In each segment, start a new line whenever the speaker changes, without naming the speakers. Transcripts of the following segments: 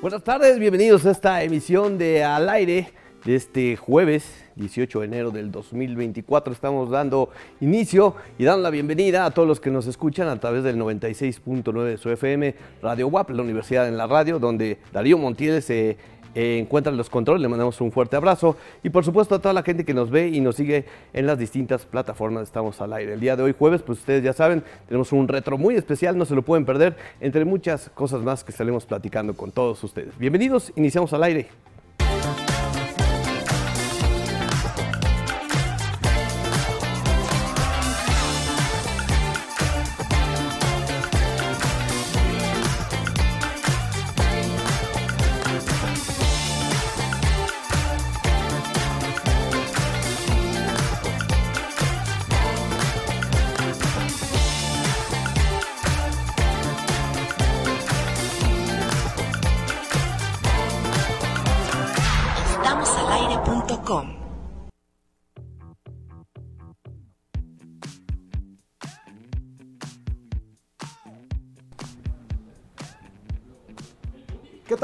Buenas tardes, bienvenidos a esta emisión de Al aire de este jueves 18 de enero del 2024. Estamos dando inicio y dando la bienvenida a todos los que nos escuchan a través del 96.9 de su FM Radio WAP, la Universidad en la Radio, donde Darío Montiel se eh, encuentran los controles. Le mandamos un fuerte abrazo y por supuesto a toda la gente que nos ve y nos sigue en las distintas plataformas. Estamos al aire. El día de hoy jueves, pues ustedes ya saben, tenemos un retro muy especial, no se lo pueden perder, entre muchas cosas más que estaremos platicando con todos ustedes. Bienvenidos, iniciamos al aire.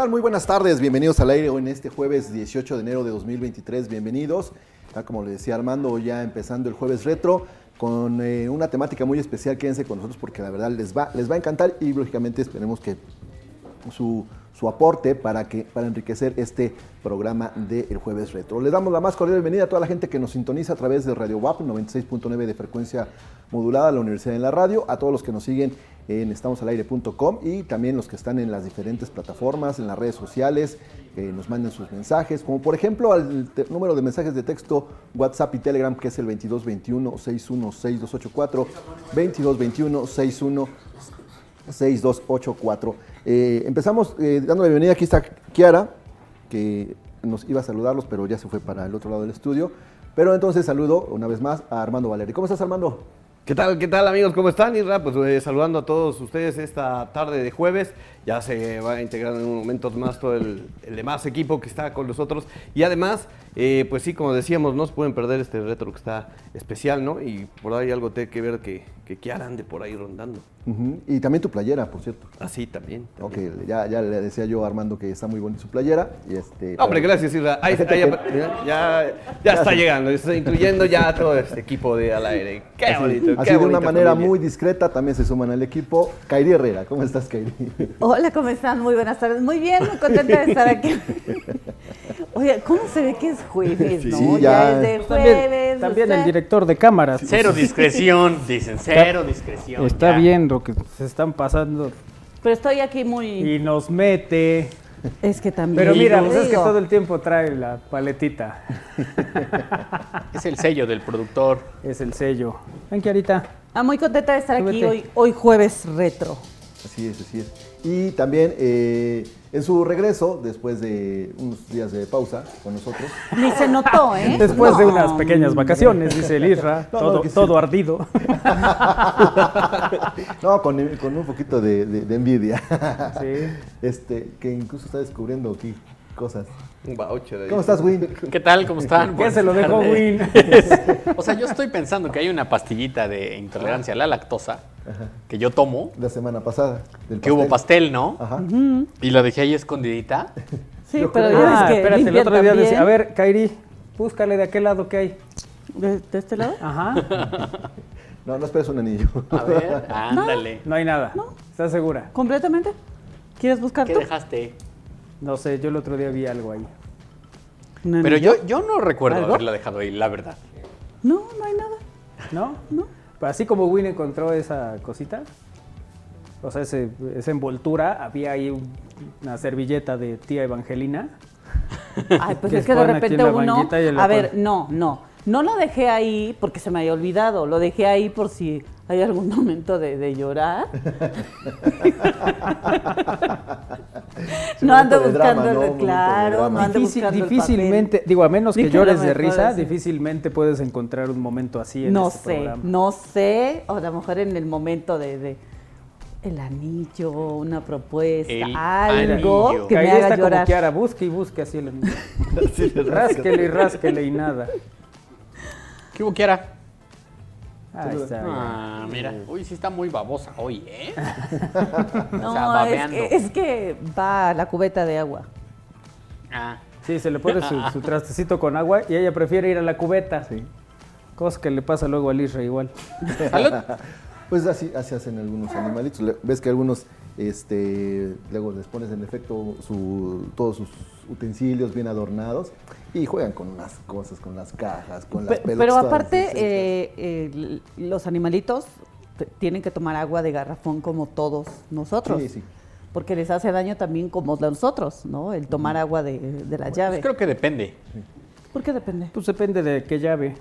Muy buenas tardes, bienvenidos al aire hoy en este jueves 18 de enero de 2023, bienvenidos. Ya como le decía Armando, ya empezando el jueves retro con eh, una temática muy especial, quédense con nosotros porque la verdad les va, les va a encantar y lógicamente esperemos que su, su aporte para, que, para enriquecer este programa de El Jueves Retro. Les damos la más cordial bienvenida a toda la gente que nos sintoniza a través de Radio WAP 96.9 de frecuencia modulada, la Universidad en la Radio, a todos los que nos siguen en estamosalaire.com y también los que están en las diferentes plataformas, en las redes sociales, que eh, nos manden sus mensajes, como por ejemplo al número de mensajes de texto, WhatsApp y Telegram, que es el 2221-616284, 2221-616284. 6284. Eh, empezamos eh, dando la bienvenida. Aquí está Kiara, que nos iba a saludarlos, pero ya se fue para el otro lado del estudio. Pero entonces saludo una vez más a Armando Valeri. ¿Cómo estás, Armando?
¿Qué tal, qué tal amigos? ¿Cómo están? Isra, pues eh, saludando a todos ustedes esta tarde de jueves. Ya se va a integrar en unos momentos más todo el, el demás equipo que está con nosotros. Y además, eh, pues sí, como decíamos, no se pueden perder este retro que está especial, ¿no? Y por ahí algo tiene que ver que, que Kiara ande por ahí rondando.
Uh -huh. Y también tu playera, por cierto.
Ah, sí, también.
también. Ok, ya, ya, le decía yo a Armando que está muy bonita su playera. Y este,
no, Hombre, gracias, Isra. Ahí, ahí, que... ya, ya, ya está llegando, está incluyendo ya a todo este equipo de al aire. ¡Qué
Así.
bonito!
Así de una manera familia. muy discreta también se suman al equipo. Kairi Herrera, ¿cómo estás, Kairi?
Hola, ¿cómo están? Muy buenas tardes. Muy bien, muy contenta de estar aquí. Oye, ¿cómo se ve que es jueves, sí, no?
Ya. ya, es de jueves. Pues También, también usted... el director de cámaras.
Cero discreción, dicen, cero discreción.
Está ya. viendo que se están pasando.
Pero estoy aquí muy...
Y nos mete...
Es que también.
Pero mira, pues es que todo el tiempo trae la paletita.
es el sello del productor.
Es el sello. Ven, Kiarita.
Ah, muy contenta de estar Súbete. aquí hoy, hoy jueves retro.
Así es, así es. Y también eh, en su regreso, después de unos días de pausa con nosotros.
Ni se notó, ¿eh?
Ah, Después no. de unas pequeñas vacaciones, dice el Isra, no, todo, no, todo sí. ardido.
no, con, con, un poquito de, de, de, envidia. Sí. Este, que incluso está descubriendo aquí cosas.
Un voucher. Ahí.
¿Cómo estás, Win?
¿Qué tal? ¿Cómo están?
¿Qué se lo dejó Win?
o sea, yo estoy pensando que hay una pastillita de intolerancia a la lactosa Ajá. que yo tomo.
La semana pasada.
Del que hubo pastel, ¿no? Ajá. Uh -huh. Y la dejé ahí escondidita.
Sí, yo pero ya ah, es que
espérate, el otro día decía, a ver, Kairi, búscale de aquel lado que hay.
¿De, de este lado?
Ajá.
no, no esperes un anillo.
a ver, ándale.
No, no hay nada. No. ¿Estás segura?
Completamente. ¿Quieres buscar
¿Qué
tú?
dejaste?
No sé, yo el otro día vi algo ahí.
Pero yo, yo no recuerdo ¿Algo? haberla dejado ahí, la verdad.
No, no hay nada.
¿No?
No.
Pero así como Win encontró esa cosita, o sea, ese, esa envoltura, había ahí una servilleta de tía Evangelina.
Ay, pues que es que de repente uno. A ver, pan. no, no. No lo dejé ahí porque se me había olvidado. Lo dejé ahí por si hay algún momento de, de llorar. no ando buscando, drama, no, claro, no ando
Difícil,
buscando
Difícilmente, el papel. digo, a menos que Dígame, llores de risa, difícilmente puedes encontrar un momento así en
No
este
sé,
programa.
no sé, o a lo mejor en el momento de, de El anillo, una propuesta,
El
algo
anillo.
que
ahí
me haga
está como
llorar.
Kiara, busque y busque así el anillo.
Sí, le rascas.
rásquele y rásquele y nada.
¿Qué hubo, Kiara?
Ahí está.
Ah, mira. Uy, sí está muy babosa hoy, ¿eh?
No,
O sea,
es,
babeando.
que, es que va a la cubeta de agua.
Ah.
Sí, se le pone su, su trastecito con agua y ella prefiere ir a la cubeta.
Sí.
Cosa que le pasa luego al Isra igual.
Salud.
Pues así, así hacen algunos animalitos. Le- Ves que algunos, este, luego les pones en efecto su- todos sus utensilios bien adornados y juegan con unas cosas, con las cajas, con las
Pe- Pero,
pelotas. todas
aparte,
deshechas.
eh, eh, l- los animalitos t- tienen que tomar agua de garrafón como todos nosotros.
Sí, sí.
Porque les hace daño también como nosotros, ¿no? El tomar agua de, de la llave.
Pues creo que depende.
¿Por qué depende?
Pues depende de qué llave.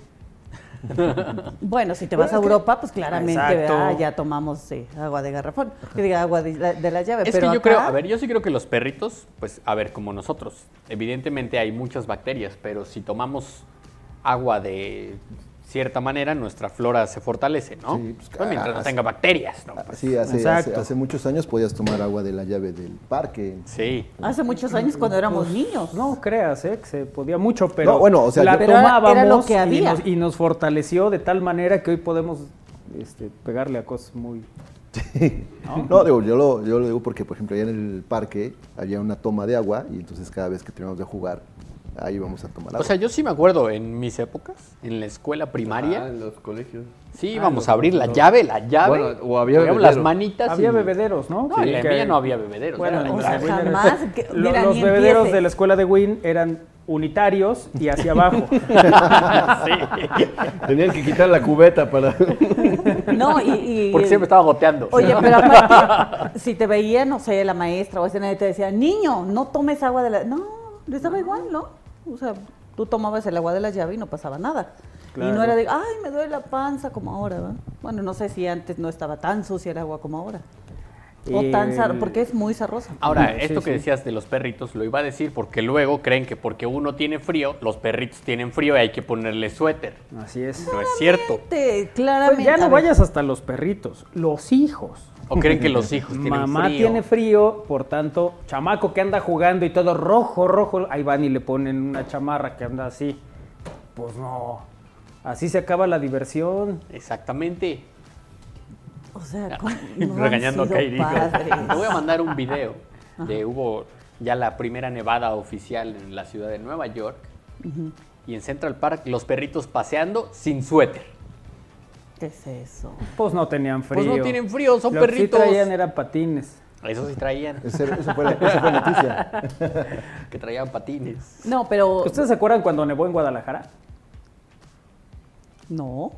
Ah.
Bueno, si te
Pero
vas a
es que-
Europa, pues claramente
Exacto.
ah, ya tomamos eh, agua de garrafón. Que diga agua de, la- de la llave.
Es que
pero acá-
yo creo, a ver, yo sí creo que los perritos, pues, a ver, como nosotros, evidentemente hay muchas bacterias, pero si tomamos agua de cierta manera, nuestra flora se fortalece, ¿no?
Sí, pues,
Pues, mientras no
ah,
tenga bacterias, ¿no? Pues,
Sí, hace,
Exacto.
hace- hace muchos años podías tomar agua de la llave del parque.
sí.
Hace muchos años cuando éramos
Pues,
niños.
No creas, ¿eh? que se podía mucho, pero
No, bueno, o sea,
la
yo-
Pero era- era
tomábamos
lo que
y
había.
nos- Y, nos, fortaleció de tal manera que hoy podemos este, pegarle a cosas muy...
No, digo, yo lo, yo lo digo porque, por ejemplo, allá en el parque había una toma de agua y entonces cada vez que teníamos de jugar, ahí íbamos a tomar agua.
O sea, yo sí me acuerdo en mis épocas, en la escuela
Ah,
primaria,
en los colegios.
sí íbamos a abrir la llave, la llave,
Bueno, o había
poníamos las
bebedero.
Ah,
manitas.
Había
y-
bebederos, ¿no?
No, en la
Que-
mía no había bebederos.
Bueno,
era la
en
o
la
sea,
misma.
de Wynn era-
jamás que-
Lo-
mira,
los
ni
bebederos
empiece.
de la escuela de Wynn eran unitarios y hacia abajo.
Sí.
Tenían que quitar la cubeta para.
No, y, y-
Porque siempre estaba goteando.
Oye, pero aparte, si te veía, no sé, la maestra o ese nadie te decía, niño, no tomes agua de la. No, les daba igual, ¿no? O sea, tú tomabas el agua de la llave y no pasaba nada. Y no
Claro.
era de, ay, me duele la panza como ahora, ¿verdad? Bueno, no sé si antes no estaba tan sucia el agua como ahora. O tan
El-
zarra, porque es muy zarrosa.
Ahora,
Sí,
esto
sí.
que decías de los perritos lo iba a decir porque luego creen que porque uno tiene frío, los perritos tienen frío y hay que ponerle suéter.
Así es.
No es cierto.
Te-
Pues
claramente.
ya
a
no
ver,
vayas hasta los perritos, los hijos.
O creen que los hijos tienen
Mamá
frío.
tiene frío, por tanto, chamaco que anda jugando y todo rojo, rojo, ahí van y le ponen una chamarra que anda así. Pues no. Así se acaba la diversión.
Exactamente.
O sea, ¿cómo no han
Regañando a
sido
Kairi.
padres?
Te voy a mandar un video de hubo ya la primera nevada oficial en la ciudad de Nueva York y en Central Park los perritos paseando sin suéter.
¿Qué es eso?
Pues no tenían frío.
Pues no tienen frío, son
Lo
perritos.
que sí traían eran patines.
Eso sí traían,
Ese- eso fue la, esa fue la noticia.
que traían patines.
No, pero.
¿Ustedes se acuerdan cuando nevó en Guadalajara?
No.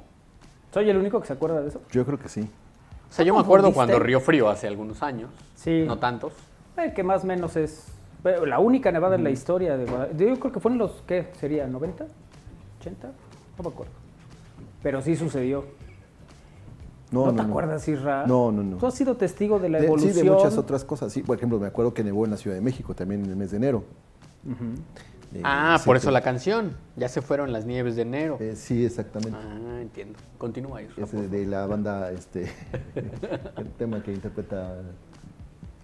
¿Soy el único que se acuerda de eso?
Yo creo que sí.
O sea, yo me
¿Cómo
acuerdo
fundiste?
cuando Río Frío hace algunos años,
Sí.
no tantos.
El que más menos es pero la única nevada en la historia de Guadalajara. Yo creo que fue en los, ¿qué? ¿Sería? ¿90? ¿80? No me acuerdo. Pero sí sucedió.
No,
¿No,
no,
te
no.
acuerdas, Isra?
No, no, no.
Tú has sido testigo de la
De-
evolución.
Sí, de muchas otras cosas. Sí, por ejemplo, me acuerdo que nevó en la Ciudad de México también en el mes de enero. Eh,
Ah,
sí,
por eso
que-
la canción. Ya se fueron las nieves de enero.
eh, sí, exactamente.
Ah, entiendo. Continúa eso.
Es de, de la banda, este, el tema que interpreta.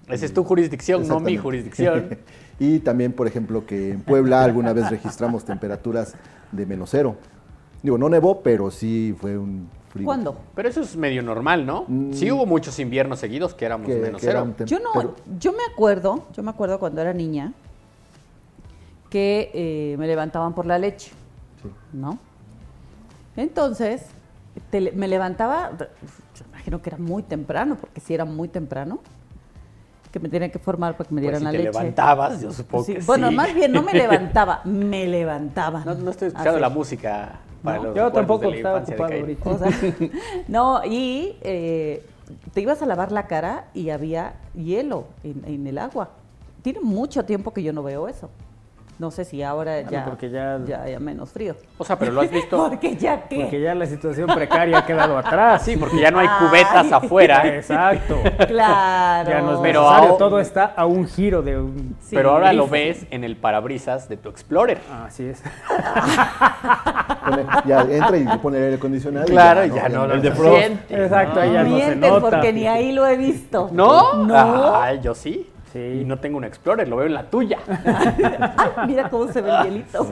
Esa es tu jurisdicción, no mi
Exactamente.
jurisdicción.
y también, por ejemplo, que en Puebla alguna vez registramos temperaturas de menos cero. Digo, no nevó, pero sí fue un frío.
¿Cuándo?
Pero eso es medio normal, ¿no? Sí hubo muchos inviernos seguidos que éramos
Mm, Que- pues,
menos
que
cero.
era un tem-
Yo no,
pero-
yo me acuerdo, yo me acuerdo cuando era niña que eh, me levantaban por la leche,
Sí.
¿no? Entonces, te le- me levantaba, yo imagino que era muy temprano, porque si era muy temprano, que me tenían que formar para que me
Pues,
dieran
si
la
te
leche.
levantabas, yo supongo
Sí,
que
Bueno,
sí.
más bien no me levantaba, me levantaba.
No, no estoy escuchando la música para
No,
los
yo
recuerdos
tampoco
de la
estaba
infancia de
ocupado
Kairi.
ahorita.
O sea, no, y eh, te ibas a lavar la cara y había hielo en, en el agua. Tiene mucho tiempo que yo no veo eso. No sé si ahora
Claro,
ya,
Ah, porque ya-
ya haya menos frío.
O sea, pero lo has visto.
Porque ya que.
Porque ya la situación precaria ha quedado atrás.
Sí, porque ya no hay
Ay.
cubetas afuera.
Exacto.
Claro.
Ya no es
Pero
necesario,
ahora-
todo está a un giro de un...
Sí.
pero ahora lo
grifo.
ves en el parabrisas de tu Explorer.
Así es.
Pone- ya entra y le pone el aire acondicionado.
Claro, y ya no
el
lo
de
Frost.
Exacto, ahí ya no se
Mientes,
nota.
porque ni ahí lo he visto.
¿No?
No.
Ah, yo sí.
Sí.
Y no tengo un Explorer, lo veo en la tuya.
Ay, mira cómo se ve el hielito.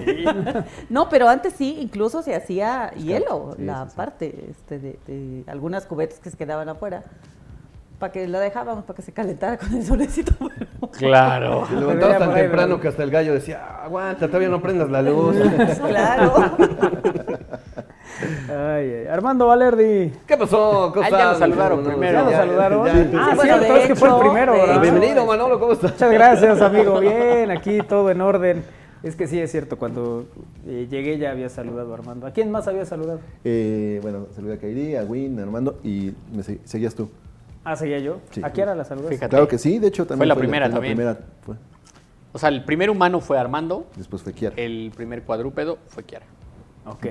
No, pero antes sí, incluso se hacía hielo,
sí,
la
sí, sí.
parte este, de, de algunas cubetas que se quedaban afuera. Para que la dejábamos, para que se calentara con el solecito.
Claro.
Te levantabas
Pero ya
tan
por ahí,
temprano
¿verdad?
que hasta el gallo decía, aguanta, todavía no prendas la luz.
Pues claro.
Ay, ay. Armando Valerdi.
¿Qué pasó? ¿Cómo
Ah, ya lo
estás?
saludaron primero.
Ya
lo
nos saludaron.
ya, ya.
Ah,
Sí,
bueno,
cierto,
de
es que fue el
hecho,
primero,
de
¿verdad?
hecho.
Bienvenido, Manolo, ¿cómo estás?
Muchas gracias, amigo. Bien, aquí todo en orden. Es que sí, es cierto, cuando eh, llegué ya había saludado a Armando. ¿A quién más había saludado?
Eh, bueno, saludé a Kairi, a Win, a Armando y me se- seguías tú.
Ah, seguía yo.
Sí.
¿A Kiara la saludaste?
Fíjate.
Claro que sí, de hecho también.
la primera
La
también.
primera fue.
O sea, el primer humano fue Armando,
Después fue Kiara.
el primer cuadrúpedo fue Kiara.
Ok.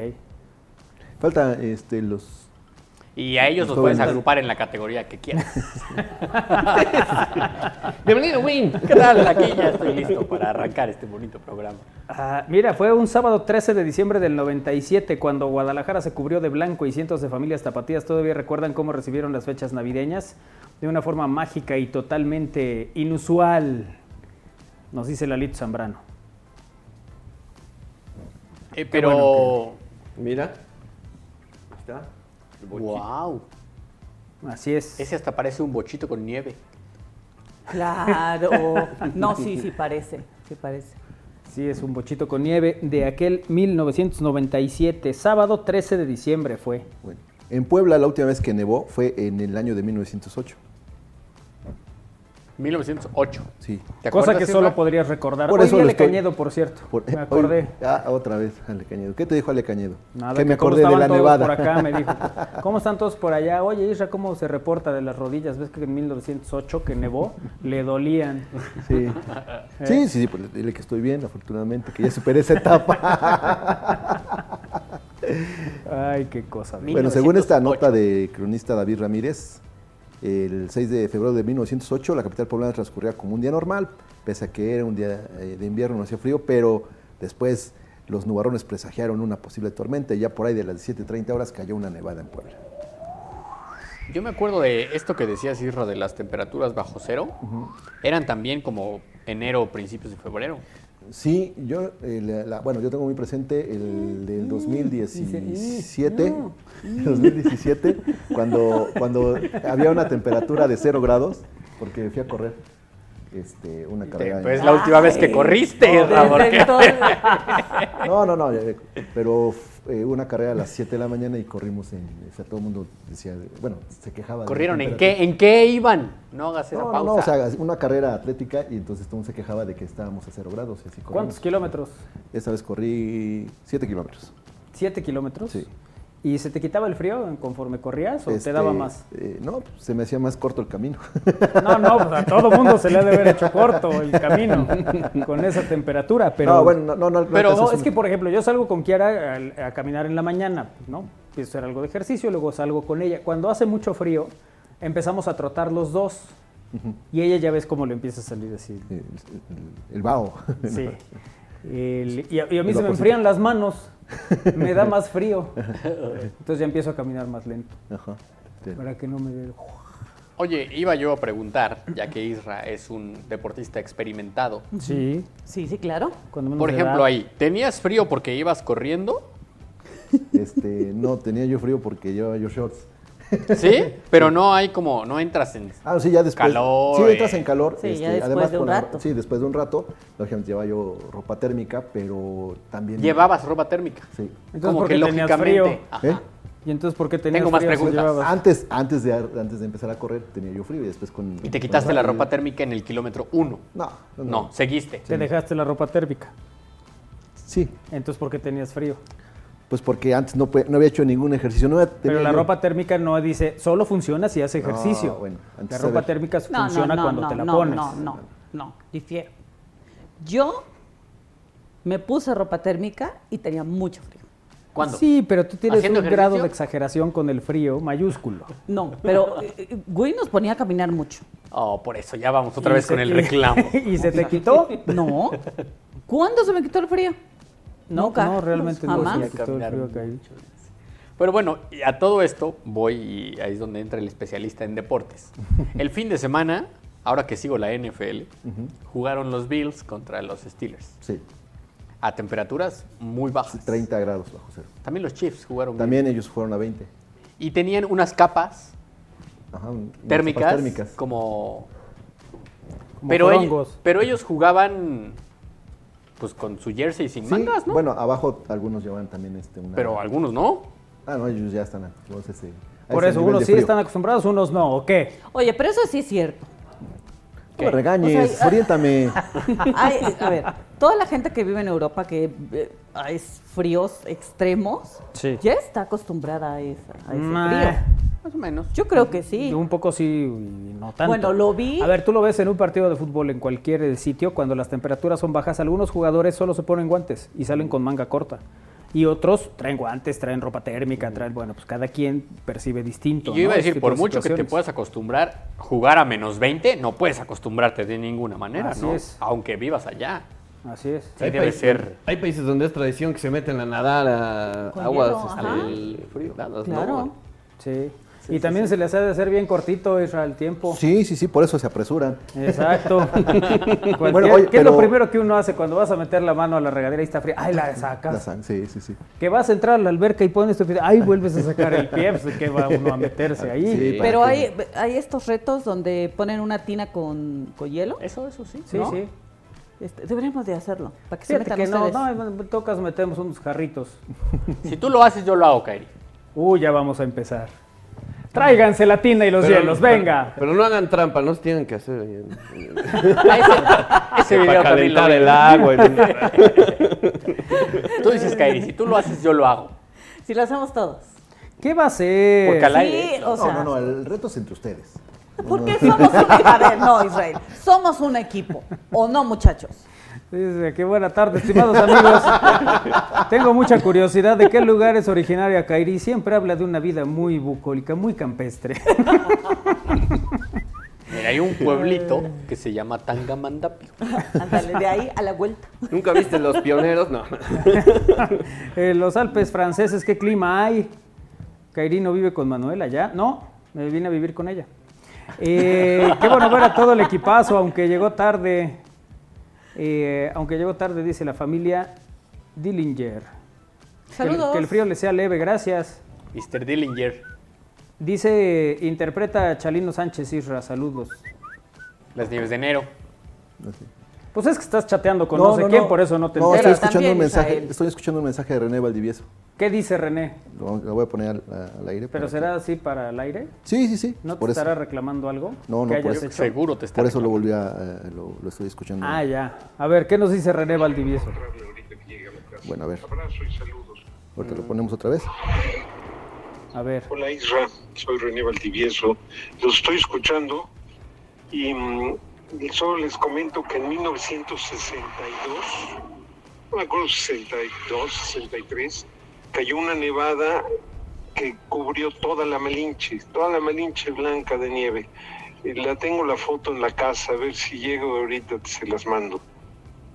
Falta este, los.
Y a ellos los
Todo
puedes
bien.
agrupar en la categoría que quieras.
Bienvenido, Win.
¿Qué tal? Aquí ya estoy listo para arrancar este bonito programa.
Ah, mira, fue un sábado 13 de diciembre del 97 cuando Guadalajara se cubrió de blanco y cientos de familias tapatías todavía recuerdan cómo recibieron las fechas navideñas de una forma mágica y totalmente inusual, nos dice Lalito Zambrano.
Eh, pero.
Mira. Ahí está. El bochito.
¡Wow!
Así es.
Ese hasta parece un bochito con nieve.
Claro. No, sí, sí parece. Sí parece.
Sí, es un bochito con nieve de aquel 1997, sábado 13 de diciembre fue.
Bueno. En Puebla, la última vez que nevó fue en el año de 1908.
1908.
Sí.
¿Te
Cosa
acuerdas,
que
Isra?
solo podrías recordar.
Por
Hoy
eso
vi a
lo
Ale
estoy-
Cañedo, por cierto.
Por-
Me acordé.
hoy- ah, otra vez, Ale Cañedo. ¿Qué te dijo Ale Cañedo?
Nada,
que me
cómo
acordé de
estaban
la
todos
nevada.
Por acá me dijo, ¿cómo están todos por allá? Oye, Isra, ¿cómo se reporta de las rodillas? ¿Ves que en 1908 que nevó? Le dolían.
Sí. sí, sí, sí, pues dile que estoy bien, afortunadamente, que ya superé esa etapa.
Ay, qué cosa. de-
bueno, según esta
1908.
nota de cronista David Ramírez, el 6 de febrero de 1908 la capital poblana transcurría como un día normal, pese a que era un día eh, de invierno, no hacía frío, pero después los nubarrones presagiaron una posible tormenta y ya por ahí de las 17.30 horas cayó una nevada en Puebla.
Yo me acuerdo de esto que decías, Isra, de las temperaturas bajo cero. Eran también como enero, principios de febrero.
Sí, yo, eh, la- la- bueno, yo tengo muy presente el del 2017, el 2017, cuando, cuando había una temperatura de 0 grados, porque fui a correr este, una carrera. en-
Pues la última vez que
Ay,
corriste, Isra,
desde
porque
entonces-
No, no, no, eh, pero eh, una carrera a las 7 de la mañana y corrimos en, o sea, todo el mundo decía, bueno, se quejaba. de la
corrieron en
temperatura.
qué, en qué iban. No hagas esa
No, no,
pausa.
no, o sea, una carrera atlética y entonces todo el mundo se quejaba de que estábamos a 0 grados y así corrimos.
¿Cuántos kilómetros?
Esta vez corrí 7 kilómetros.
¿Siete kilómetros?
Sí.
¿Y se te quitaba el frío conforme corrías o
Este,
te daba más?
eh, no, se me hacía más corto el camino.
No, no, pues a todo mundo se le ha de haber hecho corto el camino con esa temperatura, pero...
no, bueno, no, no, no.
Pero
alcanzas
No, es
un-
que, por ejemplo, yo salgo con Kiara al- a, caminar en la mañana, ¿no? Empiezo a hacer algo de ejercicio, luego salgo con ella. Cuando hace mucho frío, empezamos a trotar los dos. Y ella ya ves cómo le empieza a salir así.
El, el vaho.
Sí. El- y, a, y
El
a mí se me
vaporcito.
enfrían las manos. Me da más frío. Entonces ya empiezo a caminar más lento.
Ajá. Sí.
Para que no me dé... el-
Oye, iba yo a preguntar, ya que Isra es un deportista experimentado.
Sí.
Sí, sí, claro.
cuando menos
Por
le
ejemplo,
da.
ahí, ¿tenías frío porque ibas corriendo?
Este, no, tenía yo frío porque llevaba yo shorts.
Sí, pero no hay como, no entras en...
Ah, sí, ya después.
Calor,
Sí, entras
eh.
en calor. este,
Sí, ya después de un
con la-
rato.
sí, después de un rato. Lógicamente llevaba yo ropa térmica, pero también.
Llevabas ropa térmica.
Sí.
Entonces,
como
¿por
que
qué tenías
lógicamente...
frío?
Ajá.
¿Eh?
¿Y entonces por qué tenías
Tengo más
frío si
preguntas.
llevabas-
Antes, antes, de, antes de empezar a correr tenía yo frío y después con.
Y te quitaste la ropa térmica en el kilómetro 1.
No, Pues, no, no.
No, seguiste.
Te dejaste la ropa térmica.
Sí,
Entonces, ¿por qué tenías frío?
pues porque antes no, pe- no había hecho ningún ejercicio. No había-
Pero
tenía
la
yo-
ropa térmica no dice, solo funciona si hace ejercicio.
No, bueno, antes
la
de
ropa
ver.
térmica
No, no,
funciona
no,
cuando
no,
te la
no,
pones.
No, no, no, difiero. Yo Me puse ropa térmica y tenía mucho frío.
¿Cuándo?
Sí, pero tú tienes un
¿Haciendo
grado de
ejercicio?
exageración con el frío mayúsculo.
No, pero eh, eh, güey nos ponía a caminar mucho.
Oh, por eso, ya vamos otra
Y
vez
se-
con el reclamo.
¿Y se te quitó?
No. ¿Cuándo se me quitó el frío?
No,
Nunca.
no, realmente no,
Jamás.
sí. quitó el frío que hay.
mucho. Pero bueno, y a todo esto voy y ahí es donde entra el especialista en deportes. El fin de semana, ahora que sigo la NFL, jugaron los Bills contra los Steelers
Sí,
a temperaturas muy bajas.
30 grados bajo cero.
También los Chiefs jugaron bien.
También ellos fueron a 20.
Y tenían unas capas
Ajá, un- unas
térmicas,
tapas térmicas.
como...
Como
pero, ell-
forongos.
pero ellos jugaban pues con su jersey sin
Sí,
mangas, ¿no?
Bueno, abajo algunos llevan también este, una.
pero algunos no.
Ah, no, ellos ya están. a- entonces, eh, a
Por
ese
eso,
nivel
unos
de
sí
frío.
están acostumbrados, unos no, ¿o qué?
Oye, pero eso sí es cierto.
No me regañes,
O sea,
oriéntame.
Ay, a ver, toda la gente que vive en Europa que eh, ah, es fríos extremos,
Sí.
ya está acostumbrada a, esa, a ese
Nah.
frío.
Más o menos.
Yo creo que sí.
Un poco sí, y no tanto.
Bueno, lo vi.
A ver, tú lo ves en un partido de fútbol en cualquier eh, sitio, cuando las temperaturas son bajas, algunos jugadores solo se ponen guantes y salen con manga corta. Y otros traen guantes, traen ropa térmica, traen, bueno, pues cada quien percibe distinto.
Y yo iba
¿no?
a
Este
decir,
tipo
por
de
mucho que te
situaciones.
puedas acostumbrar jugar a menos 20, no puedes acostumbrarte de ninguna manera,
Así
¿no?
es.
Aunque vivas allá.
Así es.
Sí, debe ser.
Hay países donde es tradición que se meten a nadar a
Con
aguas
hielo,
este,
ajá.
heladas, ¿no?
Claro.
Sí. y también se les ha de hacer bien cortito, Israel, el tiempo.
Sí, sí, sí, por eso se apresuran.
Exacto. Cualquier-
Bueno, oye,
¿Qué es lo
pero-
primero que uno hace cuando vas a meter la mano a la regadera y está fría? ¡Ay, la sacas!
La sang- sí, sí, sí.
Que vas a entrar a la alberca y pones tu pie. Ay, vuelves a sacar el pie. Pues, ¿Qué va uno a meterse ahí?
Sí,
Pero
¿para
hay, hay estos retos donde ponen una tina con, con hielo.
Eso, eso sí.
sí.
¿no?
sí.
Este, deberíamos de hacerlo, para que
Fíjate
se metan
que no,
ustedes.
no, en tocas metemos unos jarritos.
Si tú lo haces, yo lo hago, Kairi.
Uy, ya vamos a empezar. Tráiganse la tina y los
Pero-
hielos,
pero-
venga.
Pero no hagan trampa, no se tienen que hacer. eh,
Ah,
Ese
Para
video también lo
calentar
vi.
el agua. y-
Tú dices, Kairi, si tú lo haces, yo lo hago.
Si lo hacemos todos.
¿Qué va a ser?
Porque al
Sí,
aire.
o sea,
no, no, no, el reto es entre ustedes.
porque somos un a ver, no, Israel, somos un equipo, ¿o no, muchachos?
Dice, qué buena tarde, estimados amigos. Tengo mucha curiosidad de qué lugar es originaria Kairi. Siempre habla de una vida muy bucólica, muy campestre.
Mira, hay un pueblito que se llama Tangamandapio.
Ándale, de ahí a la vuelta.
¿Nunca viste los pioneros? No.
Eh, los Alpes franceses, ¿qué clima hay? Kairi no vive con Manuela ya. No, me vine a vivir con ella. Eh, qué bueno ver a todo el equipazo, aunque llegó tarde. Eh, aunque llegó tarde, dice la familia Dillinger. Que el-
Saludos.
que el frío le sea leve, gracias.
Mr. Dillinger.
Dice, interpreta a Chalino Sánchez Isra, saludos.
Las nieves de enero.
Pues es que estás chateando con no, sé quién, por eso no te
estoy
enteras.
escuchando,
También,
un mensaje,
Israel.
estoy escuchando un mensaje de René Valdivieso.
¿Qué dice René?
Lo, lo voy a poner al, a- al aire.
¿Pero
para
será así para el aire?
que- Sí, sí, sí.
¿No te
por eso,
estará reclamando algo?
No, no,
que
por
hayas
eso.
hecho?
Seguro te está.
por eso lo volví a. eh, lo, lo estoy escuchando.
Ah, ya. A ver, ¿qué nos dice René Valdivieso?
Bueno, a ver,
Abrazo y saludos.
ahorita lo ponemos otra vez.
A ver.
Hola Isra, soy René Valdivieso. Los estoy escuchando y mm, solo les comento que en 1962, no me acuerdo, 62, 63, cayó una nevada que cubrió toda la Malinche, toda la Malinche blanca de nieve. Y La tengo la foto en la casa, a ver si llego ahorita, se las mando.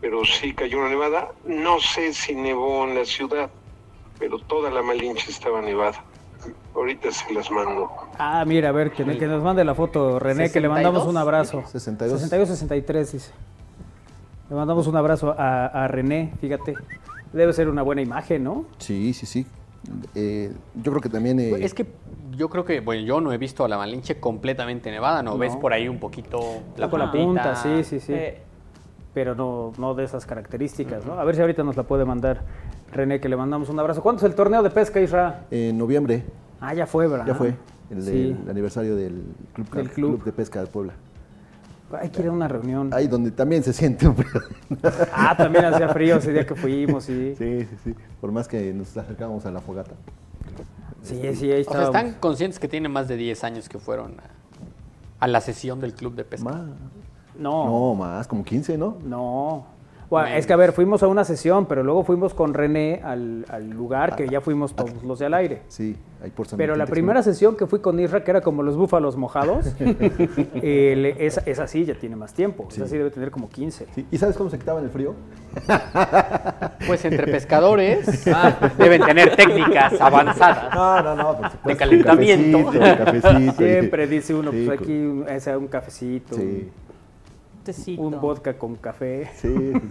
Pero sí cayó una nevada, no sé si nevó en la ciudad, pero toda la Malinche estaba nevada. Ahorita se las mando.
Ah, mira, a ver, que, que nos mande la foto, René, que le
62,
mandamos un abrazo.
62.
62-63, dice. Le mandamos un abrazo a, a René, fíjate. Debe ser una buena imagen, ¿no?
Sí, sí, sí. Eh, yo creo que también.
Pues
eh,
Es que yo creo que, bueno, yo no he visto a la Malinche completamente nevada, ¿no? Ves por ahí un poquito la
con la punta, sí, sí, sí.
Eh,
Pero no, no de esas características, ¿no? A ver si ahorita nos la puede mandar René, que le mandamos un abrazo. ¿Cuándo es el torneo de pesca, Isra?
En noviembre
Ah, ya fue, ¿verdad?
ya fue el,
Sí.
del aniversario del club,
Del club.
de Pesca de Puebla.
Hay que ir a una reunión.
Ahí donde también se siente un frío.
Ah, también hacía frío ese día que fuimos, sí. Sí,
Sí, sí, sí. Por más que nos acercábamos a la fogata.
sí, ahí
O sea,
estábamos.
¿están conscientes que tiene más de 10 años que fueron a, a la sesión del club de pesca?
Más.
No,
No, más, como 15, ¿no?
no. Bueno, es que a ver, fuimos a una sesión, pero luego fuimos con René al, al lugar
Ah,
que ya fuimos todos los de al aire.
Sí, ahí por San
Pero la
Martín
primera
Texmelucan.
sesión que fui con Isra, que era como los búfalos mojados, eh, le- esa, esa sí ya tiene más tiempo. Esa sí debe tener como 15.
Sí, ¿Y sabes cómo se quitaban el frío?
Pues entre pescadores
Ah.
deben tener técnicas avanzadas.
No, no, no. por supuesto,
De calentamiento.
un Cafecito, un cafecito.
Siempre dice uno,
Sí,
pues
con-
aquí un- o sea, un cafecito,
Sí,
Tecito.
un, un vodka con café.
sí. sí, sí.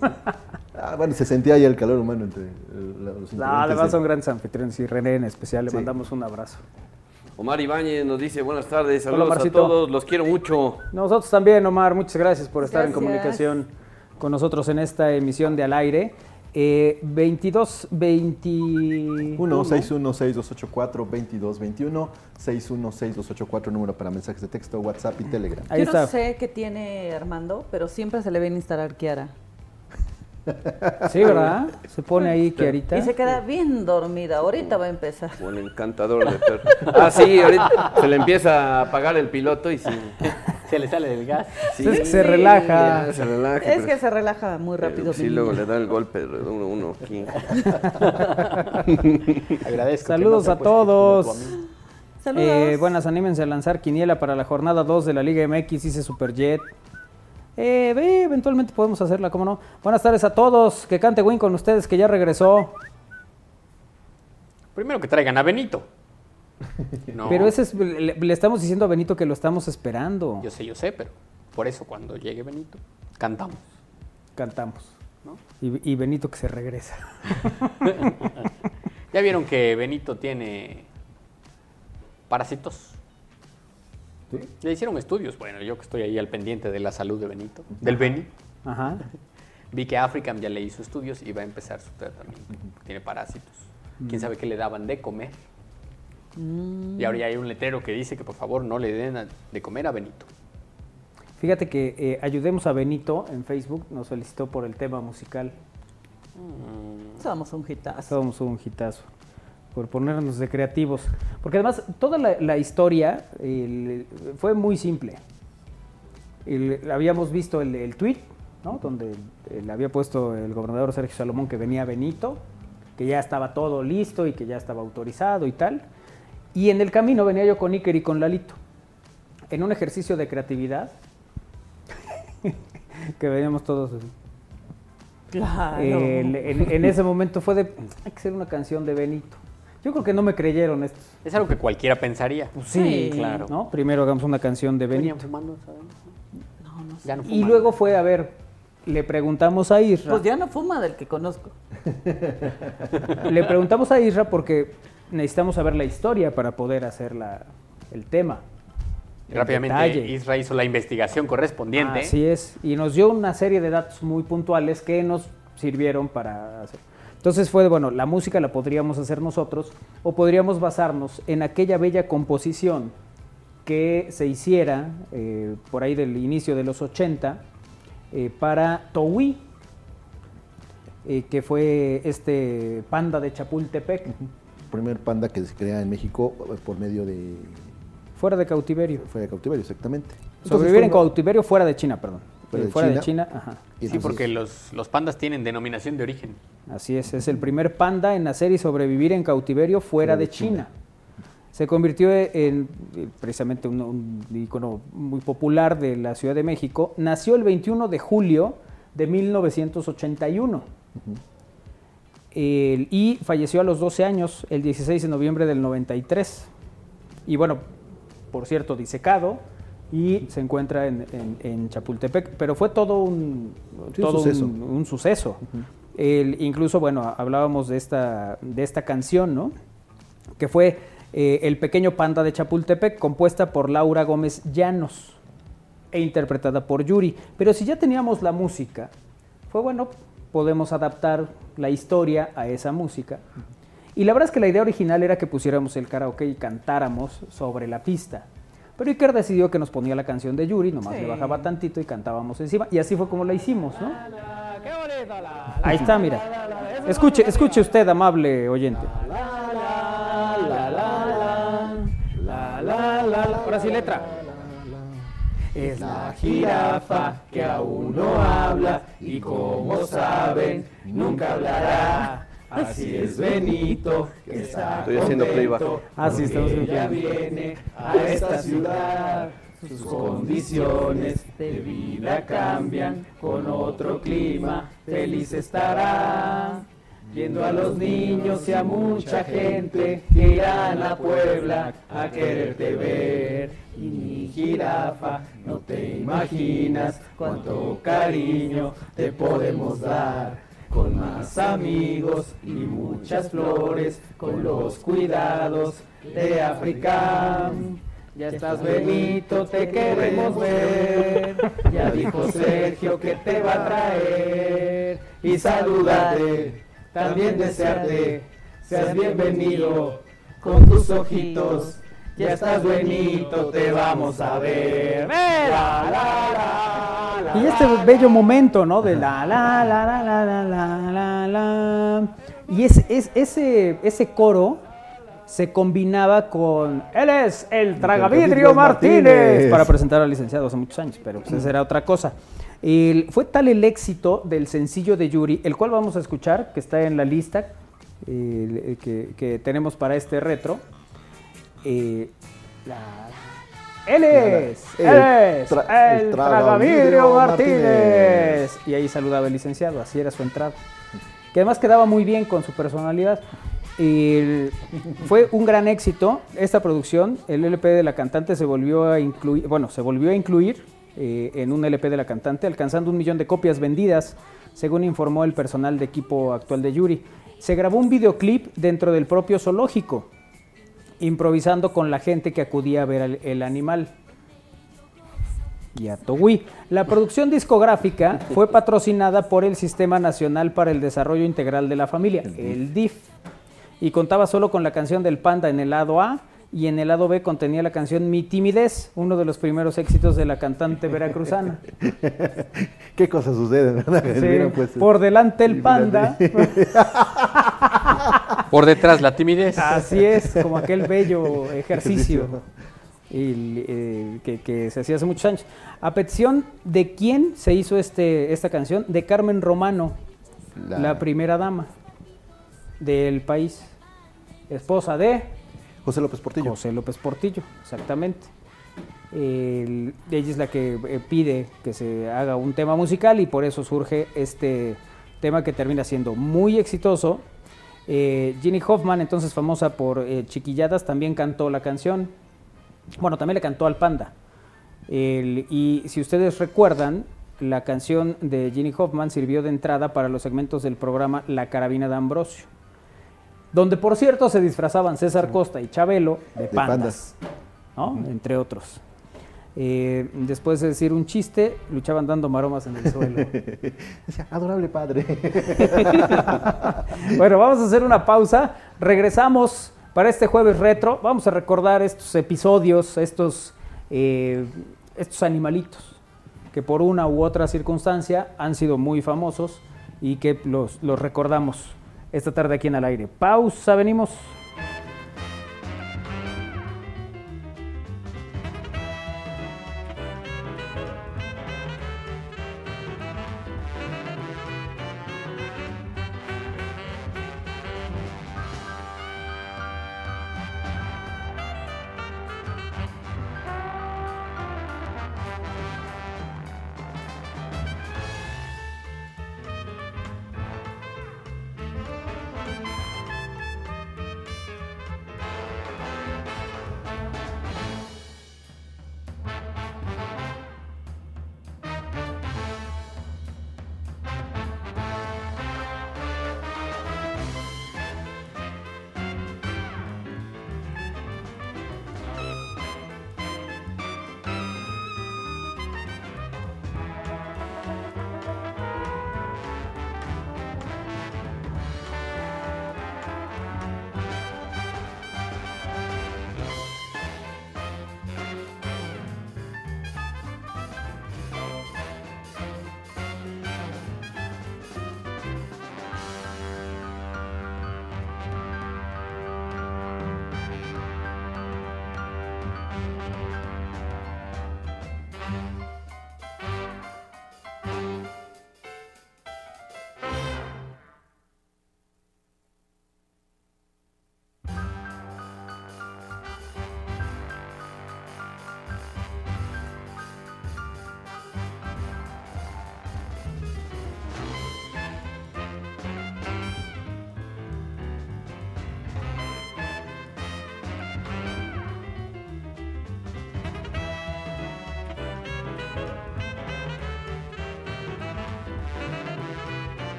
Ah, bueno, se sentía ya el calor humano entre eh, los
No,
integrantes
además
de-
son grandes anfitriones y René en especial, le
Sí.
mandamos un abrazo.
Omar Ibáñez nos dice buenas tardes,
Hola,
saludos a
Omarcito.
todos, los quiero mucho.
Nosotros también, Omar, muchas gracias por estar en
Gracias.
comunicación con nosotros en esta emisión de Al Aire. Eh, 22, 21.
1 61 6284 2221 61 6284 número para mensajes de texto, WhatsApp y Telegram.
Ahí
Yo
está.
no sé qué tiene Armando, pero siempre se le viene a instalar Kiara.
Sí, ¿verdad? Se pone ahí, Kiarita.
Y se queda bien dormida. Ahorita va a empezar.
Con el encantador de perros. Ah, sí, ahorita se le empieza a apagar el piloto y sí.
Se le sale del gas.
sí,
Es que se
sí,
relaja.
ya se relaja.
Es
pero-
que se relaja muy rápido.
pero Sí,
mi
luego
niña.
le da el golpe de uno, uno, aquí.
Agradezco. que
Saludos
no
a
te apuestes
todos.
como tú a mí.
Saludos.
Eh, buenas, anímense a lanzar quiniela para la jornada 2 de la Liga MX, dice Superjet. Eh, ve, eventualmente podemos hacerla, ¿cómo no? Buenas tardes a todos, que cante Win con ustedes, que ya regresó.
Primero que traigan a Benito. No,
Pero ese es, le, le estamos diciendo a Benito que lo estamos esperando.
Yo sé, yo sé, pero por eso cuando llegue Benito, cantamos.
Cantamos. Y, y Benito que se regresa.
Ya vieron que Benito tiene parásitos.
¿Sí?
Le hicieron estudios. Bueno, yo que estoy ahí al pendiente de la salud de Benito, del Beni,
Ajá.
vi que African ya le hizo estudios y va a empezar su tratamiento. Tiene parásitos. Quién sabe qué le daban de comer. Y ahora ya hay un letrero que dice que por favor no le den a- de comer a Benito.
Fíjate que eh, ayudemos a Benito en Facebook, nos felicitó por el tema musical.
Somos un hitazo.
Estábamos un hitazo. Por ponernos de creativos. Porque además, toda la, la historia el- fue muy simple. El- habíamos visto el, el tweet, ¿no? Donde eh, le había puesto el gobernador Sergio Salomón que venía Benito, que ya estaba todo listo y que ya estaba autorizado y tal. Y en el camino venía yo con Iker y con Lalito. En un ejercicio de creatividad, que veníamos todos así.
Claro.
El- en, en ese momento fue de, hay que ser una canción de Benito. Yo creo que no me creyeron estos.
Es algo que cualquiera pensaría.
Sí,
Pues claro.
¿no? Primero hagamos una canción de
Venían
Benito.
fumando, ¿saben?
No, no sé.
Ya no
Y
fuman.
luego fue, a ver, le preguntamos a Isra.
Pues ya no fuma del que conozco.
Le preguntamos a Isra porque necesitamos saber la historia para poder hacer la- el tema. el
Rápidamente,
detalle. Ah,
Isra hizo la investigación correspondiente.
Así es. Y nos dio una serie de datos muy puntuales que nos sirvieron para hacer. Entonces fue, de, bueno, la música la podríamos hacer nosotros o podríamos basarnos en aquella bella composición que se hiciera eh, por ahí del inicio de los 80 eh, para Towi, eh, que fue este panda de Chapultepec,
Primer panda que se crea en México eh, por medio de.
fuera de cautiverio.
Fue de cautiverio, exactamente. Entonces,
Sobrevivir en
fue una-
cautiverio fuera de China, perdón.
Fuera
Eh,
de
fuera de
China.
China, ajá.
y
Sí,
entonces-
porque los, los pandas tienen denominación de origen.
Así es, es el primer panda en nacer y sobrevivir en cautiverio fuera de China. Se convirtió en eh, precisamente un, un ícono muy popular de la Ciudad de México. Nació el 21 de julio de 1981 El- y falleció a los 12 años, el 16 de noviembre del 93. Y bueno, por cierto, disecado y se encuentra en, en- en Chapultepec. Pero fue todo un,
Sí,
todo
suceso.
un- un suceso. El- incluso, bueno, hablábamos de esta, de esta canción, ¿no? Que fue eh, El pequeño panda de Chapultepec, compuesta por Laura Gómez Llanos e interpretada por Yuri. Pero si ya teníamos la música, fue bueno, podemos adaptar la historia a esa música. Y la verdad es que la idea original era que pusiéramos el karaoke y cantáramos sobre la pista. Pero Iker decidió que nos ponía la canción de Yuri, nomás
Sí.
le bajaba tantito y cantábamos encima. Y así fue como la hicimos, ¿no? Ahí está, mira. Escuche, escuche usted, amable oyente. Ahora sí, letra. Es la jirafa que aún no habla y como saben, nunca hablará. Así es Benito, que está
Estoy haciendo
contento
playback.
Ah, sí, estamos Ya viene a esta ciudad. Sus condiciones de vida cambian con otro clima. Feliz estará. Viendo a los niños y a mucha gente que irán a Puebla a quererte ver. Y mi jirafa, no te imaginas cuánto cariño te podemos dar. Con más amigos y muchas flores, con los cuidados de África. Ya estás Benito, te queremos ver. Ya dijo Sergio que te va a traer y saludarte, también desearte. Seas bienvenido con tus ojitos. Ya estás Benito, te vamos a ver. Y este bello momento, ¿no? De la la la la la la la la la. Y es, es- ese, ese coro se combinaba con Él es el Tragavidrio
Tragavidrios
Martínez,
Martínez.
para presentar al licenciado hace muchos años, pero pues esa era otra cosa. El- fue tal el éxito del sencillo de Yuri, el cual vamos a escuchar, que está en la lista el- el que, que tenemos para este retro. Eh, la- él es,
El
él es,
tra-
el
el
Tragavidrio
Tragavidrio
Martínez.
Martínez.
Y ahí saludaba el licenciado, así era su entrada. Que además quedaba muy bien con su personalidad. El- fue un gran éxito esta producción. El LP de la cantante se volvió a incluir, bueno, se volvió a incluir eh, en un LP de la cantante, alcanzando un millón de copias vendidas, según informó el personal de equipo actual de Yuri. Se grabó un videoclip dentro del propio zoológico improvisando con la gente que acudía a ver al- el animal. Y a Togui. La producción discográfica fue patrocinada por el Sistema Nacional para el Desarrollo Integral de la Familia, el DIF. Y contaba solo con la canción del panda en el lado A y en el lado B contenía la canción Mi Timidez, uno de los primeros éxitos de la cantante veracruzana.
¿Qué cosas suceden, verdad?
Sí,
Mira, pues,
por delante el panda.
Por detrás, la timidez.
Así es, como aquel bello ejercicio el, eh, que, que se hacía hace muchos años. A petición de quién se hizo este, esta canción, de Carmen Romano, la,
La-
primera dama del país, esposa de
José López Portillo.
José López Portillo, exactamente. El- ella es la que eh, pide que se haga un tema musical y por eso surge este tema que termina siendo muy exitoso. Eh, Ginny Hoffman, entonces famosa por eh, Chiquilladas, también cantó la canción. Bueno, también le cantó al Panda. El- y si ustedes recuerdan, la canción de Ginny Hoffman sirvió de entrada para los segmentos del programa La Carabina de Ambrosio donde por cierto se disfrazaban César Costa y Chabelo de,
pandas.
pandas, ¿no? entre otros. Eh, después de decir un chiste, luchaban dando maromas en el suelo.
Decía, Adorable padre.
bueno, vamos a hacer una pausa. Regresamos para este jueves retro. Vamos a recordar estos episodios, estos, eh, estos animalitos que por una u otra circunstancia han sido muy famosos y que los, los recordamos esta tarde aquí en al aire. Pausa, venimos.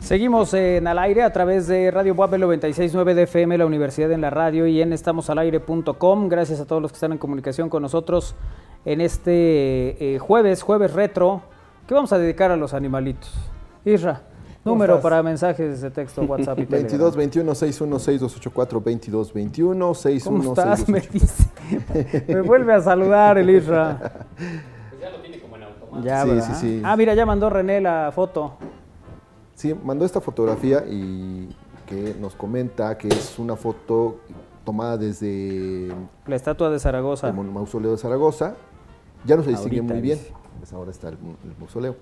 Seguimos en al aire a través de Radio Buapel 969 de FM, la Universidad en la Radio y en estamosalaire.com. Gracias a todos los que están en comunicación con nosotros en este eh, jueves, jueves retro, que vamos a dedicar a los animalitos. Isra, número
estás?
para mensajes de texto, WhatsApp y Telegram.
22 21 616 284 22 21
¿Cómo
616
estás? Me dice. Me vuelve a saludar el Isra. Pues ya
Sí,
lo tiene como en
sí,
automático.
sí.
Ah, mira, ya mandó René la foto.
Sí, mandó esta fotografía y que nos comenta que es una foto tomada desde
La estatua de Zaragoza.
el mausoleo de Zaragoza. Ya no se distingue
Ahorita,
muy bien,
dice.
pues ahora está el, mu- el mausoleo.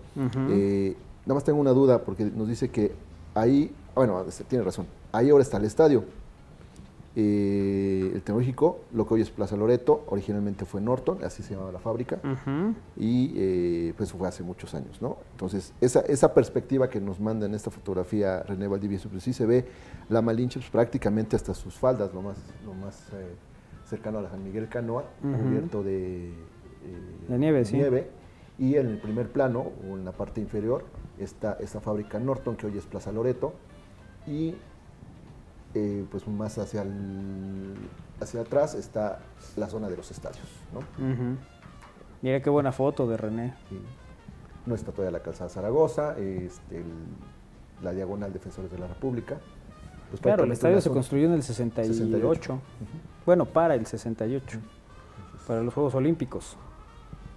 Eh, nada más tengo una duda porque nos dice que ahí, bueno, este, tiene razón, ahí ahora está el estadio. Eh, el tecnológico, lo que hoy es Plaza Loreto, originalmente fue Norton, así se llamaba la fábrica
Ujú.
y eh, pues fue hace muchos años, ¿no? Entonces, esa, esa perspectiva que nos manda en esta fotografía René Valdivieso, pues sí se ve la Malinche pues, prácticamente hasta sus faldas, lo más, lo más eh, cercano a la San Miguel Canoa, cubierto de, eh,
De nieve, sí.
Y en el primer plano, o en la parte inferior, está esta fábrica Norton, que hoy es Plaza Loreto, y eh, pues más hacia, el- hacia atrás está la zona de los estadios, ¿no?
Ujú. Mira qué buena foto de René.
Sí. No está todavía la calzada Zaragoza, este, el- la diagonal Defensores de la República. Pues
Claro, el
prácticamente
estadio
una
se
zona-
construyó en el 68.
68.
Bueno, para el 68. Para los Juegos Olímpicos.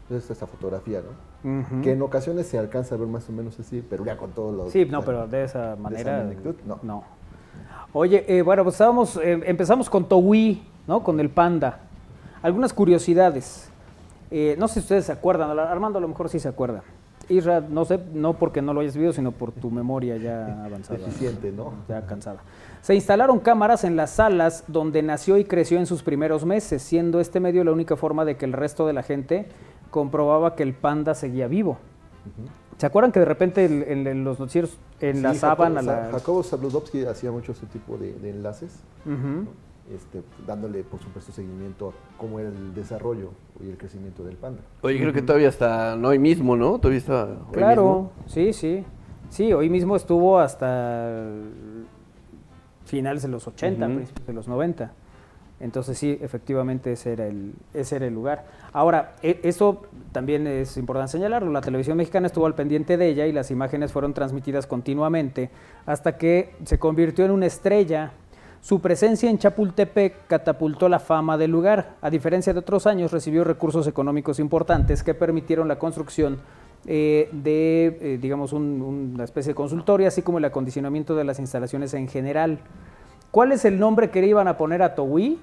Entonces está esta fotografía, ¿no?
Ujú.
Que en ocasiones se alcanza a ver más o menos así, pero ya con todos los.
Sí, no, pero de esa manera.
magnitud, no.
Oye, eh, bueno, pues estábamos, eh, empezamos con Towi, ¿no? Con el panda. Algunas curiosidades. Eh, no sé si ustedes se acuerdan, Ar- Armando a lo mejor sí se acuerda. Isra, no sé, no porque no lo hayas vivido, sino por tu memoria ya avanzada.
Deficiente, ¿no?
Ya cansada. Se instalaron cámaras en las salas donde nació y creció en sus primeros meses, siendo este medio la única forma de que el resto de la gente comprobaba que el panda seguía vivo. ¿Se acuerdan que de repente el- en, en los noticieros enlazaban a la...
Jacobo Zabludovsky hacía mucho ese tipo de, de enlaces,
Ujú.
este, dándole, por supuesto, seguimiento a cómo era el desarrollo y el crecimiento del panda.
Oye, creo que todavía hasta no hoy mismo, ¿no? Todavía está hoy
Claro,
mismo.
sí, sí. Sí, hoy mismo estuvo hasta finales de los 80,
Ujú.
principios de los 90. Entonces sí, efectivamente ese era el, ese era el lugar. Ahora, e- eso también es importante señalarlo. La televisión mexicana estuvo al pendiente de ella y las imágenes fueron transmitidas continuamente hasta que se convirtió en una estrella. Su presencia en Chapultepec catapultó la fama del lugar. A diferencia de otros años, recibió recursos económicos importantes que permitieron la construcción eh, de, eh, digamos, un- una especie de consultorio, así como el acondicionamiento de las instalaciones en general. ¿Cuál es el nombre que le iban a poner a Towí?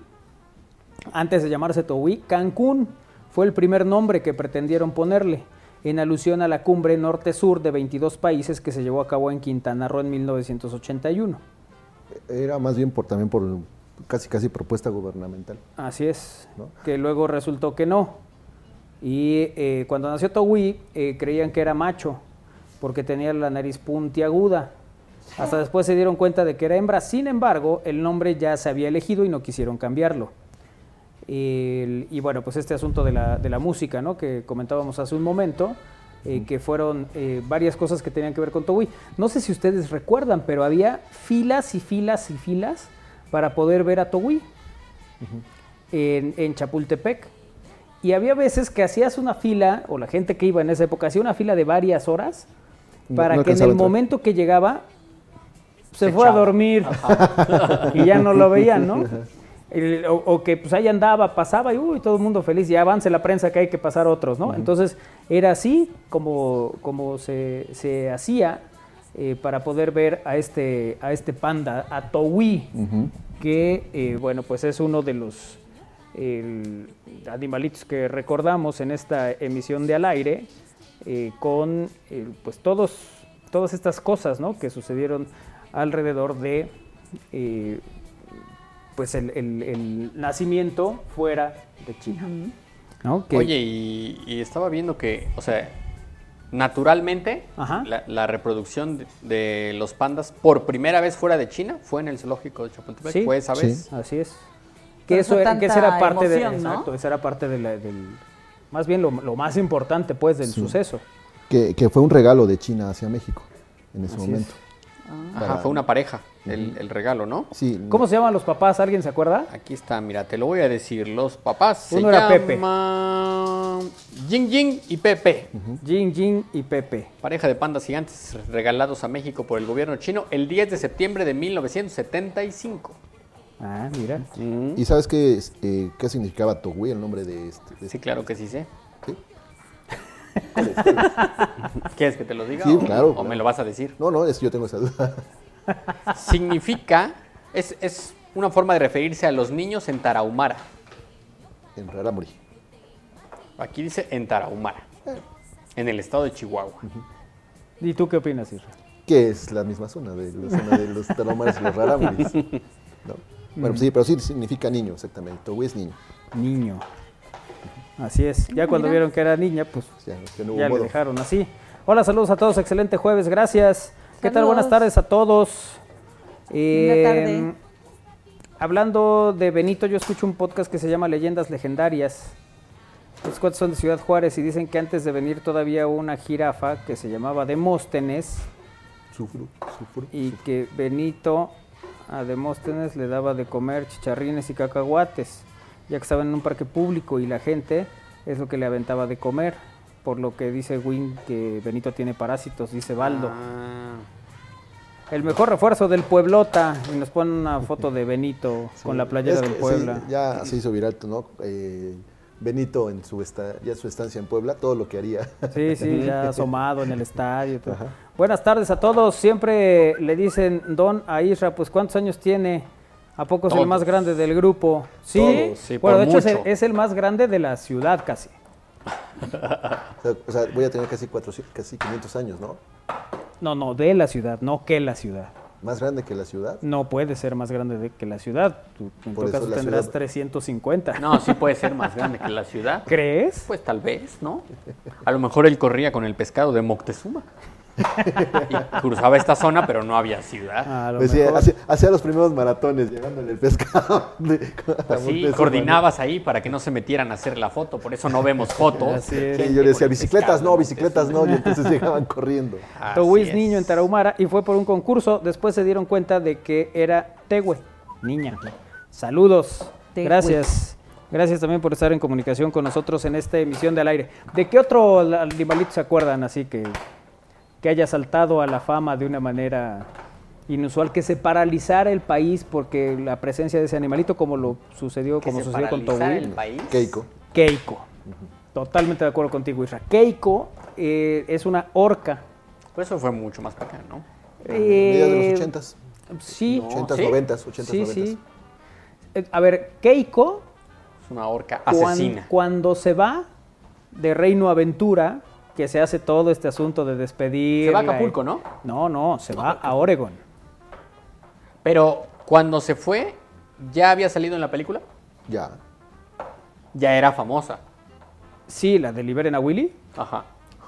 Antes de llamarse Towí, Cancún fue el primer nombre que pretendieron ponerle, en alusión a la cumbre norte-sur de 22 países que se llevó a cabo en Quintana Roo en 1981.
Era más bien por también por casi casi propuesta gubernamental.
Así es,
¿No?
que luego resultó que no. Y eh, cuando nació Towi eh, creían que era macho, porque tenía la nariz puntiaguda. Hasta después se dieron cuenta de que era hembra, sin embargo, el nombre ya se había elegido y no quisieron cambiarlo. El- y bueno, pues este asunto de la, de la música, ¿no? Que comentábamos hace un momento, eh, que fueron eh, varias cosas que tenían que ver con Towi. No sé si ustedes recuerdan, pero había filas y filas y filas para poder ver a Towi en, en Chapultepec. Y había veces que hacías una fila, o la gente que iba en esa época, hacía una fila de varias horas
No-
para
no
que en
alcanzaba
el
a entrar.
momento que llegaba se,
Se
fue a
echaba.
dormir y ya no lo veían, ¿no? El- o, o que pues ahí andaba, pasaba y uy, todo el mundo feliz, ya avance la prensa que hay que pasar otros, ¿no? Entonces era así como, como se, se hacía eh, para poder ver a este, a este panda, a Towi, que eh, bueno, pues es uno de los el- animalitos que recordamos en esta emisión de al aire, eh, con eh, pues todos, todas estas cosas ¿no? que sucedieron alrededor de eh, pues el, el- el nacimiento fuera de China. ¿no? Que-
Oye, y, y estaba viendo que, o sea, naturalmente,
Ajá.
la, la reproducción de, de los pandas por primera vez fuera de China fue en el zoológico de Chapultepec.
Sí.
Fue esa
Sí.
vez.
Así es.
Pero
Que eso
fue
era, que esa
tanta
era parte de,
emoción, ¿no?
exacto, esa era parte de la- del, más bien lo, lo más importante pues del suceso.
Que, que fue un regalo de China hacia México en ese
Así es.
momento.
Ah.
Ajá, fue una pareja el, el regalo, ¿no?
Sí.
¿Cómo se llaman los papás? ¿Alguien se acuerda?
Aquí está, mira, te lo voy a decir. Los papás
Uno
se
era Pepe.
llaman Ying Ying y Pepe.
Jin Jin y Pepe.
Pareja de pandas gigantes regalados a México por el gobierno chino el 10 de septiembre de 1975.
Ah, mira.
¿Y sabes qué, es, eh, qué significaba Togui, el nombre de este? de
Sí,
este-
claro que sí sé.
¿Sí?
¿Quieres que te lo diga?
Sí,
o,
claro,
o
claro.
me lo vas a decir.
No, no, es, yo tengo esa duda.
Significa, es, es una forma de referirse a los niños en Tarahumara.
en Raramuri.
Aquí dice en Tarahumara, en el estado de Chihuahua.
¿Y tú qué opinas, Isra?
Que es la misma zona de la zona de los talomares y los raramuris. ¿no? Bueno, sí, pero sí significa niño, exactamente. Togui es niño.
Niño. Así es. Ya cuando
mira.
vieron que era niña, pues
O sea, que no hubo
ya le
modo.
dejaron así. Hola, saludos a todos. Excelente jueves. Gracias. ¿Qué tal?
Saludos.
Buenas tardes a todos. Eh,
tarde.
Hablando de Benito, yo escucho un podcast que se llama Leyendas Legendarias. Los cuates son de Ciudad Juárez y dicen que antes de venir todavía hubo una jirafa que se llamaba Demóstenes
Sufro, sufro.
y que Benito a Demóstenes le daba de comer chicharrines y cacahuates, ya que estaba en un parque público y la gente es lo que le aventaba de comer, por lo que dice Win que Benito tiene parásitos, dice Baldo.
Ah,
El mejor refuerzo del Pueblota, y nos pone una foto de Benito con la
Es
playera
que,
del
sí,
Puebla.
ya se hizo viral, ¿no? Eh, Benito en su esta- ya su estancia en Puebla, todo lo que haría.
Sí, sí, ya asomado en el estadio. y todo. Buenas tardes a todos. Siempre le dicen Don a Isra, pues ¿cuántos años tiene? ¿A poco es
Todos.
el más grande del grupo? Sí,
Todos, sí,
bueno,
por
de hecho es el,
mucho.
es el más grande de la ciudad casi.
O sea, o sea, voy a tener casi 400, casi 500 años, ¿no?
No, no, de la ciudad, no que la ciudad.
Más grande que la ciudad.
No puede ser más grande de- que la ciudad. Tú, en
Por
todo
eso
caso
la
tendrás
ciudad-
350.
No, sí puede ser más grande que la ciudad.
¿Crees?
Pues tal vez, ¿no? A lo mejor él corría con el pescado de Moctezuma. Y cruzaba esta zona, pero no había ciudad.
A lo
Decía,
mejor.
hacía, hacía los primeros maratones llegándole el pescado. de- a
Pues sí,
Montezuma,
coordinabas ahí para que no se metieran a hacer la foto, por eso no vemos fotos.
Así
¿no?
es.
Sí, yo le decía,
Con el
bicicletas
pescado
no,
de
bicicletas no, y entonces llegaban corriendo.
Así
Towis
es.
niño en Tarahumara y fue por un concurso. Después se dieron cuenta de que era Tehue, niña. Saludos.
Tehue.
Gracias. Gracias también por estar en comunicación con nosotros en esta emisión del aire. ¿De qué otro animalito se acuerdan así que, que haya saltado a la fama de una manera inusual? Que se paralizara el país porque la presencia de ese animalito, como lo sucedió,
Que
como
se
sucedió con
paralizara
Towin.
el país.
Keiko.
Keiko. Totalmente de acuerdo contigo, Isra. Keiko eh, es una orca.
Pues eso fue mucho más para acá, ¿no?
Medio Ah, de
Eh,
los ochentas.
Sí.
Ochentas,
¿sí?
noventas, ochentas,
Sí,
noventas.
sí. Eh, A ver, Keiko,
Es una orca
cuan-
asesina.
cuando se va de Reino Aventura, que se hace todo este asunto de despedir.
Se va a Acapulco, ¿no?
No, no, se va a Oregon.
Pero cuando se fue, ya había salido en la película,
Ya.
ya era famosa.
Sí, la de Liberen a Willy.
Ajá.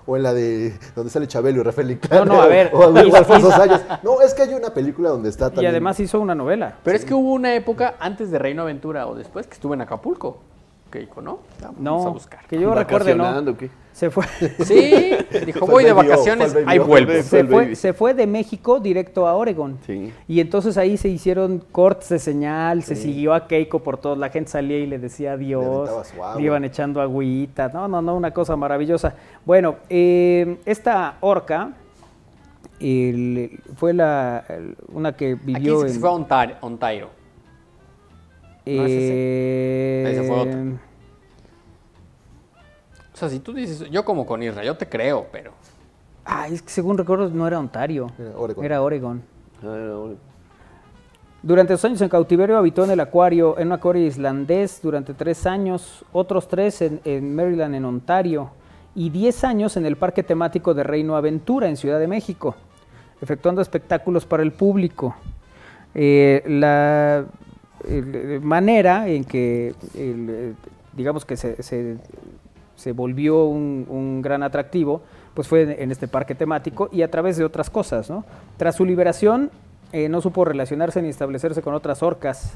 O en la de donde sale Chabelo y Rafael Inclán.
No, no, a ver,
O, o
hizo-
Alfonso
hizo-
Sayas. No, es que hay una película donde está también.
Y además hizo una novela.
Pero es que hubo una época antes de Reino Aventura o después que estuve en Acapulco. Keiko, ¿no? Vamos a
No,
buscar.
que yo recuerde,
¿Vacacionando
no.
o qué?
Se fue.
Sí, dijo,
Fue
voy de
el Baby O,
vacaciones,
fue el Baby
ahí
O.
vuelvo.
Fue
Se
el
fue,
baby.
se fue de México directo a Oregon.
Sí.
Y entonces ahí se hicieron cortes de señal, se siguió a Keiko por todos, la gente salía y le decía adiós,
aventaba su agua.
le iban echando agüita, no, no, no, una cosa maravillosa. Bueno, eh, esta orca el- fue la, el- una que
Aquí
vivió
dice que
en...
se fue a Ontario. Ontario. no es
eh,
Ese fue otro. O sea, si tú dices, yo como con Israel, yo te creo, pero...
Ay, es que según recuerdo no era Ontario,
Era Oregon. Ah,
Era Oregon.
A ver, ahora.
Durante sus años en cautiverio habitó en el acuario, en un acuario islandés durante tres años, otros tres en, en Maryland, en Ontario, y diez años en el parque temático de Reino Aventura, en Ciudad de México, efectuando espectáculos para el público. Eh, la eh, manera en que, el, eh, digamos que se, se- se volvió un, un gran atractivo, pues fue en- en este parque temático y a través de otras cosas, ¿no? Tras su liberación, eh, no supo relacionarse ni establecerse con otras orcas.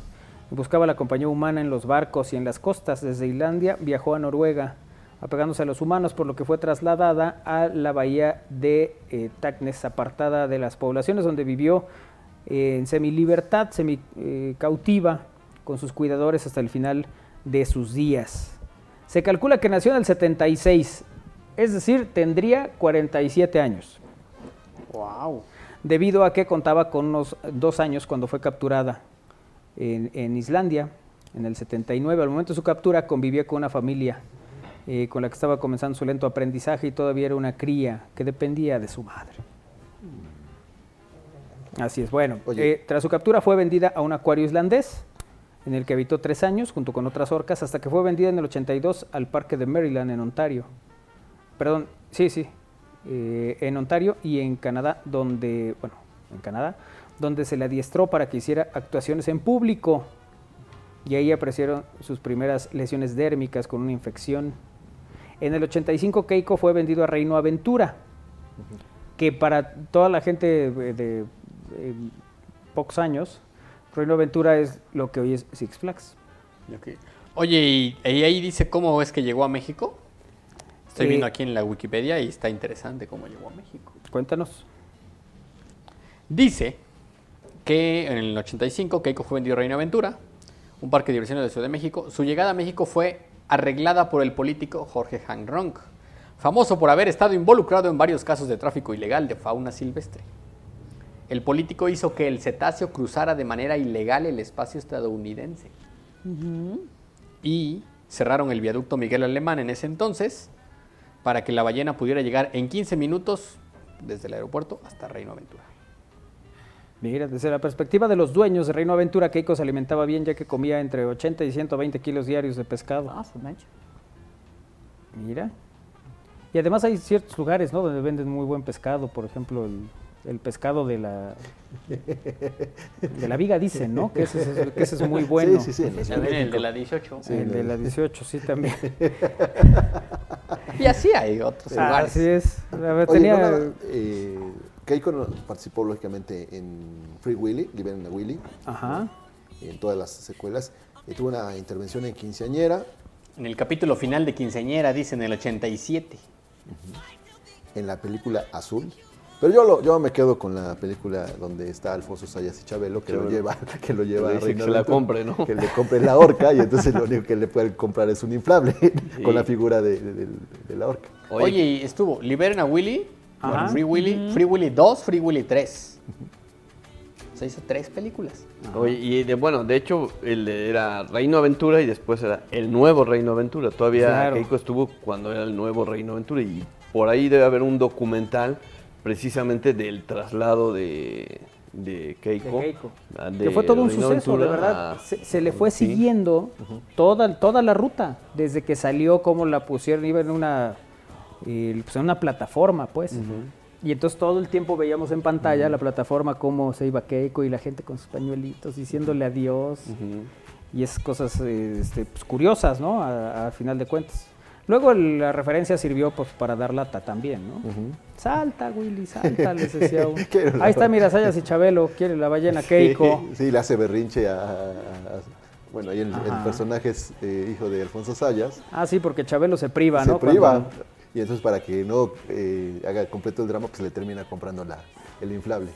Buscaba la compañía humana en los barcos y en las costas. Desde Islandia viajó a Noruega, apegándose a los humanos, por lo que fue trasladada a la bahía de eh, Tacnes, apartada de las poblaciones, donde vivió eh, en semilibertad, semi eh, cautiva, con sus cuidadores hasta el final de sus días. Se calcula que nació en el 76, es decir, tendría 47 años.
¡Wow!
Debido a que contaba con unos dos años cuando fue capturada en, en Islandia, en el 79. Al momento de su captura convivía con una familia eh, con la que estaba comenzando su lento aprendizaje y todavía era una cría que dependía de su madre. Así es, bueno.
Oye.
eh, tras su captura fue vendida a un acuario islandés en el que habitó tres años junto con otras orcas hasta que fue vendida en el 82 al parque de Maryland en Ontario. Perdón, sí, sí. eh, en Ontario y en Canadá, donde, bueno, en Canadá, donde se le adiestró para que hiciera actuaciones en público y ahí aparecieron sus primeras lesiones dérmicas con una infección. En el 85 Keiko fue vendido a Reino Aventura, que para toda la gente eh, de eh, pocos años, Reino Aventura es lo que hoy es Six Flags.
Ok. Oye, y, y ahí dice cómo es que llegó a México. Estoy
Eh,
viendo aquí en la Wikipedia y está interesante cómo llegó a México.
Cuéntanos.
Dice que en el 85 Keiko fue vendido a Reino Aventura, un parque de diversiones de Ciudad de México. Su llegada a México fue arreglada por el político Jorge Hank Ronk, famoso por haber estado involucrado en varios casos de tráfico ilegal de fauna silvestre. El político hizo que el cetáceo cruzara de manera ilegal el espacio estadounidense. Y cerraron el viaducto Miguel Alemán en ese entonces para que la ballena pudiera llegar en 15 minutos desde el aeropuerto hasta Reino Aventura.
Mira, desde la perspectiva de los dueños de Reino Aventura, Keiko se alimentaba bien ya que comía entre 80 y 120 kilos diarios de pescado.
Ah, su mecha.
Mira. Y además hay ciertos lugares, ¿no? Donde venden muy buen pescado, por ejemplo, el, el pescado de la de la viga dicen, ¿no? Que ese, es- que ese es muy bueno.
Sí, sí, sí. en la Ciudad de
También el
México.
de la 18.
el de la 18, sí, también.
Y así hay otros lugares.
Así es. A ver,
Oye,
tenía-
no, no, eh, Keiko no- participó lógicamente en Free Willy, Liberen a Willy,
Ajá.
en todas las secuelas. Eh, tuvo una intervención en Quinceañera,
En el capítulo final de Quinceñera dice en el 87.
en la película Azul. Pero yo, lo- yo me quedo con la película donde está Alfonso Sayas y Chabelo, que lo lleva, que lo
Le
lleva a
dice
Reino
que se la
Aventura,
compre, ¿no?
Que le compre la orca y entonces lo único que le pueden comprar es un inflable con la figura de, de- de- de la orca.
Oye, y estuvo Liberen a Willy,
Ajá.
bueno, Free Willy, Free Willy 2, Free Willy 3. Se hizo tres películas.
Oye, y de, bueno, de hecho, el de- era Reino Aventura y después era el nuevo Reino Aventura. Todavía
Claro.
Keiko estuvo cuando era el nuevo Reino Aventura y por ahí debe haber un documental precisamente del traslado de, de Keiko.
De Keiko.
a-
que
de
fue todo un
Reino
suceso,
Aventura
de verdad.
a-
Se, se le fue
Sí.
siguiendo toda, toda la ruta, desde que salió, cómo la pusieron, iba en una, eh, pues, en una plataforma, pues. Y entonces todo el tiempo veíamos en pantalla la plataforma, cómo se iba Keiko y la gente con sus pañuelitos diciéndole adiós. Y esas cosas eh, este, pues, curiosas, ¿no? A, a final de cuentas. Luego el- la referencia sirvió pues, para dar lata también, ¿no? Salta, Willy, salta, les decía uno.
Quiero la
Ahí está, mira, Sayas y Chabelo, quiere la ballena Keiko.
Sí, sí, le hace berrinche a... a- a- bueno, ahí el, el
Ajá.
personaje es eh, hijo de Alfonso Sayas.
Ah, sí, porque Chabelo se priva,
se
¿no?
priva.
Cuando-
Y entonces para que no eh, haga completo el drama, pues le termina comprando la, el inflable.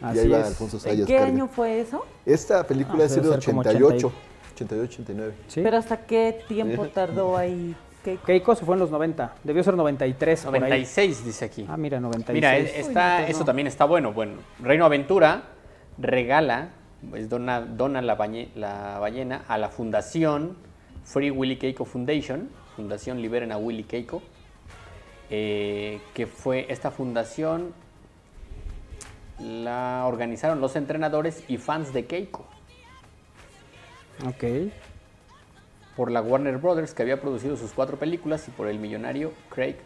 Así
y ahí va
es.
Alfonso
¿En
Sayas.
qué
carga.
año fue eso?
Esta película
Ah,
es
debe
del
ser como
88. 88, 89.
Sí.
¿Pero hasta qué tiempo tardó ahí? ¿Qué-
Keiko se fue en los 90, debió ser 93. por ahí.
96 dice aquí.
Ah, mira, 96.
Mira, e- está,
no, pues
eso
no.
también está bueno. Bueno, Reino Aventura regala, pues dona, dona la, bañe- la ballena a la fundación Free Willy Keiko Foundation, Fundación Liberen a Willy Keiko, eh, que fue esta fundación, la organizaron los entrenadores y fans de Keiko
Ok.
por la Warner Brothers que había producido sus cuatro películas y por el millonario Craig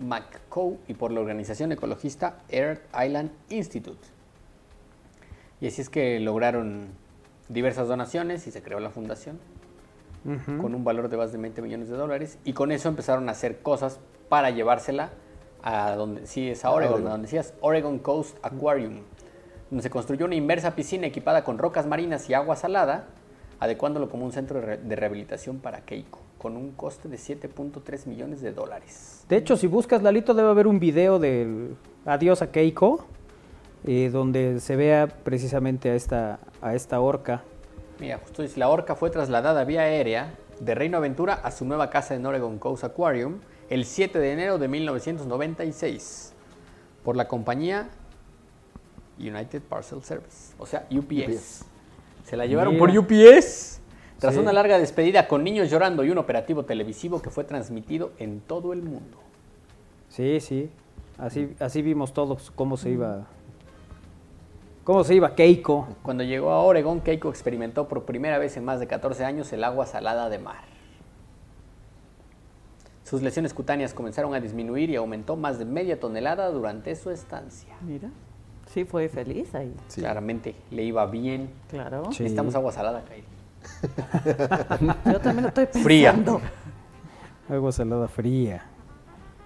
McCoe y por la organización ecologista Earth Island Institute. Y así es que lograron diversas donaciones y se creó la fundación con un valor de más de 20 millones de dólares y con eso empezaron a hacer cosas para llevársela a donde sí es a Oregon,
Oregon.
a donde decías Oregon Coast Aquarium, donde se construyó una inmersa piscina equipada con rocas marinas y agua salada, adecuándolo como un centro de re- de rehabilitación para Keiko. con un coste de 7.3 millones de dólares.
De hecho, si buscas Lalito, debe haber un video del Adiós a Keiko, eh, donde se vea precisamente a esta, a esta orca.
Mira, justo dice, la orca fue trasladada vía aérea de Reino Aventura a su nueva casa en Oregon Coast Aquarium el 7 de enero de 1996 por la compañía United Parcel Service, o sea, UPS. Se la llevaron por
Mira.
UPS. Tras
Sí.
una larga despedida con niños llorando y un operativo televisivo que fue transmitido en todo el mundo.
Sí, sí. Así, así vimos todos cómo se iba. Cómo se iba Keiko.
Cuando llegó a Oregón, Keiko experimentó por primera vez en más de 14 años el agua salada de mar. Sus lesiones cutáneas comenzaron a disminuir y aumentó más de media tonelada durante su estancia.
Mira. Sí, fue feliz ahí.
Sí.
Claramente, le iba bien.
Claro.
Sí.
Necesitamos agua salada, Keiko.
Yo también lo estoy
Fría.
pensando.
Agua salada fría.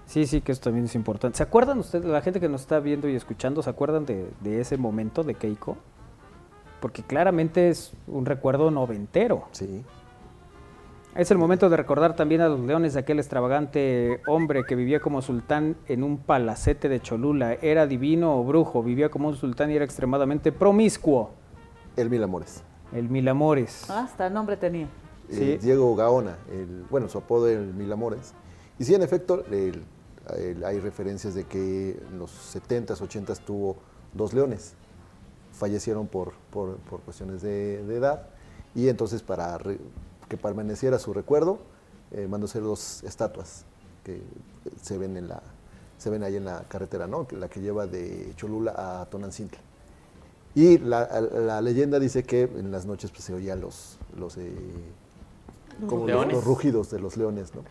Sí, sí, que eso también es importante. ¿Se acuerdan ustedes, la gente que nos está viendo y escuchando, se acuerdan de, de ese momento de Keiko? Porque claramente es un recuerdo noventero.
Sí.
Es el momento de recordar también a los leones de aquel extravagante hombre que vivía como sultán en un palacete de Cholula. Era divino o brujo, vivía como un sultán y era extremadamente promiscuo.
El Mil Amores.
El Milamores.
Hasta nombre tenía.
Eh, Diego Gaona, el, bueno, su apodo era el Mil Amores. Y sí, en efecto, el- el- hay referencias de que en los 70s, 80s tuvo dos leones. Fallecieron por, por- por cuestiones de, de edad. Y entonces, para re- que permaneciera su recuerdo, eh, mandó hacer dos estatuas que se ven, en la, se ven ahí en la carretera, ¿no? Que- La que lleva de Cholula a Tonancintla. Y la, la leyenda dice que en las noches pues, se oían los, los, eh, como los-
¿Leones?
los rugidos de los leones, ¿no?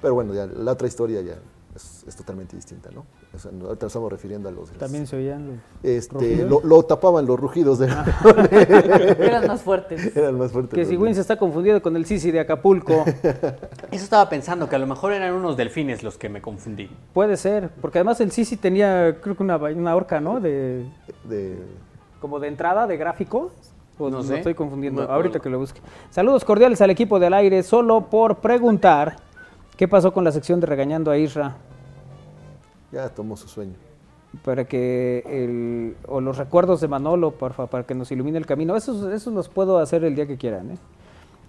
Pero bueno, ya la otra historia ya es, es totalmente distinta, ¿no? O sea, no- ahorita estamos refiriendo a los... de los-
También se oían los...
este, lo,
rugidos.
lo tapaban los rugidos de
Eran más fuertes.
eran más fuertes.
Que
los
si Win se está confundido con el Sisi de Acapulco.
Eso estaba pensando, que a lo mejor eran unos delfines los que me confundí.
Puede ser, porque además el Sisi tenía, creo que una, va- una orca, ¿no? De,
de-
como de entrada, de gráfico. O
No
no
sé.
estoy confundiendo.
No me
Ahorita
acuerdo.
que lo busque. Saludos cordiales al equipo del aire, solo por preguntar qué pasó con la sección de regañando a Isra
ya tomó su sueño.
para que el, o los recuerdos de Manolo, porfa, para que nos ilumine el camino. Esos, esos los puedo hacer el día que quieran. ¿eh?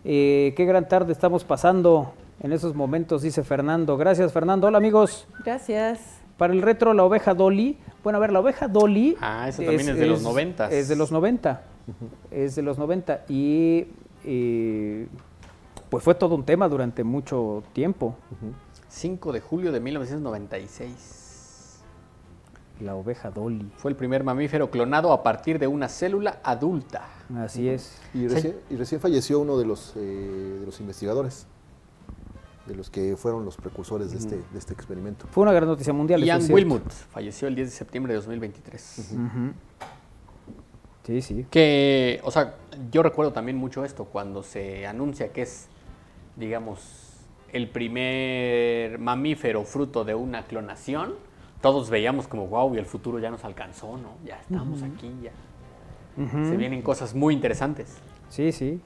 Eh, qué gran tarde estamos pasando en esos momentos, dice Fernando. Gracias, Fernando. Hola, amigos.
Gracias.
Para el retro, la oveja Dolly. Bueno, a ver, la oveja Dolly.
Ah, eso también es de los 90s.
Es de los 90. Es de los 90. Y. eh, pues fue todo un tema durante mucho tiempo.
5 de julio de 1996.
La oveja Dolly.
Fue el primer mamífero clonado a partir de una célula adulta.
Así es.
Y recién, y recién falleció uno de los, eh, de los investigadores, de los que fueron los precursores de, este, de este experimento.
Fue una gran noticia mundial. eso
Ian
es cierto.
Wilmut falleció el 10 de septiembre de 2023.
Sí, sí.
Que, o sea, yo recuerdo también mucho esto, cuando se anuncia que es, digamos, el primer mamífero fruto de una clonación, todos veíamos como, wow, y el futuro ya nos alcanzó, ¿no? Ya estamos aquí, ya. Se vienen cosas muy interesantes.
Sí, sí.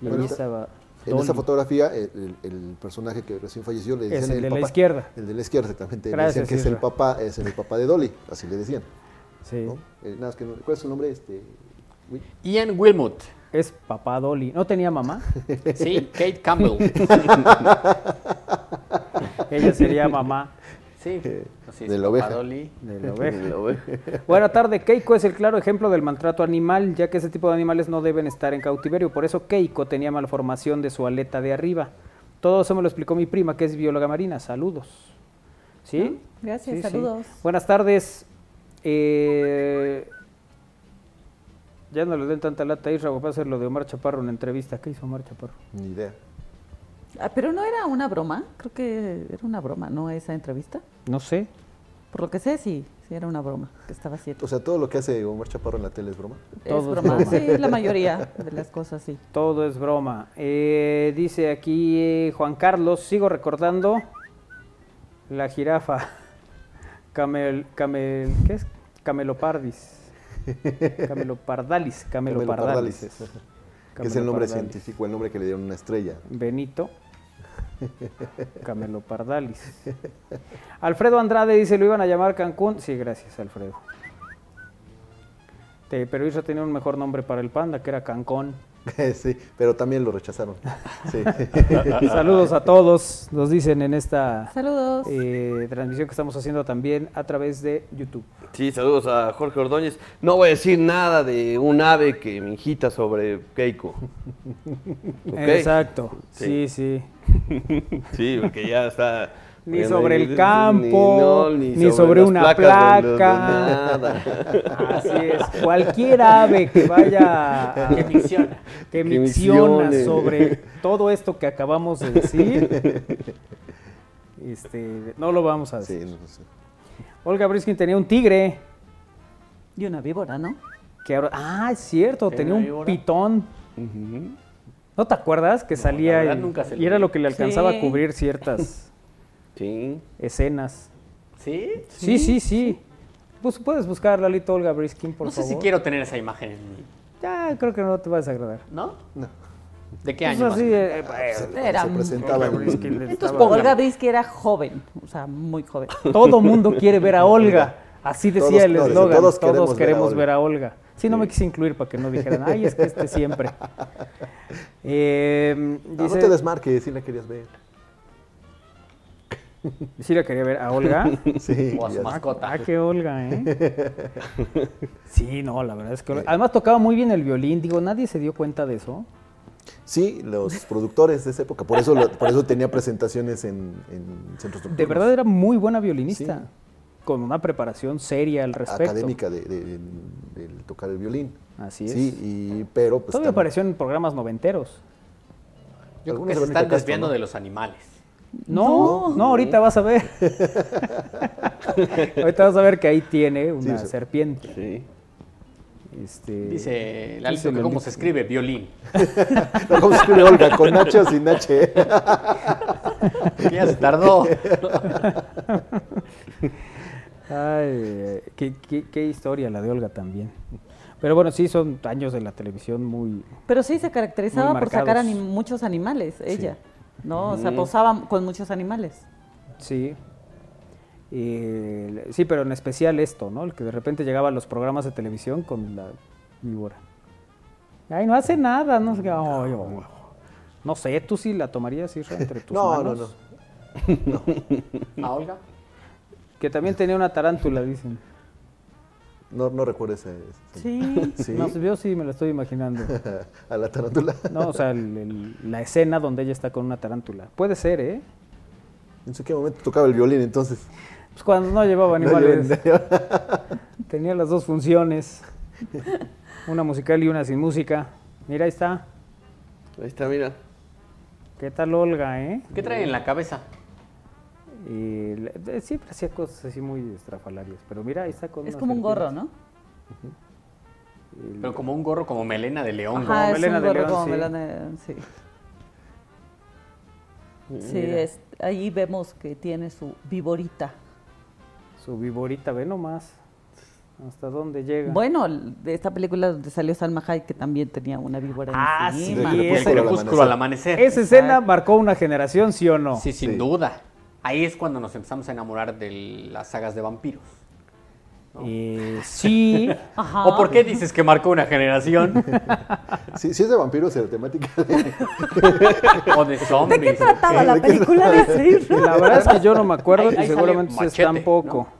Y ahí
Bueno,
estaba.
En esa
Dolly.
fotografía, el, el- el personaje que recién falleció le decían
Es el de la
papá.
izquierda.
El de la izquierda, exactamente. le decían
Gracias,
que es el
Isra.
papá, es el papá de Dolly, así le decían.
Sí.
¿no? Eh, nada más que no- ¿Cuál es su nombre? Este, Will?
Ian Wilmut,
Es papá Dolly. ¿No tenía mamá?
sí, Kate Campbell.
Ella sería mamá.
Sí, así es,
De la
papá
oveja.
Dolly.
De la oveja.
Lo ve.
Buena tarde, Keiko es el claro ejemplo del maltrato animal, ya que ese tipo de animales no deben estar en cautiverio. Por eso Keiko tenía malformación de su aleta de arriba. Todo eso me lo explicó mi prima, que es bióloga marina. Saludos. ¿Sí?
Ah, gracias,
Sí, sí.
saludos.
Buenas tardes. Eh, Ya no le den tanta lata a Isra, va a hacer lo de Omar Chaparro en entrevista. ¿Qué hizo Omar Chaparro?
Ni idea.
Ah, pero no era una broma. Creo que era una broma, ¿no? Esa entrevista.
No sé.
Por lo que sé, sí. Sí, era una broma. Que estaba haciendo.
O sea, todo lo que hace Omar Chaparro en la tele es broma.
Es
Todo es
broma.
broma.
Sí, la mayoría de las cosas, sí.
Todo es broma. Eh, dice aquí eh, Juan Carlos, sigo recordando la jirafa. Camel, camel, ¿qué es? Camelopardis. Camelopardalis. Camelopardalis.
Camelopardalis, es. Que es el nombre
Camelopardalis.
científico, el nombre que le dieron a una estrella.
Benito. Camelopardalis. Alfredo Andrade dice, lo iban a llamar Cancún. Sí, gracias, Alfredo. Te- pero eso tenía un mejor nombre para el panda, que era Cancún.
sí, pero también lo rechazaron. Sí.
Saludos a todos, nos dicen en esta
Saludos.
eh, transmisión que estamos haciendo también a través de YouTube.
Sí, saludos a Jorge Ordóñez. No voy a decir nada de un ave que me hijita sobre Keiko. ¿Ok?
Exacto, sí,
Sí.
sí.
Sí, porque ya está.
Ni
bueno,
sobre el
ni-
campo,
no,
ni sobre
las
una
placas de los- de
placa.
nada.
Así es, cualquier ave que vaya a-
Que micciona.
que
Que
micciona
miccione.
sobre todo esto que acabamos de decir, este, no lo vamos a decir.
Sí, no sé.
Olga Briskin tenía un tigre
Y una víbora, ¿no?
que ahora, ah, es cierto,
Era
tenía un
víbora.
pitón. ¿No te acuerdas que salía
verdad
y,
nunca se
y
lo
era
vi.
lo que le alcanzaba a
Sí.
cubrir ciertas
Sí.
escenas?
¿Sí?
Sí, sí, sí. Pues puedes buscar Lalito Olga Briskin, por
no sé
favor.
si quiero tener esa imagen en mí.
Ya, creo que no te va a desagradar.
¿No? No. ¿De qué
Pues
año?
así,
más o menos?
eh, eh,
Era
Se presentaba
Olga Briskin
en-
estaba-
Entonces, Olga Brinsky era joven, o sea, muy joven.
Todo mundo quiere ver a Olga. Así decía
Todos-
el
todos-
eslogan. Todos,
todos
queremos,
queremos ver a Olga.
ver a Olga. Sí, no me quise incluir para que no dijeran, ay, es que este siempre. Eh,
No, Ah, no
dice-
te desmarques, si la querías ver.
sí la quería ver a Olga.
Sí.
O a su
ya-
mascota.
Ah, qué Olga, ¿eh? Sí, no, la verdad es
Eh.
que Olga- Además tocaba muy bien el violín. Digo, nadie se dio cuenta de eso.
Sí, los productores de esa época. Por eso, lo- por eso tenía presentaciones en, en centros
De
nocturnos.
verdad era muy buena violinista.
Sí.
Con una preparación seria al respecto.
académica de, de- de- del tocar el violín.
Así es.
Sí, y, pero pues.
Todavía
también-
apareció en programas noventeros.
Yo creo
Algunos
que se
Verónica
están
Castro,
desviando
¿no?
de los animales.
No, no, ahorita vas a ver. ahorita vas a ver que ahí tiene una
sí.
serpiente.
Sí.
Este,
Dice
dice
Lalito que
Lalito.
cómo se escribe violín.
No, ¿Cómo se escribe Olga? ¿Con H o sin H? ¿eh?
Que Ya se tardó.
Ay, qué, qué- qué historia la de Olga también. Pero bueno, sí, son años de la televisión muy...
Pero sí se
Muy
caracterizaba por sacar
marcados.
anim- muchos animales, ella. ¿No? O sea, posaba con muchos animales.
Sí. Eh, sí, pero en especial esto, ¿no? El que de repente llegaba a los programas de televisión con la víbora. Ay, no hace nada, no sé qué. Ay, oh. No sé, tú sí la tomarías, Isra, entre tus
No, no,
manos.
no.
¿A Olga?
Que también tenía una tarántula, dicen.
No, no recuerdo ese.
Sí.
Sí.
No, yo sí me la estoy imaginando.
A la tarántula.
No, o sea, el- el- la escena donde ella está con una tarántula. Puede ser, ¿eh?
¿En su qué momento tocaba el violín entonces?
Pues cuando no llevaba
No,
animales.
yo- yo-
tenía las dos funciones. Una musical y una sin música. Mira, ahí está.
Ahí está, mira.
¿Qué tal Olga, eh?
¿Qué trae en la cabeza?
Y la- de- siempre hacía cosas así muy estrafalarias. Pero mira, ahí está con
Es
unas
como un gorro, ¿no?
Pero como un gorro, como melena de león.
Ajá.
es
Melena
un
de
gorro
León,
como
sí.
Melena de León, sí. Sí, es, ahí vemos que tiene su viborita.
serpientes. Su viborita, ve nomás. ¿Hasta dónde llega?
Bueno, el- de esta película donde salió Salma Hayek, que también tenía una víbora
Ah, sí,
encima.
¿no?
Y
Y el
ese-
crepúsculo al amanecer.
Esa escena marcó una generación, ¿sí o no?
Sí, sin duda. Ahí es cuando nos empezamos a enamorar de las sagas de vampiros.
Eh, sí.
Ajá.
¿O por qué dices que marcó una generación?
Sí, sí es de vampiros y la temática. de-
¿O de
¿De qué
zombies? ¿eh?
trataba la película de ese?
La verdad es que yo no me acuerdo
Ahí-
y
ahí sale
seguramente ustedes
Machete,
tampoco.
¿no?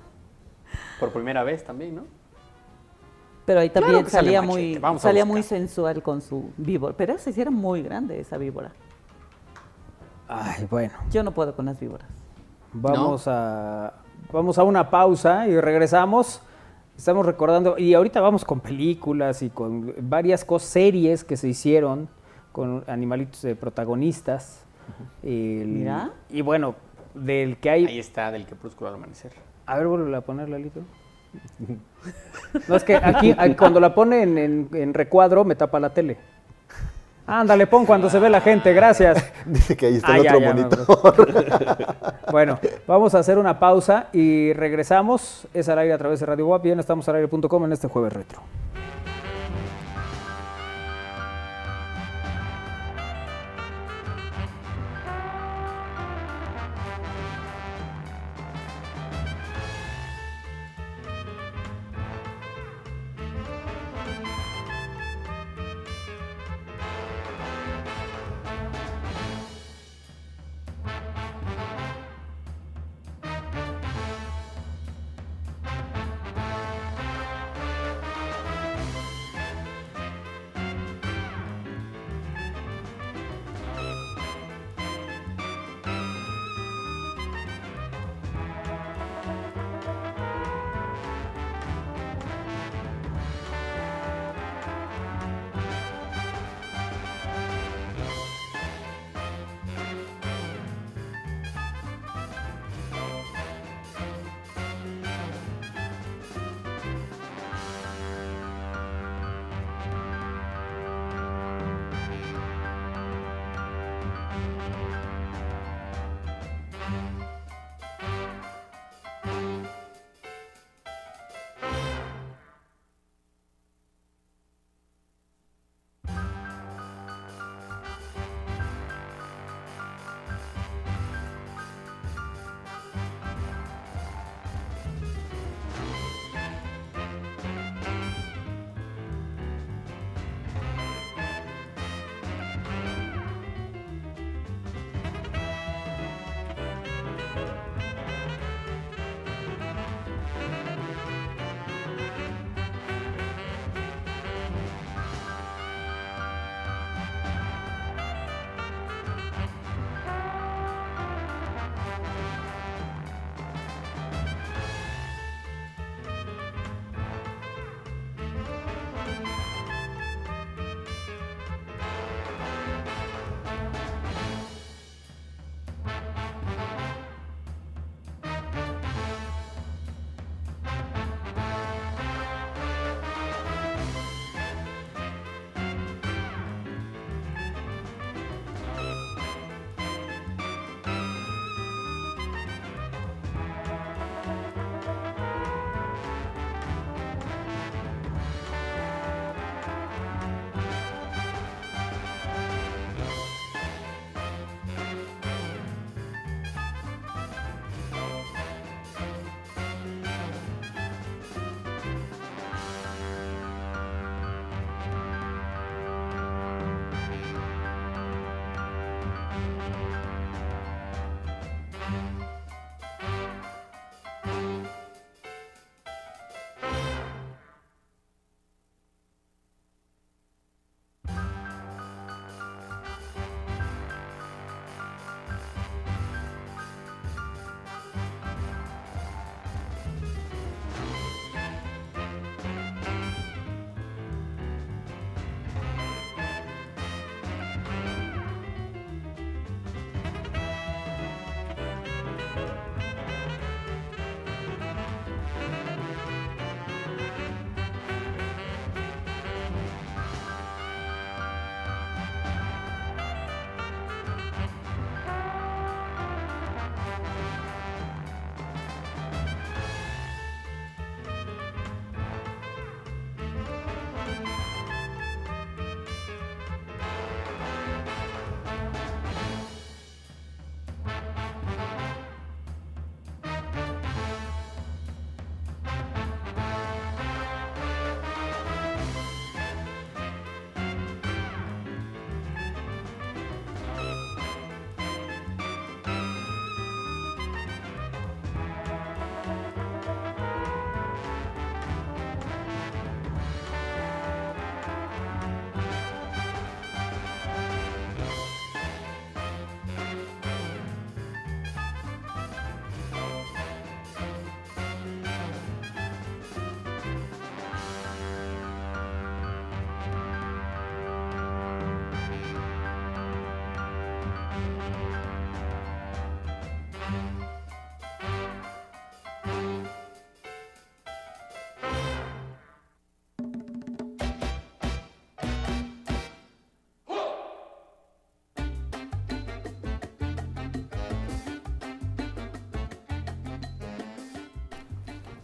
Por primera vez también, ¿no?
Pero ahí también
que sale
salía,
machete,
muy,
vamos a
salía
buscar.
muy sensual con su víbora. Pero esa sí era muy grande, esa víbora.
Ay, bueno.
Yo no puedo con las víboras.
Vamos a vamos a una pausa y regresamos. Estamos recordando y ahorita vamos con películas y con varias cosas series que se hicieron con animalitos de protagonistas. El-
Mira.
Y bueno, del que
Ahí
hay
está, del crepúsculo al amanecer.
A ver, vuelve a poner Lalito. No es que aquí a- cuando la pone en, en- en recuadro me tapa la tele. Ándale, pon cuando se ve la gente, gracias.
Dice que ahí está
Ah,
el
ya,
otro
ya, me
monitor.
Bueno, vamos a hacer una pausa y regresamos. Es al aire a través de Radio WAP y en estamos al aire.com en este jueves retro.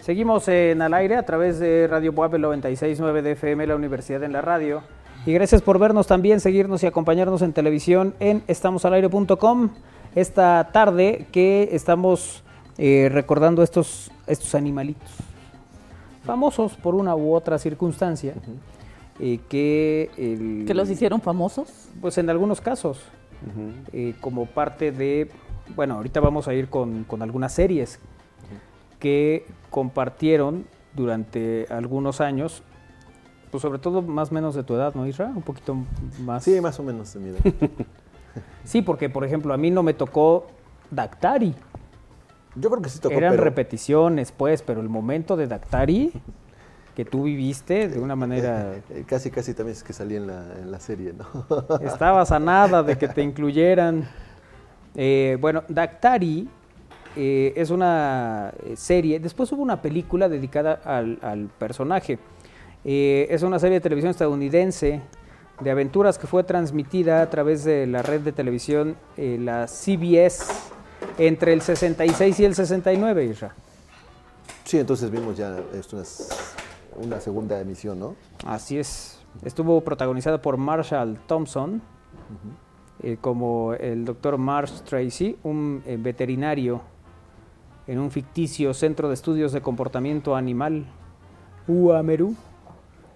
Seguimos en al aire a través de Radio Puebla 969 de FM, la Universidad en la Radio. Y gracias por vernos también, seguirnos y acompañarnos en televisión en estamosalaire.com. Esta tarde que estamos eh, recordando estos, estos animalitos famosos por una u otra circunstancia. eh, que, el-
¿Que los hicieron famosos?
pues en algunos casos, eh, como parte de, bueno, ahorita vamos a ir con, con algunas series que compartieron durante algunos años, pues sobre todo más o menos de tu edad, ¿no, Isra? Un poquito más.
Sí, más o menos de mi edad.
Sí, porque por ejemplo a mí no me tocó Dactari.
Yo creo que sí tocó,
Eran
pero-
repeticiones, pues, pero el momento de Dactari que tú viviste de una manera...
Eh, Casi, casi también es que salí en la, en la serie, ¿no?
Estabas a nada de que te incluyeran. Eh, bueno, Dactari eh, es una eh, serie. Después hubo una película dedicada al, al personaje. Eh, es una serie de televisión estadounidense de aventuras que fue transmitida a través de la red de televisión, eh, la CBS, entre el 66 y el 69, Isra.
Sí, entonces vimos ya esto es una segunda emisión, ¿no?
Así es. Estuvo protagonizada por Marshall Thompson, eh, como el doctor Marsh Tracy, un eh, veterinario en un ficticio centro de estudios de comportamiento animal, UAMERU,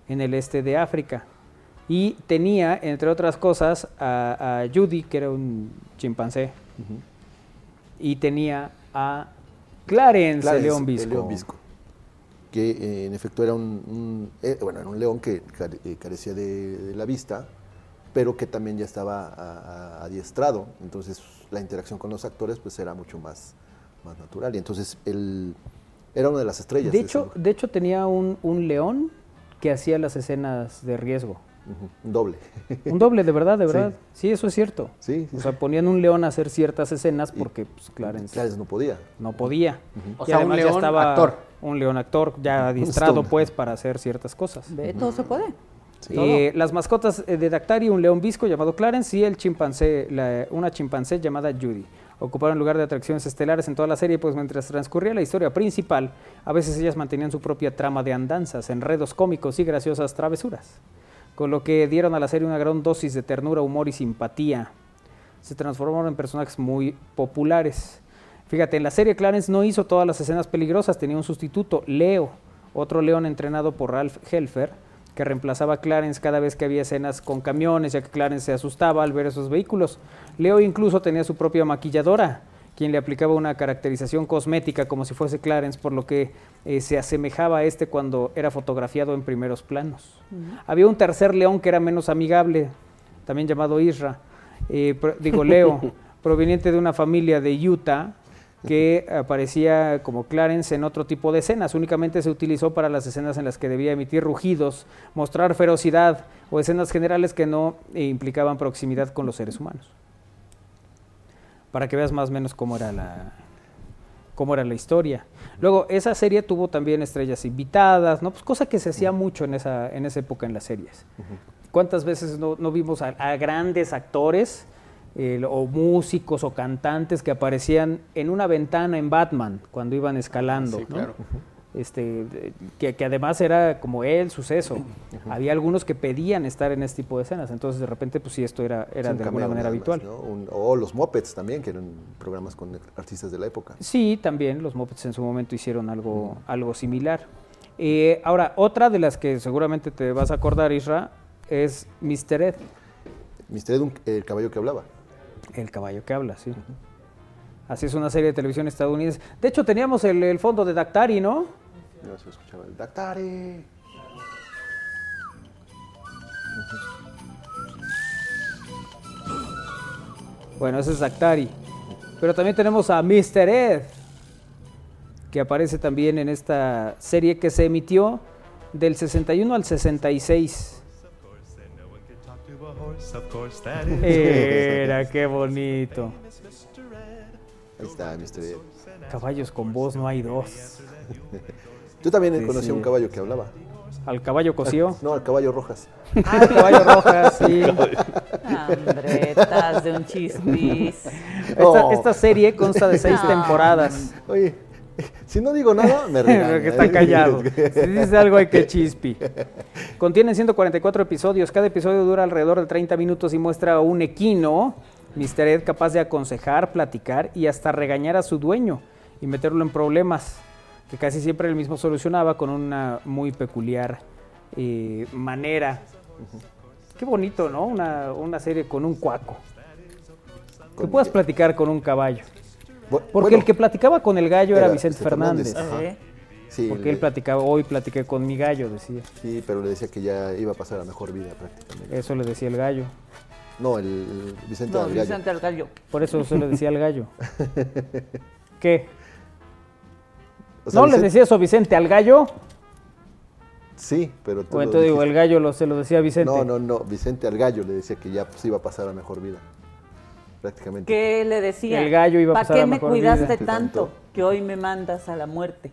en el este de África. Y tenía, entre otras cosas, a, a Judy, que era un chimpancé, y tenía a Clarence,
Claro,
el
es
león visco.
Visco, Que eh, en efecto era un, un- eh, bueno, era un león que care- eh, carecía de, de la vista, pero que también ya estaba a- a- adiestrado. Entonces la interacción con los actores pues era mucho más, más natural. Y entonces él era una de las estrellas.
De
ese
hecho,
lugar.
de hecho tenía un, un león que hacía las escenas de riesgo.
Ujú, un doble.
Un doble, de verdad, de verdad. Sí, eso es cierto.
Sí, sí,
O sea, ponían un león a hacer ciertas escenas porque pues, Clarence
Clarence no podía.
no podía.
O
Y
sea, un
además ya
león
estaba
actor.
Un león actor, ya adiestrado
stuntman.
pues para hacer ciertas cosas.
Ve, todo se puede.
Eh, las mascotas eh, de Dactari, un león visco llamado Clarence y el chimpancé, la- una chimpancé llamada Judy. Ocuparon lugar de atracciones estelares en toda la serie, pues mientras transcurría la historia principal, a veces ellas mantenían su propia trama de andanzas, enredos cómicos y graciosas travesuras, con lo que dieron a la serie una gran dosis de ternura, humor y simpatía. Se transformaron en personajes muy populares. Fíjate, en la serie Clarence no hizo todas las escenas peligrosas, tenía un sustituto, Leo, otro león entrenado por Ralph Helfer, que reemplazaba a Clarence cada vez que había escenas con camiones, ya que Clarence se asustaba al ver esos vehículos. Leo incluso tenía su propia maquilladora, quien le aplicaba una caracterización cosmética como si fuese Clarence, por lo que eh, se asemejaba a este cuando era fotografiado en primeros planos. Había un tercer león que era menos amigable, también llamado Isra, eh, pro- digo Leo, proveniente de una familia de Utah que aparecía como Clarence en otro tipo de escenas. Únicamente se utilizó para las escenas en las que debía emitir rugidos, mostrar ferocidad o escenas generales que no eh, implicaban proximidad con los seres humanos. Para que veas más o menos cómo era la, cómo era la historia. Luego, esa serie tuvo también estrellas invitadas, ¿no? Pues cosa que se hacía mucho en esa, en esa época en las series. ¿Cuántas veces no, no vimos a, a grandes actores eh, o músicos o cantantes que aparecían en una ventana en Batman cuando iban escalando?
Sí,
¿no?
claro.
Este, de- que, que además era como el suceso. Había algunos que pedían estar en este tipo de escenas, entonces de repente, pues sí, esto era,
Sí,
era
un
de alguna
cameo nada más,
manera habitual.
¿no? Un- o los Muppets también, que eran programas con artistas de la época.
Sí, también los Muppets en su momento hicieron algo, algo similar. Eh, ahora, otra de las que seguramente te vas a acordar, Isra, es Mr. Ed,
Mr. Ed, un- el caballo que hablaba.
el caballo que habla, sí. Así es una serie de televisión estadounidense. De hecho, teníamos el, el fondo de Dactari, ¿no?
Yo se escuchaba el Dactari.
Bueno, ese es Dactari. Pero también tenemos a Mr. Ed, que aparece también en esta serie que se emitió del 61 al 66. Era, Eh, qué bonito.
Ahí está, Mr. Ed.
Caballos con voz no hay dos.
Yo también
Sí,
conocí
sí.
a un caballo que hablaba.
Al caballo cosío.
No, al caballo Rojas.
Al Ah, caballo roja, sí.
Hambretas de un chismis.
Esta,
No.
esta serie consta de seis
No.
temporadas.
Oye, Si no digo nada, me regaña.
¿eh? que está callado. Si dice algo hay que chispi. Contiene 144 episodios. Cada episodio dura alrededor de 30 minutos y muestra un equino, Mr. Ed, capaz de aconsejar, platicar y hasta regañar a su dueño y meterlo en problemas que casi siempre él mismo solucionaba con una muy peculiar eh, manera. Qué bonito, ¿no? Una, una serie con un cuaco. Que
Con-
puedas platicar con un caballo.
Bu-
Porque
bueno,
el que platicaba con el gallo era,
era
Vicente
Vicente
Fernández.
Fernández, ajá.
Sí.
sí,
Porque
le-
él platicaba, hoy platiqué con mi gallo, decía.
sí, pero le decía que ya iba a pasar a mejor vida prácticamente.
Eso le decía el gallo.
No, el Vicente
No,
Gallo.
Vicente al gallo.
Por eso se le decía al gallo. ¿Qué?
O sea,
¿No le
Vicente-
decía eso a Vicente al gallo?
Sí, pero tú
O
lo
entonces digo, el
dijiste.
gallo lo- se lo decía a Vicente.
No, no, no. Vicente al gallo le decía que ya se iba a pasar a mejor vida. Prácticamente.
¿Qué le decía?
El gallo iba a pasar
¿Para
a
qué me
mejor
cuidaste
vida?
tanto que hoy me mandas a la muerte?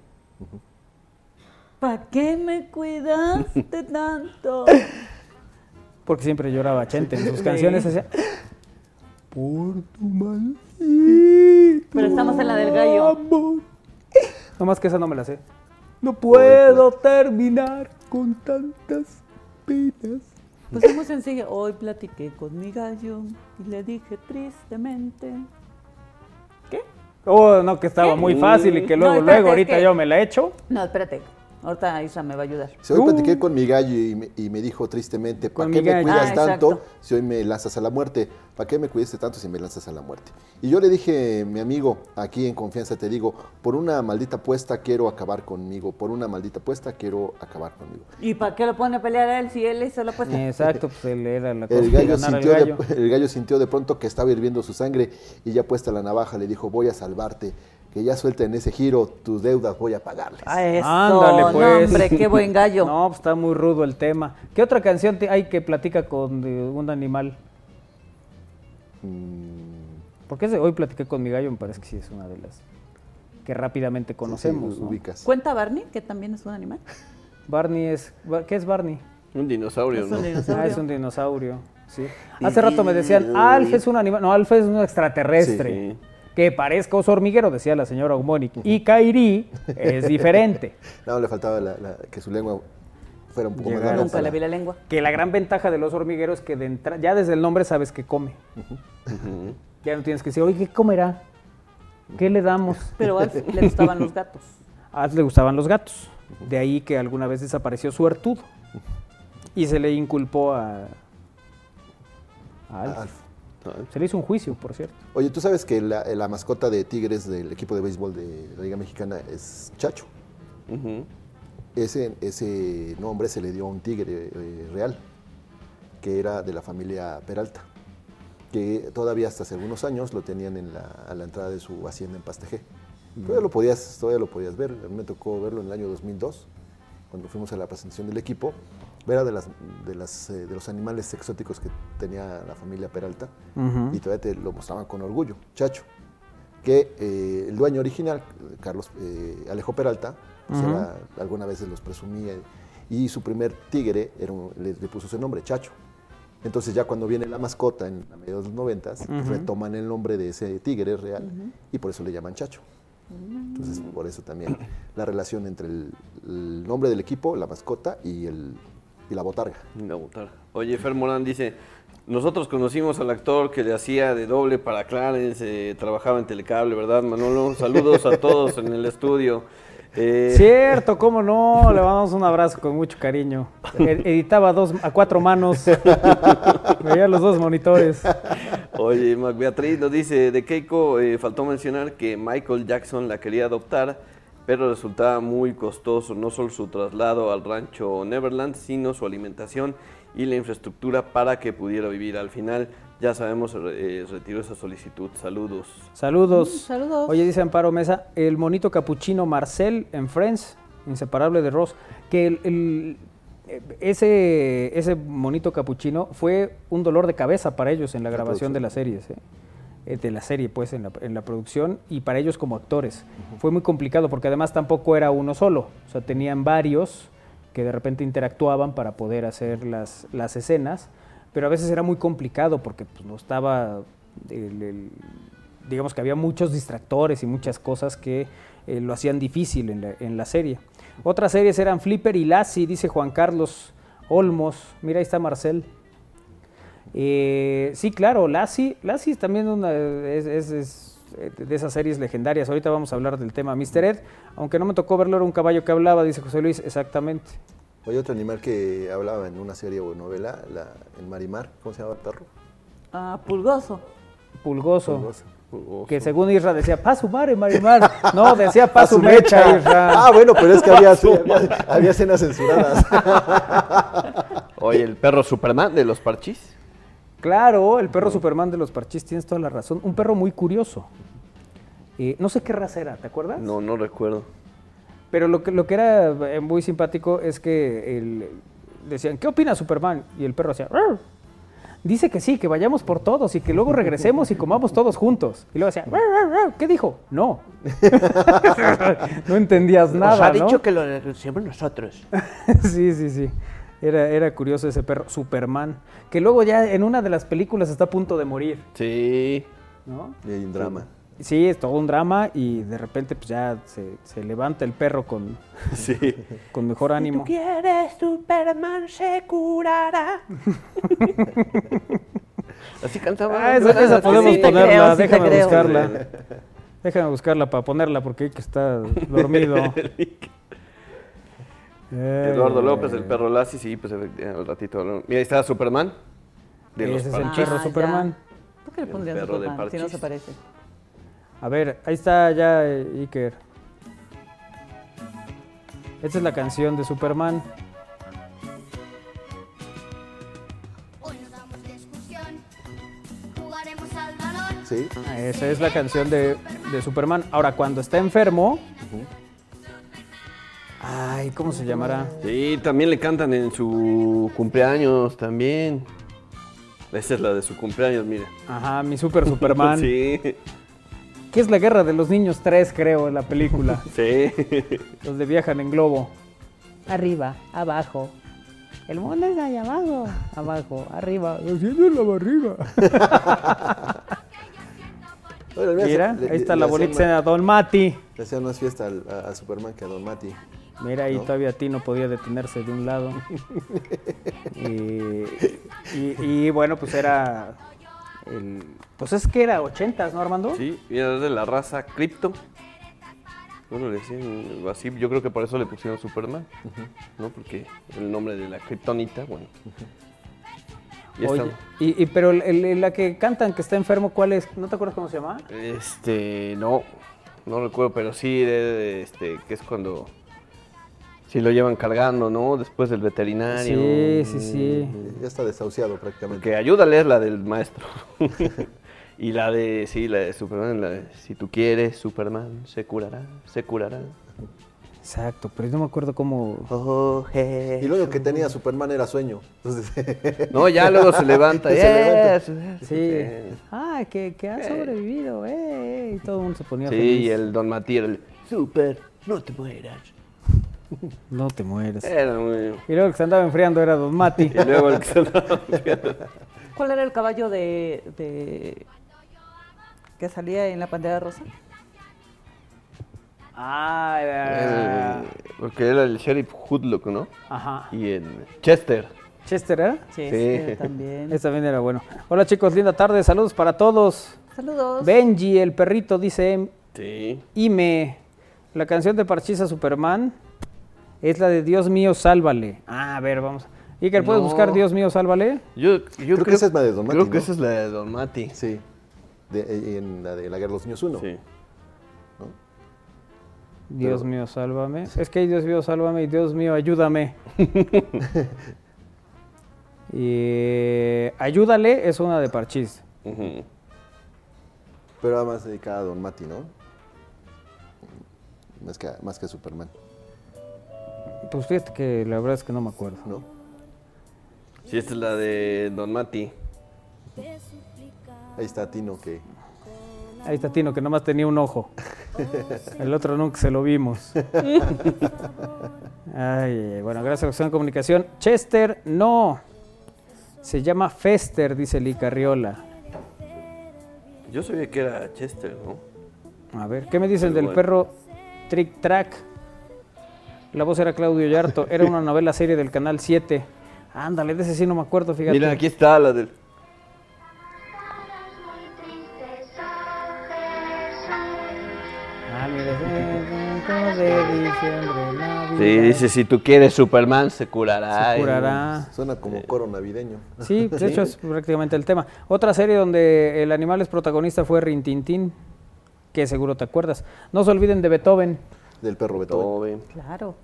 ¿Para qué me cuidaste tanto?
Porque siempre lloraba Chente en sus canciones. hacía-
Pero estamos en la del gallo.
No más que esa no me la sé. No puedo terminar con tantas penas.
Pues es muy sencillo. Hoy platiqué con mi gallo y le dije tristemente. ¿Qué?
Oh, no, que estaba muy fácil y que
No,
luego,
espérate,
luego,
es
ahorita
que-
yo me la echo.
No, espérate. Ahorita Isa me va a ayudar.
Si hoy
Uh.
platiqué con mi gallo y me, y me dijo tristemente, ¿para
Con
qué
mi
me
gallo.
cuidas
Ah,
tanto
exacto.
si hoy me lanzas a la muerte? ¿Para qué me cuidaste tanto si me lanzas a la muerte? Y yo le dije, mi amigo, aquí en confianza te digo, por una maldita apuesta quiero acabar conmigo, por una maldita apuesta quiero acabar conmigo.
¿Y para qué lo pone a pelear a él si él hizo la apuesta?
Exacto, pues él era la cosa
El
que
gallo,
ganara el
sintió de-
gallo.
el gallo sintió de pronto que estaba hirviendo su sangre y ya puesta la navaja le dijo, voy a salvarte, que ya suelten ese giro, tus deudas voy a pagarles.
Ah, eso.
Ándale, pues.
No, hombre, qué buen gallo.
No, pues está muy rudo el tema. ¿Qué otra canción te- hay que platica con eh, un animal?
Mm,
Porque ese hoy platiqué con mi gallo, me parece que sí es una de las que rápidamente conocemos.
Sí,
¿no?
ubicas.
¿Cuenta Barney, que también es un animal?
Barney es. Bar- ¿Qué es Barney?
Un dinosaurio,
Es
¿no?
un
Ah,
dinosaurio.
es un dinosaurio. Sí. Hace rato me decían, Alf es un animal. No, Alf es un extraterrestre.
Sí.
Que parezca oso hormiguero, decía la señora Ogmonic. Y Kairi es diferente.
No, le faltaba la- la- que su lengua fuera un poco más
Llegara.
larga
Nunca
para-
le vi la lengua.
Que la gran ventaja de los hormigueros es que de entra- ya desde el nombre sabes que come. Ya no tienes que decir, oye, ¿qué comerá? ¿Qué le damos?
Pero a Alf le gustaban los gatos.
A Alf le gustaban los gatos. De ahí que alguna vez desapareció su Artudo. Y se le inculpó a, a Alf.
Alf.
Se le hizo un juicio, por cierto.
Oye, tú sabes que la, la mascota de Tigres del equipo de béisbol de la Liga Mexicana es Chacho.
Ujú.
Ese, ese nombre se le dio a un tigre eh, real, que era de la familia Peralta, que todavía hasta hace algunos años lo tenían en la, a la entrada de su hacienda en Pastejé. Todavía lo podías, todavía lo podías ver. A mí me tocó verlo en el año 2002, cuando fuimos a la presentación del equipo. Era de, las, de, las, eh, de los animales exóticos que tenía la familia Peralta y todavía te lo mostraban con orgullo, chacho. Que eh, el dueño original, Carlos eh, Alejo Peralta, pues era- alguna vez se los presumía y su primer tigre era un- le, le puso ese nombre, chacho. Entonces ya cuando viene la mascota en la mediados de los noventas, retoman el nombre de ese tigre real y por eso le llaman chacho. Entonces
Mm.
por eso también la relación entre el, el nombre del equipo, la mascota y, el, y la botarga.
La botarga. Oye, Fer Morán dice, nosotros conocimos al actor que le hacía de doble para Clarence, eh, trabajaba en Telecable, ¿verdad, Manolo? Saludos a todos en el estudio. Eh,
Cierto, cómo no, le mandamos un abrazo con mucho cariño. Ed- Editaba dos, a cuatro manos, veía los dos monitores.
Oye, Mac Beatriz nos dice, de Keiko eh, faltó mencionar que Michael Jackson la quería adoptar, pero resultaba muy costoso, no solo su traslado al rancho Neverland, sino su alimentación y la infraestructura para que pudiera vivir. Al final, ya sabemos, re- eh, retiró esa solicitud. Saludos.
Saludos.
Mm, saludos.
Oye, dice Amparo Mesa, el monito capuchino Marcel en Friends, inseparable de Ross, que el- el- eh, ese, ese monito capuchino fue un dolor de cabeza para ellos en la grabación de las series. ¿eh? Eh, De la serie, pues, en la, en la producción y para ellos como actores. Fue muy complicado porque además tampoco era uno solo, o sea, tenían varios que de repente interactuaban para poder hacer las, las escenas, pero a veces era muy complicado porque pues, no estaba, el- el- digamos que había muchos distractores y muchas cosas que eh, lo hacían difícil en la, en la serie. Otras series eran Flipper y Lassie, dice Juan Carlos Olmos. Mira, ahí está Marcel. Eh, sí, claro, Lassie. Lassie es también una, es, es- es, eh, de esas series legendarias. Ahorita vamos a hablar del tema. Mr. Ed, aunque no me tocó verlo, era un caballo que hablaba, dice José Luis. Exactamente.
Hay otro animal que hablaba en una serie o novela, la, el Marimar, ¿cómo se llama el perro?
Ah, pulgoso.
Pulgoso.
Pulgoso.
Que según Isra decía, pa' su madre, Marimar. No, decía pa' su mecha, Isra.
Ah, bueno, pero es que había, había, había escenas censuradas.
Oye, el perro Superman de los parchís.
Claro, el perro Superman de los parchís, tienes toda la razón. Un perro muy curioso. Eh, no sé qué raza era, ¿te acuerdas?
No, no recuerdo.
Pero lo que, lo que era eh, muy simpático es que el- decían, ¿qué opina Superman? Y el perro hacía, "Ruah". dice que sí, que vayamos por todos y que luego regresemos y comamos todos juntos. Y luego decía, "Ruah, ruah, ruah". ¿qué dijo? No. no entendías nada. ¿no?
que lo denunciamos nosotros.
sí, sí, sí. Era, era curioso ese perro, Superman, que luego ya en una de las películas está a punto de morir,
Sí.
¿no?
Y hay un drama.
Sí, es todo un drama y de repente pues ya se, se levanta el perro con,
Sí.
con mejor ánimo.
quieres, Superman se curará.
Así cantaba.
Ah, esa, esa podemos
sí te
ponerla,
creo, sí te
déjame
creo.
buscarla. Déjame buscarla para ponerla porque que está dormido. Ay,
Eduardo
ay,
López,
ay.
el perro Lassi, sí, pues efectivamente, al ratito. ¿no? Mira, ahí está Superman. De los
Ese es el
parchís.
perro
Ah, ya.
Superman.
¿Por qué le
El
pondrían
perro de
Superman si no
parchís.
se parece?
A ver, ahí está ya eh, Iker. Esta es la canción de Superman.
Hoy nos damos de excursión, jugaremos al balón.
Sí,
Esa es la canción de, de Superman. Ahora, cuando está enfermo. Ay, ¿cómo se llamará?
Sí, también le cantan en su cumpleaños también. Esa es la de su cumpleaños, mira.
Ajá, mi super Superman.
Sí,
¿Qué es la guerra de los niños 3, creo, en la película?
sí.
Los de viajan en globo.
Arriba, abajo. El mundo es allá abajo. Abajo, arriba.
la barriga.
Bueno, mira,
Mira,
le-
ahí está
le-
la
le
bonita
hacían
escena de Don Mati.
más- Le hacían más fiesta al- a, a Superman que a Don Mati.
Mira, ahí
¿No?
todavía Tino podía detenerse de un lado. y, y- y, bueno, pues era. el- pues es que era 80, ¿no, Armando?
Sí, mira, es de la raza Crypto. Bueno, le decían así, yo creo que por eso le pusieron Superman, ¿no? Porque el nombre de la kriptonita, bueno. Ya
Oye,
está.
y, y- pero el- el- la que cantan que está enfermo, ¿cuál es? ¿No te acuerdas cómo se llama?
Este, no, no recuerdo, pero sí, de- de- este, que es cuando sí lo llevan cargando, ¿no? Después del veterinario. Mm,
Sí, sí, sí.
Ya está desahuciado prácticamente.
Que ayúdale es la del maestro. y la de, sí, la de Superman, la de, si tú quieres, Superman, se curará, se curará.
Exacto, pero no me acuerdo cómo.
Oh, eh.
Y lo único que tenía Superman era sueño. Entonces,
No, ya luego se levanta.
Se levanta.
Yes.
Sí. Ah, que, que ha sobrevivido, eh. Y todo el mundo se ponía
Sí,
feliz.
y el Don Mati era el super, no te mueras.
No te mueras.
Era muy-
Y luego el que se andaba enfriando era Don Mati.
Eh. Y luego el que se andaba-
¿Cuál era el caballo de, de- que salía en la pantera rosa?
ah, era-
el- Porque era el sheriff Hoodlock, ¿no?
Ajá.
Y en Chester.
Chester, ¿eh?
Sí,
Sí.
también.
Ese también era bueno. Hola chicos, linda tarde, saludos para todos.
Saludos.
Benji, el perrito, dice em,
Sí.
Ime. La canción de Parchisa Superman es la de Dios mío, sálvale. Ah, a ver, vamos. Iker, ¿puedes
No.
buscar Dios mío, sálvale?
Yo, yo creo,
que esa es la de Don Mati,
Creo que
¿no?
esa es la de Don Mati.
sí. De- eh, en la de la Guerra de los Niños 1.
Sí.
Dios mío, sálvame. Es que hay Dios mío, sálvame y Dios mío, ayúdame. Y, eh, ayúdale es una de Parchís.
Ujú.
Pero era más dedicada a Don Mati, ¿no? Más que, a- más que a Superman,
Pues fíjate que la verdad es que no me acuerdo.
¿no?
Sí, esta es la de Don Mati.
Ahí está Tino que
Ahí está Tino, que nomás tenía un ojo. El otro nunca se lo vimos. Ay, bueno, gracias a Opción Comunicación. Chester, no. Se llama Fester, dice Licarriola.
Yo sabía que era Chester, ¿no?
A ver, ¿qué me dicen
Pero
del
bueno.
perro Trick Track. La voz era Claudio Yarto. Era una novela serie del Canal 7. Ándale, de ese sí no me acuerdo, fíjate.
Miren, aquí está la del.
Ah, mira, es- de diciembre, Navidad.
Sí, dice, si tú quieres Superman, se curará.
Se curará.
Suena como coro navideño.
Sí, de hecho es prácticamente el tema. Otra serie donde el animal es protagonista fue Rintintín, que seguro te acuerdas. No se olviden de Beethoven.
Del perro Beethoven.
Todo bien.
Claro.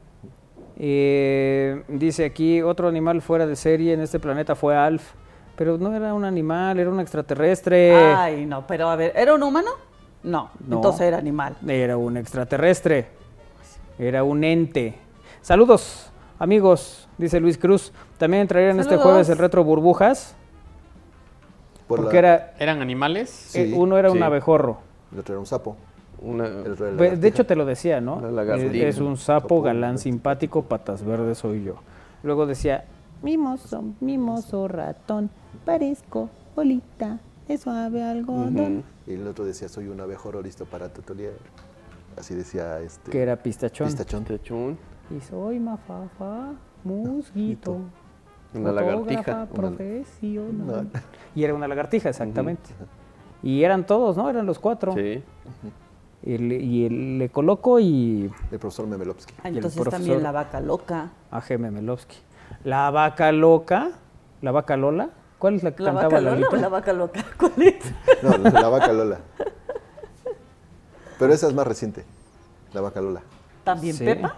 Eh, dice aquí, otro animal fuera de serie en este planeta fue Alf. Pero no era un animal, era un extraterrestre.
Ay, no, pero a ver, ¿era un humano? No,
Eh. No.
entonces era animal.
Era un extraterrestre. Era un ente. Saludos, amigos, dice Luis Cruz. También entraría en este
Saludos.
jueves el retro burbujas,
Por
porque
la-
era
¿Eran animales?
Sí,
eh, uno era un
sí.
abejorro.
El otro era un sapo. El
Una-
otro era la
Pues, de
lagartija.
hecho te lo decía, ¿no? Eh,
La lagartija. pues.
Es, es un sapo galán simpático, patas verdes soy yo. Luego decía, mimoso, mimoso ratón, parezco bolita, es suave algodón.
Y el otro decía, soy un abejorro listo para tutorear. Así decía este.
Que era pistachón.
Pistachón.
Techún,
Y soy mafafa, musguito,
Una
fotógrafa
lagartija.
profesional. Y era una lagartija, exactamente. Y eran todos, ¿no? Eran los cuatro.
Sí.
Y, le, y el- le coloco y
El profesor Memelovsky.
Ah,
Y el
Entonces
profesor.
también la vaca loca.
A G. Memelovsky. La vaca loca, la vaca Lola. ¿Cuál es la que
¿La
cantaba
vaca lola o
Lolita?
la vaca loca? ¿Cuál es?
No, la vaca Lola. Pero esa es más reciente. La vaca Lola.
¿También
Sí.
Pepa?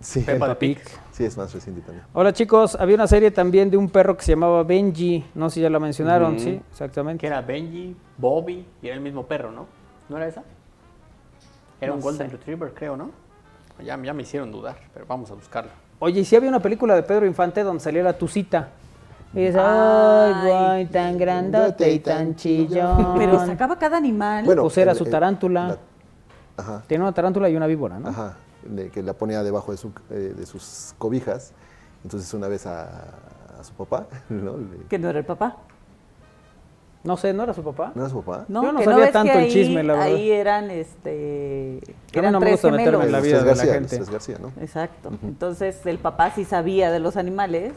Sí.
Peppa Pig.
Sí, es más reciente también.
Hola chicos, había una serie también de un perro que se llamaba Benji, no sé si ya la mencionaron, sí,
Que
exactamente.
era Benji, Bobby y era el mismo perro, ¿no? ¿No era esa? Era un Golden Retriever, creo, ¿no? Ya, ya me hicieron dudar, pero vamos a buscarlo.
Oye, y sí había una película de Pedro Infante donde salía la tucita. Y es, ay,
Ay.
guay, tan grandote y tan chillón.
Pero sacaba cada animal.
Bueno,
pues era
el-
su
el-
tarántula.
la- ajá,
Tenía una tarántula y una víbora, ¿no?
ajá. de que la ponía debajo de, su- eh, de sus cobijas. Entonces, una vez a, a su papá, ¿no? Le-
que no era el papá.
No sé, ¿no era su papá?
¿No era su papá?
Yo no
que
sabía
ves que
tanto el
ahí-
chisme, la verdad.
Ahí eran, este,
mí
eran
no me
tres
gusta meterme en
gemelos.
la
Los
vida
tres
de la
García,
gente.
los tres García, ¿no?
Exacto. Entonces el papá sí sabía de los animales,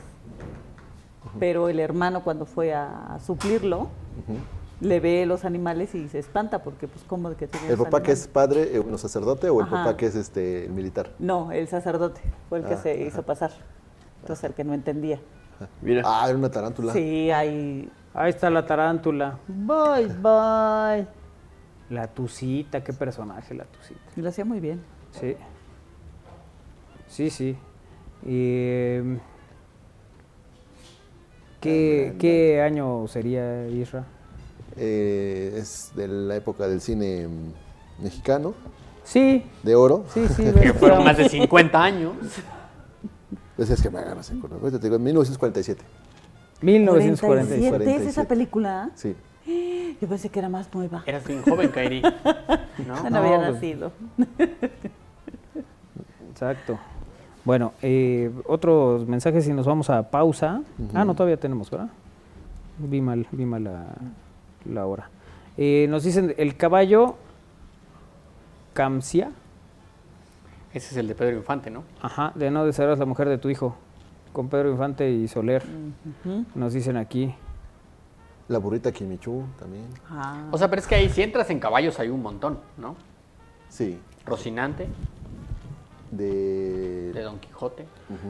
pero el hermano cuando fue a, a suplirlo, le ve los animales y se espanta porque pues cómo de que tiene
¿El
los
papá que es
animales?
padre, eh, bueno, sacerdote, o el
Ajá.
papá que es este, el militar?
No, el sacerdote fue el que
Ah,
se hizo pasar. Entonces el que no entendía.
Mira.
Ah, era una tarántula.
Sí, hay
Ahí está la tarántula. Bye, bye. La tucita, qué personaje la tucita.
y lo hacía muy bien.
Sí. Sí, sí. Eh, ¿qué, qué año sería Isra?
Eh, es de la época del cine mm, mexicano,
Sí,
de oro.
sí, sí.
Que fueron más de 50 años.
Pues es que me agarras en corto. Ahorita te digo, 1947.
1947.
47, ¿Es esa
47.
película?
Sí.
Yo pensé que era más nueva. Ah,
Eras bien joven, Kairi.
No,
¿No?
No,
había
pues-
nacido.
Exacto. Bueno, eh, otros mensajes y nos vamos a pausa. Ah, no, todavía tenemos, ¿verdad? Vi mal, vi mal la, la hora. Eh, nos dicen el caballo Camcia.
Ese es el de Pedro Infante, ¿no?
Ajá, de no desearás la mujer de tu hijo. Con Pedro Infante y Soler. Nos dicen aquí.
La burrita Kimichu también.
Ah,
O sea, pero es que ahí si entras en caballos hay un montón, ¿no?
Sí.
Rocinante,
De.
de Don Quijote,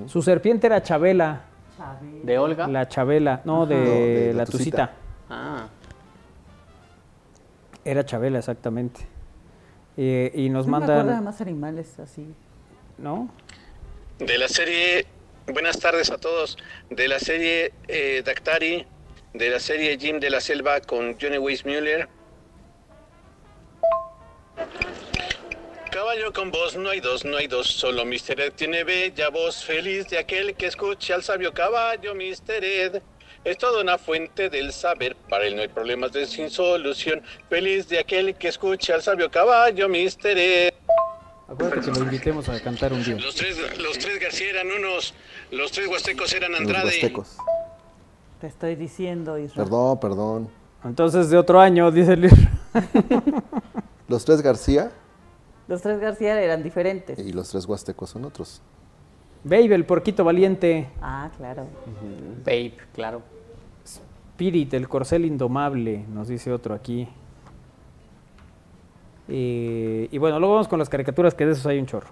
Su serpiente era Chabela.
Chávez.
de Olga.
La Chabela, no, de,
No, de
la,
la
Tucita.
Tucita.
Ah,
Era Chabela, exactamente. Eh, y nos
No me acuerdo de
mandan.
más animales así.
¿No?
de la serie, buenas tardes a todos, de la serie eh, Dactari, de la serie Jim de la Selva con Johnny Weissmuller. Caballo con voz, no hay dos, no hay dos, solo Mr. Ed tiene bella voz, feliz de aquel que escuche al sabio caballo Mr. Ed. Es toda una fuente del saber, para él no hay problemas de sin solución, feliz de aquel que escuche al sabio caballo Mr. Ed.
Acuérdate que lo invitemos a cantar un día.
Los tres, los tres García eran unos, los tres huastecos eran
Los
Andrade.
huastecos.
Te estoy diciendo, Israel.
Perdón, perdón.
Entonces, de otro año, dice Luis.
Los tres García
Los tres García eran diferentes.
Y los tres huastecos son otros.
Babe, el porquito valiente.
Ah, claro.
Babe, claro.
Spirit, el corcel indomable, nos dice otro aquí. Eh, y bueno, luego vamos con las caricaturas, que de esos hay un chorro.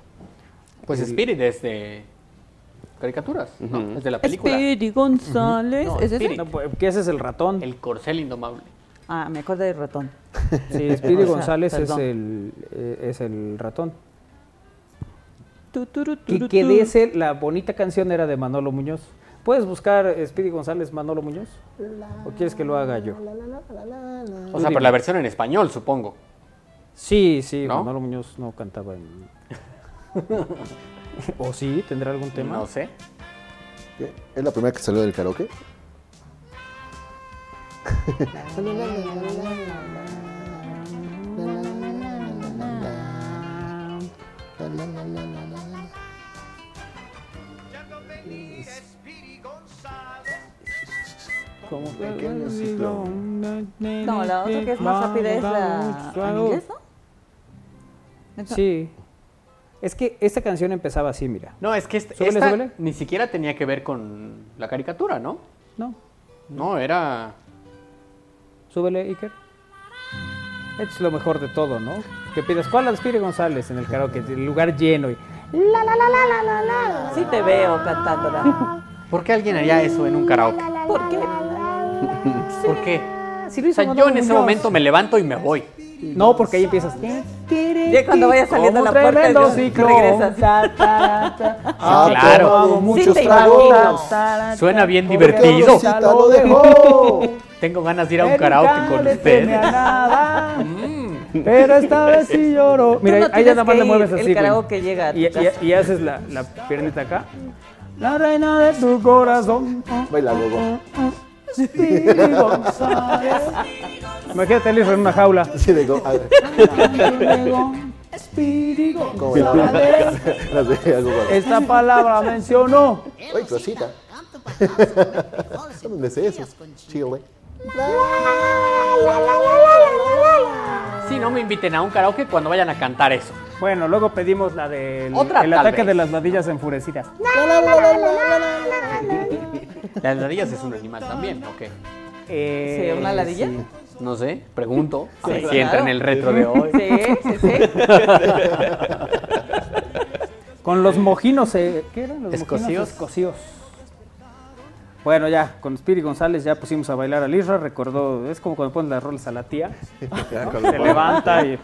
Pues Spirit es de caricaturas, ¿no? Es de la película.
Speedy González.
No,
¿Es ese?
Spirit.
No, pues, que ese es el ratón.
El corcel indomable.
Ah, me acuerdo del ratón.
Sí, Speedy
O sea,
González es
perdón.
el, eh, es el ratón.
Tu, turu,
Que,
turu,
que de
turu.
ese, la bonita canción era de Manolo Muñoz. ¿Puedes buscar Speedy González, Manolo Muñoz? ¿O quieres que lo haga yo?
O sea, pero la versión en español, supongo.
Sí, sí,
¿No?
Manolo Muñoz no cantaba en... ¿O sí? ¿Tendrá algún tema?
No sé.
¿Qué? ¿Es la primera que salió del karaoke?
¿Cómo?
No, la otra que es más rápida es la ¿en inglés, ¿no? Esa-
Sí. Es que esta canción empezaba así, mira.
No, es que este-
Súbele,
esta
súbele.
ni siquiera tenía que ver con la caricatura, ¿no?
No,
No, era...
súbele, Iker. Esto es lo mejor de todo, ¿no? Que pidas, ¿cuál la de Spiri González en el karaoke? El lugar lleno. Y... ah.
Sí te veo cantándola.
¿Por qué alguien haría eso en un karaoke?
¿Por qué?
¿Por qué?
Sí, lo
O
hizo
sea, yo
Manolo
en ese
Muñoz.
momento me levanto y me voy.
No, porque ahí empiezas.
Ya cuando vayas saliendo a la puerta,
tremendo
ya
ciclón.
regresas.
Ta, ta, ta.
Ah,
te
claro.
lo hago
Sí
muchos
te
tragos.
imagino.
Ta, ta, ta.
Suena bien
Porque
divertido.
Rosita
lo dejó.
Tengo ganas de ir a un
Él
karaoke
nunca
con
le teme a
ustedes. Mm,
nada, pero esta vez sí lloro.
Tú
Mira,
no
ahí
tienes
ya nada más
que
le mueves
ir, el
así. güey.
karaoke llega a tu
y, y-
casa.
y haces la, la piernita acá. La reina de tu corazón.
Baila luego.
Speedy González. Imagínate a Luis en una jaula.
Sí, de Ah, go- a ver,
Speedy
¿cómo era?
González.
Las de algo guardo.
Esta palabra mencionó.
Oye, cosita.
Canto payaso, frijoles y
¿Dónde es eso?
tortillas con chile.
Chile.
Sí, no me inviten a un karaoke cuando vayan a cantar eso.
Bueno, luego pedimos la del
Otra,
el
tal
ataque
vez.
de las ladillas enfurecidas.
Las ladillas es un animal también, ¿o qué?
Eh,
¿Sería una ladilla?
sí.
No sé, pregunto.
Sí,
si
claro.
entra en el retro de hoy.
Sí, sí, sí.
Con los mojinos, eh, ¿qué eran? Los
Escocíos.
mojinos escocíos. Bueno, ya, con Spiri González ya pusimos a bailar a Lisra, recordó, es como cuando pones las roles a la tía, se levanta y...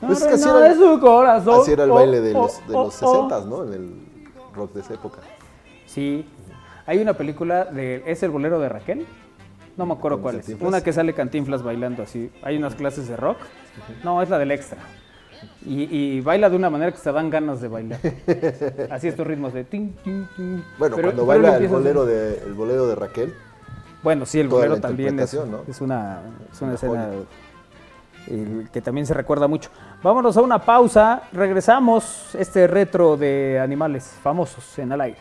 Pues es que así
No,
era
de
el-
su corazón.
Así era el
oh,
baile de
oh,
los, de
oh,
los
oh.
60 ¿no? En el rock de esa época.
Sí, hay una película de, ¿es el bolero de Raquel? No me acuerdo
¿Con
cuál es,
Cantinflas?
una que sale Cantinflas bailando así, hay unas clases de rock, no, es la del extra. Y, y baila de una manera que se dan ganas de bailar. Así estos ritmos de... tin, tin, tin.
Bueno,
Pero-
cuando
pero le
baila el
empiezas-
bolero, de, el bolero de Raquel,
Bueno, sí, el
Toda la
bolero también es,
interpretación, ¿no?
es una, es una
Una
escena
joya.
eh, que también se recuerda mucho. Vámonos a una pausa, regresamos este retro de animales famosos en al aire.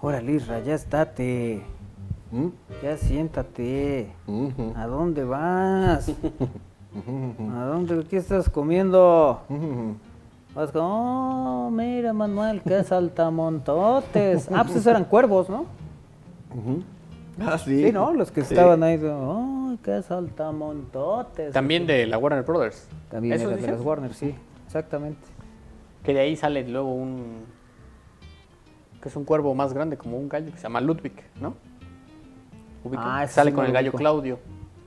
Órale, Isra, ya estate.
¿Mm?
Ya siéntate. ¿A dónde vas? ¿A dónde? ¿Qué estás comiendo? Vas con, oh, mira, Manuel, qué saltamontotes. Ah, pues esos eran cuervos, ¿no?
Ah,
Sí, ¿no? Los que estaban ahí, oh, qué saltamontotes.
También de la Warner Brothers.
También
¿Eso
era de
dices?
las Warner, sí, exactamente.
Que de ahí sale luego un. que es un cuervo más grande, como un gallo, que se llama Ludwig, ¿no? Ubica.
Ah, ese
sale
sí
con
no
el gallo
ubico.
Claudio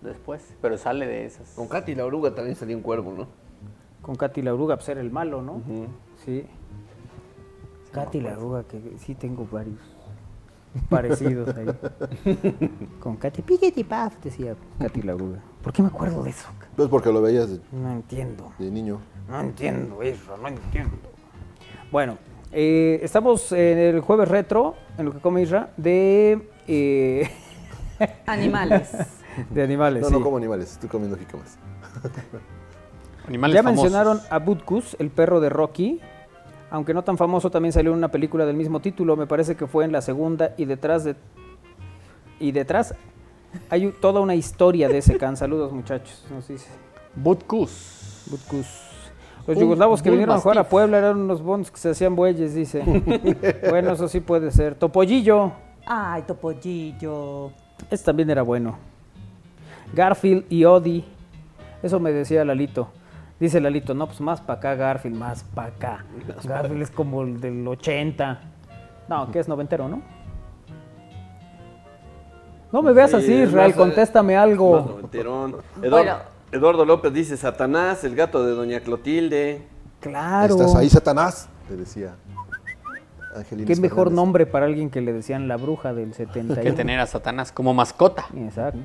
después, pero sale de esas.
Con Katy la oruga también salió un cuervo, ¿no?
Con Katy la oruga, pues era el malo, ¿no? Sí. Katy la oruga, que sí tengo varios parecidos ahí. Con Katy, piquete paf, decía Katy la oruga. ¿Por qué me acuerdo de eso? ca-
Pues porque lo veías de,
No entiendo,
de niño.
no entiendo eso, no entiendo. Bueno, eh, estamos en el jueves retro, en lo que come Isra, de, eh,
Animales.
de animales.
No,
sí.
no como animales, estoy comiendo jícamas.
Animales
Ya
famosos.
mencionaron a Butkus, el perro de Rocky. Aunque no tan famoso, también salió en una película del mismo título. Me parece que fue en la segunda y detrás de. Y detrás hay u- toda una historia de ese can. Saludos, muchachos. Nos dice
Butkus.
Butkus. Los
Un
yugoslavos que
bull
vinieron a jugar a
mastiff.
Puebla eran unos bons que se hacían bueyes, dice. bueno, eso sí puede ser. Topollillo.
Ay, topollillo.
Este también era bueno. Garfield y Odi. Eso me decía Lalito. Dice Lalito, no, pues más para acá, Garfield, más para acá. Garfield es como el del 80. No, que es noventero, ¿no? No me veas
Sí,
así,
es
Israel,
más, eh,
contéstame
Más
algo.
noventerón. Eduardo,
Bueno.
Eduardo López dice, Satanás, el gato de Doña Clotilde.
Claro.
Estás ahí, Satanás, le decía. Angelina
Qué mejor
Fernández.
nombre para alguien que le decían la bruja del 70.
Que tener a Satanás como mascota,
Exacto.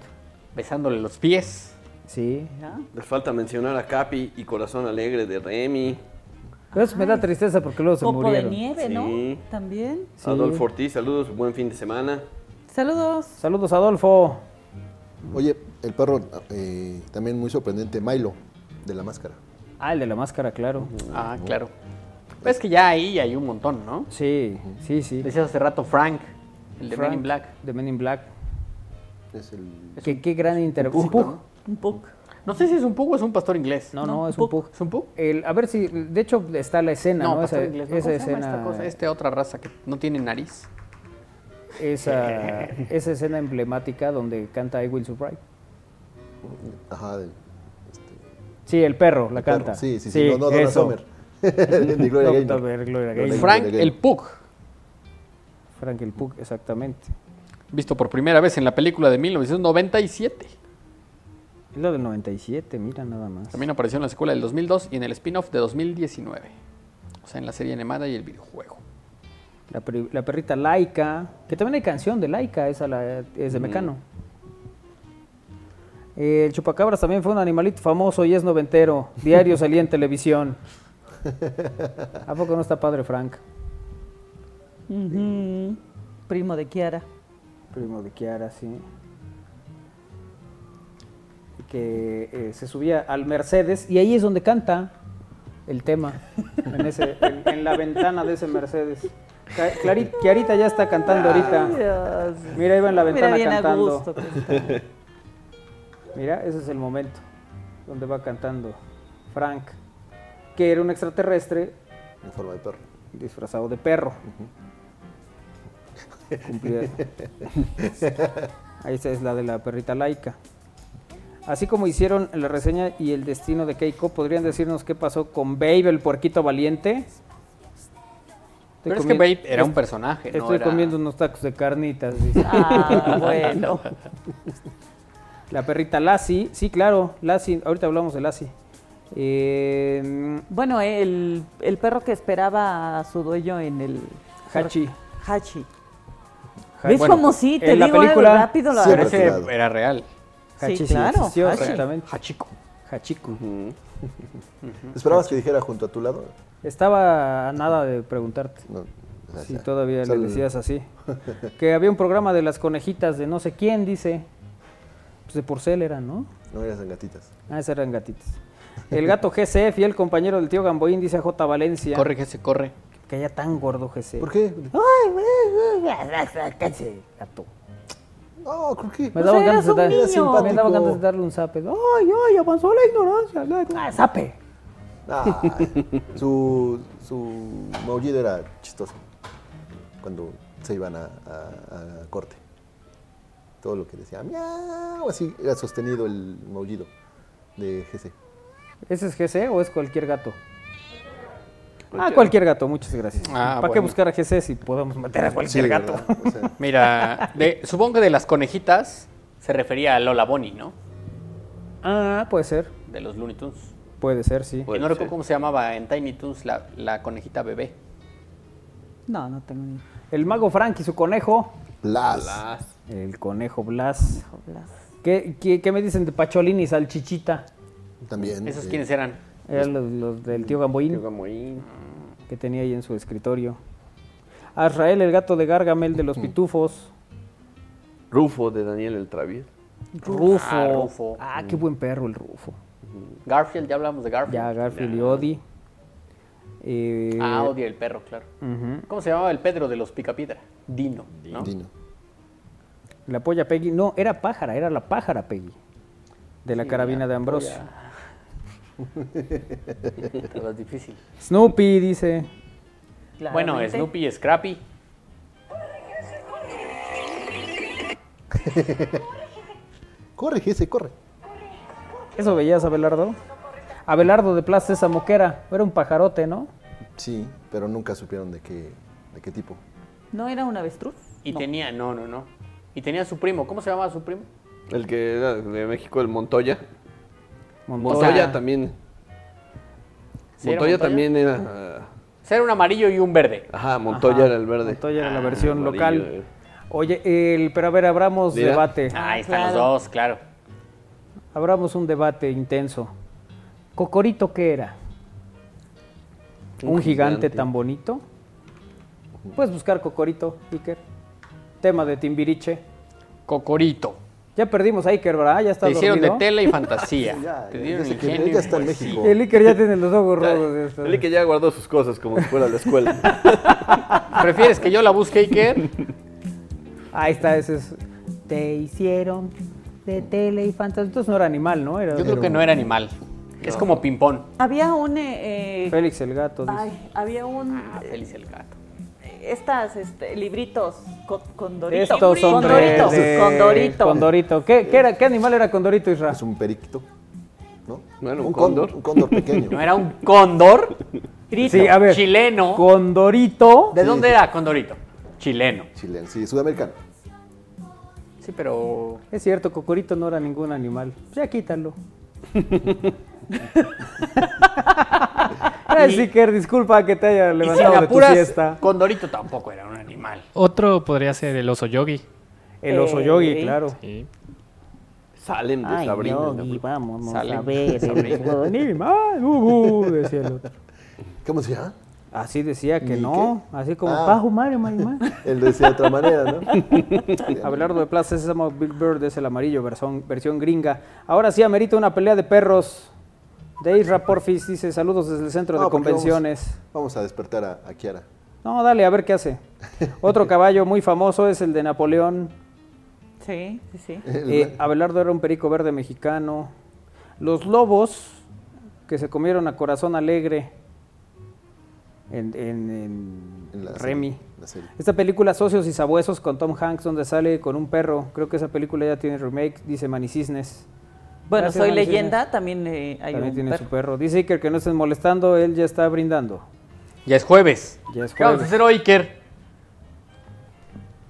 besándole los pies.
Sí.
Les falta mencionar a Capi y Corazón Alegre de Remy.
Pero eso me da tristeza porque luego se
Copo de
murieron.
nieve, ¿no?
Sí.
También.
Sí.
Adolfo Ortiz, saludos, buen fin de semana.
Saludos.
Saludos, Adolfo.
Oye, el perro eh, también muy sorprendente, Milo, de la máscara.
Ah, el de la máscara, claro.
Ah, claro. Pues que ya ahí hay un montón, ¿no?
Sí, sí, sí.
Decías hace rato Frank, el de Men in
Frank,
Black.
De Men in Black.
Es el.
Que, qué gran intervención.
pug,
Un poco.
No sé si es un pug o es un pastor inglés.
No, no, es un pug.
¿Es un pug?
El- a ver si, de hecho está la escena, ¿no?
No, pastor
Esa,
inglés. ¿no?
esa
¿Cómo se llama
escena,
Esta, cosa? Esta este, otra raza que no tiene nariz.
esa,
Este-
esa escena emblemática donde canta I Will Surprise.
Ajá, del.
Sí, el perro la
perro.
canta.
Sí, sí, sí, no, no, Donna
eso.
Summer. de Gloria
Doctor
Gaynor.
Ver- Gloria Gaynor.
Gaynor.
Frank el Pug,
Frank el Puck, exactamente.
visto por primera vez en la película de 1997.
Es lo del 97, mira nada más.
También apareció en la secuela del 2002 y en el spin-off de 2019. O sea, en la serie animada y el videojuego.
La, peri- la perrita Laika, que también hay canción de Laika, esa la- es de Mecano. Eh, el chupacabras también fue un animalito famoso y es noventero. Diario salía en televisión. ¿A poco no está padre Frank?
Ujú. Primo de Kiara.
Primo de Kiara, sí. Que eh, se subía al Mercedes y ahí es donde canta el tema. En, ese- en- en la ventana de ese Mercedes. Ca- Clari- Kiarita ya está cantando ahorita.
Dios.
Mira, iba en la
Mira
ventana
bien
cantando.
a gusto. que está.
Mira, ese es el momento donde va cantando Frank, que era un extraterrestre
En forma de perro.
disfrazado de perro. Cumplía- Ahí está, es la de la perrita laica. Así como hicieron la reseña y el destino de Keiko, ¿podrían decirnos qué pasó con Babe, el puerquito valiente? Estoy
Pero es que
comien-
Babe era un
est-
personaje, ¿no?
Estoy
Era-
comiendo unos tacos de carnitas. dice.
Ah, bueno.
La perrita Lassie, sí, claro, Lassie, ahorita hablamos de Lassie. Eh,
Bueno, el, el perro que esperaba a su dueño en el...
Hachi.
Hachi.
Ha-
¿Ves
bueno,
cómo sí? Te
en la
digo algo
película-
rápido. Lo
Siempre
Pero ese
Claro.
era real.
Hachi, sí,
claro,
existió,
Hachi.
exactamente.
Hachiko.
Hachiku.
¿Esperabas que dijera junto a tu lado?
Estaba a nada de preguntarte.
No. O
Si
sea,
todavía le
solo-
decías así. que había un programa de las conejitas de no sé quién, dice. Pues de porcel eran, ¿no?
No eras en gatitas.
Ah, esas eran gatitas. El gato GC, fiel compañero del tío Gamboín, dice a J. Valencia.
Corre, que se corre.
Que ya tan gordo GC.
¿Por qué?
¿Ah?
Ay, güey, güey, sácate, gato.
No, ¿por qué?
Me
Pues
daba
eras
ganas de
un
dar-
niño.
me daba
Simpático.
ganas de darle un zape. Ay, ay, avanzó la ignorancia. la-
Ah, sape.
Ay, su, su maullido era chistoso cuando se iban a, a- a corte. Todo lo que decía, miau, así era sostenido el maullido de GC.
¿Ese es GC o es cualquier gato? Ah, cualquier gato, muchas gracias.
Ah,
¿Para qué
bueno.
buscar a GC si podemos meter a cualquier
Sí,
gato?
¿verdad? O sea,
Mira, de- supongo que de las conejitas se refería a Lola Bonnie, ¿no?
Ah, puede ser.
De los Looney Tunes.
Puede ser, sí.
Que no recuerdo cómo se llamaba en Tiny Toons la, la conejita bebé.
No, no tengo ni...
El mago Frank y su conejo.
Blas.
El conejo Blas.
Blas.
¿Qué, qué, qué me dicen de Pacholín y Salchichita?
También. eh,
¿Esos
sí.
quiénes eran?
Eran los, los del tío Gamboín que tenía ahí en su escritorio. Azrael, el gato de Gargamel de los pitufos.
Rufo de Daniel el Travieso.
Rufo.
Ah, Rufo.
Ah, qué buen perro el Rufo.
Garfield, ya hablamos de Garfield.
Ya, Garfield y Odi. Eh,
Ah, odio el perro, claro.
ujú.
¿Cómo se llamaba el Pedro de los Picapiedra? Dino, ¿no?
Dino.
La polla Peggy. No, era pájara, era la pájara Peggy. De la carabina de Ambrosio.
Todo es difícil.
Snoopy dice.
Bueno,
Claramente.
Snoopy y Scrappy.
Corre, GC, corre.
¿Eso veías, Abelardo? Abelardo de Plaza esa moquera. Era un pajarote, ¿no?
Sí, pero nunca supieron de qué, de qué tipo.
¿No era un avestruz?
Y tenía, no, no, no. Y tenía su primo. ¿Cómo se llamaba su primo?
El que era de México, el Montoya.
Montoya.
Montoya, también.
¿Sí
Montoya,
era
también era. ah,
O sea, era un amarillo y un verde.
Ajá,
Ah,
Montoya
Ajá,
era el verde.
Montoya era la
Ah,
versión
amarillo,
local.
eh.
Oye, el, pero a ver, abramos
Mira.
debate.
Ah, ahí están
claro.
los dos, claro.
Abramos un debate intenso. ¿Cocorito qué era? ¿Un,
Un
gigante,
gigante.
tan bonito? Puedes buscar Cocorito, Iker. Tema de Timbiriche.
Cocorito.
Ya perdimos a Iker, ¿verdad? Ya está
Te hicieron de
dormido.
tela y fantasía. Te dieron
Desde
el
que
genio.
ella
y
está en
poesía.
México.
El Iker ya tiene los ojos
Ya,
rojos. de esto.
El que ya guardó sus cosas como si fuera a la escuela.
¿Prefieres que yo la busque, Iker?
Ahí está, ese es. Te hicieron de tele y fantasía. Entonces no era animal, ¿no? Era
Yo creo que no era animal. Es como ping-pong.
Había un... eh, eh,
Félix el gato. dice.
ay, había un...
Feliz el gato.
Estas, este, libritos con, con Dorito.
Estos
con
hombres
Dorito.
de-
Con Dorito.
Condorito. ¿Qué, qué era, ¿Qué animal era Condorito, Isra?
Es un periquito, ¿no?
No era un,
Un
cóndor.
cóndor, un cóndor pequeño.
No era un cóndor
Sí, a ver.
chileno.
Condorito.
¿De dónde era Condorito? Chileno.
Chileno, sí, sudamericano.
Sí, pero.
Es cierto, Cocorito no era ningún animal. Pues ya quítalo. Ay, Siker, disculpa que te haya
Y si
levantado
me
de tu
apuras,
siesta.
Condorito tampoco era un animal.
Otro podría ser el oso yogi.
El oso yogi,
Ey.
claro.
Sí.
Salen de
Ay,
Sabrina.
Yogi,
¿no?
vamos
Sale.
a ver.
Sale.
el juego.
Animal, uh, uh, decía el otro.
¿Cómo se llama?
Así decía que
¿Y
no, así como
Ah.
Pajo, Mario, Marimar.
Él decía de otra manera, ¿no?
Abelardo de Plaza, ese se llama Big Bird, es el amarillo, versión, versión gringa. Ahora sí, amerita una pelea de perros. De Isra Porfis dice, saludos desde el centro
No,
de
porque vamos-
convenciones.
Vamos, a despertar a, a Kiara.
No, dale, a ver qué hace. Otro caballo muy famoso es el de Napoleón.
Sí, sí, sí.
Eh, Abelardo era un perico verde mexicano. Los lobos que se comieron a Corazón Alegre en, en- en
En la
Remy.
serie, la serie.
Esta película Socios y Sabuesos con Tom Hanks donde sale con un perro. Creo que esa película ya tiene remake, dice Manicisnes.
Bueno,
Gracias,
soy
Manny Cisnes.
leyenda, también eh, hay
También
un
tiene
perro.
su perro. Dice Iker que no estén molestando, él ya está brindando.
Ya es jueves.
Ya es
¿Qué vamos a
jueves.
hacer hoy, Iker?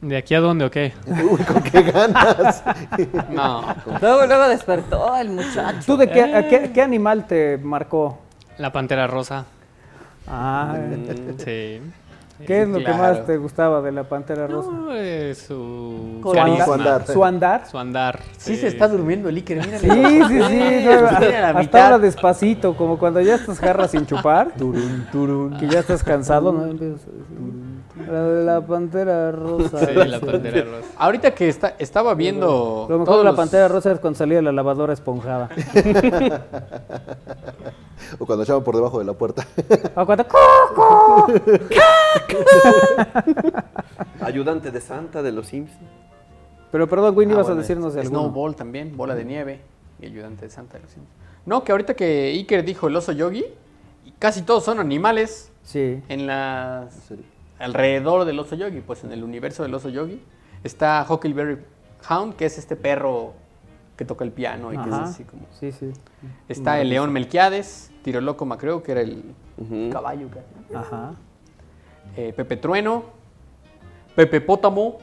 ¿De aquí a dónde o qué?
Uy, con qué ganas.
No.
Luego, luego despertó el muchacho.
¿Tú de qué, a
Eh.
qué- qué animal te marcó?
La pantera rosa. Mm,
Ah,
Sí.
¿Qué es lo que
claro.
más te gustaba de la pantera rosa?
No, eh, su
Su
carisma.
andar. Su andar.
Su andar.
Su andar.
Sí, se está durmiendo el Iker, mírale.
Sí, sí, sí. no,
Mira la
hasta
mitad.
ahora despacito, como cuando ya estás jarra sin chupar. Que ya estás cansado, ¿no? Empiezas así. La de la pantera rosa.
Sí, la pantera rosa.
Ahorita que está, estaba viendo.
Lo mejor
todos
de la
los-
pantera rosa es cuando salía de la lavadora esponjada.
o cuando llaman por debajo de la puerta.
O cuando
Ah,
¡Coco!
Ayudante de Santa de los Simpsons.
Pero perdón, Winnie,
Ah,
ibas
bueno,
a decirnos de alguno.
Snowball también, bola de nieve y ayudante de Santa. de los Simpsons. No, que ahorita que Iker dijo el oso yogi, casi todos son animales
Sí.
en las alrededor del oso yogi, pues en el universo del oso yogi está Huckleberry Hound, que es este perro que toca el piano y que es
Ajá.
así como
Sí, sí.
está el león Melquiades, Tiro Loco Macreo, que era el caballo, que-
Ajá.
eh, Pepe Trueno, Pepe Pótamo,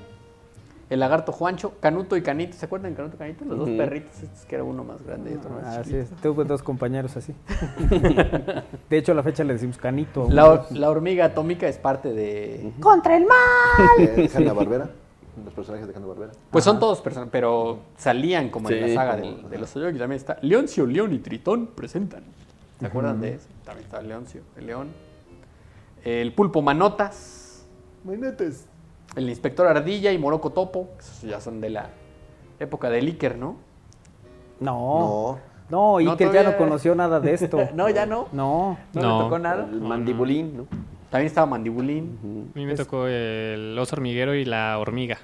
el lagarto Juancho, Canuto y Canito, ¿se acuerdan de Canuto y Canito? Los dos perritos estos que era uno más grande y otro más
Así
chiquito.
es. Ah, Tuve dos compañeros así. De hecho, a la fecha le decimos canito. a uno.
La, hor- la hormiga atómica es parte de...
Contra el mal.
Eh, Hanna Barbera. Los personajes de Hanna Barbera.
Pues son todos personas, pero salían como en
Sí,
la saga
como-
del, de los Oyogi. También está Leoncio, León y Tritón presentan. ¿Se acuerdan de eso? También está Leoncio, el león. El pulpo Manotas,
Moinetes.
el inspector Ardilla y Moroco Topo. Esos ya son de la época del Iker, ¿no?
No.
No.
No,
No,
Iker ya
todavía-
no conoció nada de esto.
No, ya no.
No.
¿No,
No.
le tocó nada?
El mandibulín, ¿no?
También estaba Mandibulín.
A mí me tocó el oso hormiguero y la hormiga.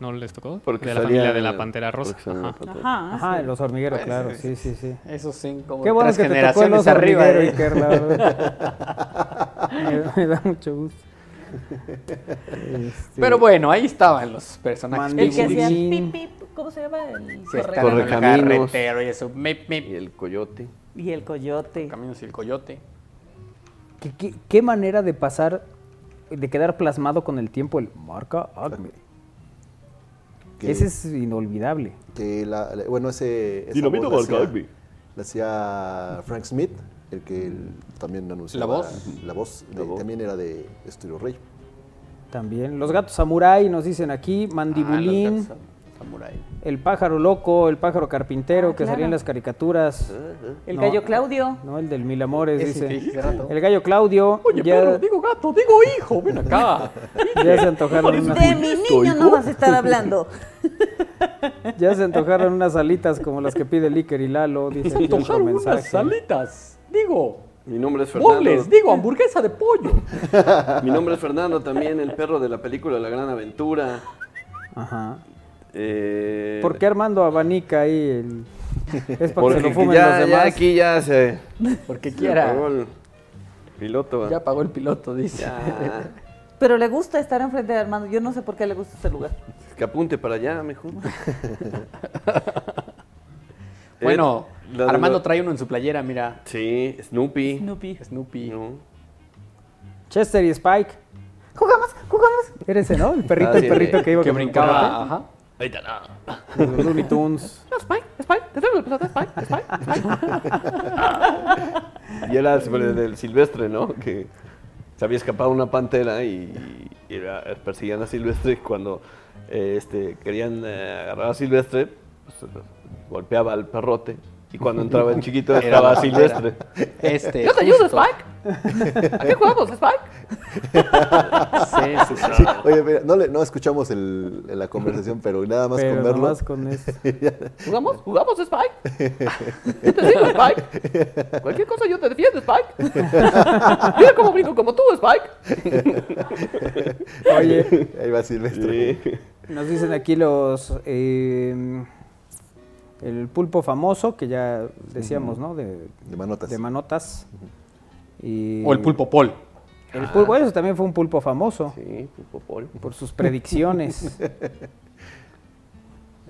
¿No les tocó?
Porque
de la
salía-
familia de la pantera rosa.
porque salía la
Ajá.
pantera.
Ajá,
Ajá, los hormigueros,
Pues,
claro.
es-
Sí, sí, sí.
Esos cinco.
Qué bueno
tres
que te tocó el
generaciones
oso
arriba.
hormiguero,
¿eh?
Iker, la verdad. me, me da mucho gusto. Este,
Pero bueno, ahí estaban los personajes.
Mandibulín.
El que hacía
Sí.
pip, pip, ¿cómo se llama? El
Sí, está
correcaminos.
el
Correcaminos.
carretero y eso. Mip, mip.
Y el coyote.
Y el coyote.
Caminos y el coyote.
¿qué, qué, qué manera de pasar, de quedar plasmado con el tiempo el marca Acme?
Que-
Ese es inolvidable.
que la, la- bueno, ese... esa
Dinamita
voz la
Hulk
hacía-
Hogan.
La hacía Frank Smith, el que él también anunció.
La voz.
La voz. de-
voz.
También era de Estudio Rey.
También. Los gatos samurái nos dicen aquí,
Ah,
mandibulín,
los gatos samurái.
el pájaro loco, el pájaro carpintero
Ah,
que salía en
claro.
las caricaturas.
El
No,
gallo Claudio.
No, el del Mil Amores,
Ese que
dice.
dije hace rato.
El gallo Claudio.
Oye,
ya,
pero digo gato, digo hijo, ven acá.
ya se antojaron unas-
De mi niño no vas a estar hablando.
Ya se antojaron unas alitas como las que pide Licker y Lalo, dice
Se
aquí otro
antojaron unas
mensaje.
salitas. Digo,
Mi nombre es Fernando.
muebles, digo, hamburguesa de pollo.
Mi nombre es Fernando también, el perro de la película La Gran Aventura.
Ajá.
Eh,
¿Por qué Armando abanica ahí? el- Es para que
Porque
se lo fumen
ya,
los
ya
demás.
aquí ya se,
Porque
se apagó
quiera.
el piloto.
Ya pagó el piloto, dice.
Ya.
Pero le gusta estar enfrente de Armando. Yo no sé por qué le gusta ese lugar.
Que apunte para allá mejor.
Bueno,
Eh, La de
Armando
la-
trae uno en su playera, mira.
Sí, Snoopy.
Snoopy.
Snoopy.
Chester y Spike.
Jugamos, jugamos.
Era ese, ¿no? El perrito, el perrito que iba
Que
con el
brincaba.
chocolate.
Ajá.
Ahorita no.
Los Looney Tunes.
Spike, Spike, te traigo la pelota, Spike, Spike,
Y era sobre del silvestre, ¿no? Que se había escapado una pantera y, y era- perseguían a silvestre. Y cuando eh, este, querían eh, agarrar a silvestre, pues, eh, golpeaba al perrote. Y cuando entraba el chiquito, estaba
la
silvestre.
Este.
Yo te ayudo,
justo.
Spike. ¿A qué jugamos, Spike?
Sí, sí, sí.
Sí, oye, mira, no, le- no escuchamos el- la conversación, pero nada más
Pero
con verlo.
nomás con esto.
¿Jugamos? ¿Jugamos, Spike? Yo te digo, Spike. Cualquier cosa yo te defiendo, Spike. Mira cómo brinco como tú, Spike.
Oye.
Ahí va Silvestre.
Nos dicen aquí los. eh, el pulpo famoso, que ya decíamos, ¿no? De,
De manotas.
de manotas. Y
O el pulpo Paul.
El pulpo, eso también fue un pulpo famoso.
Sí, Popol.
Por sus predicciones.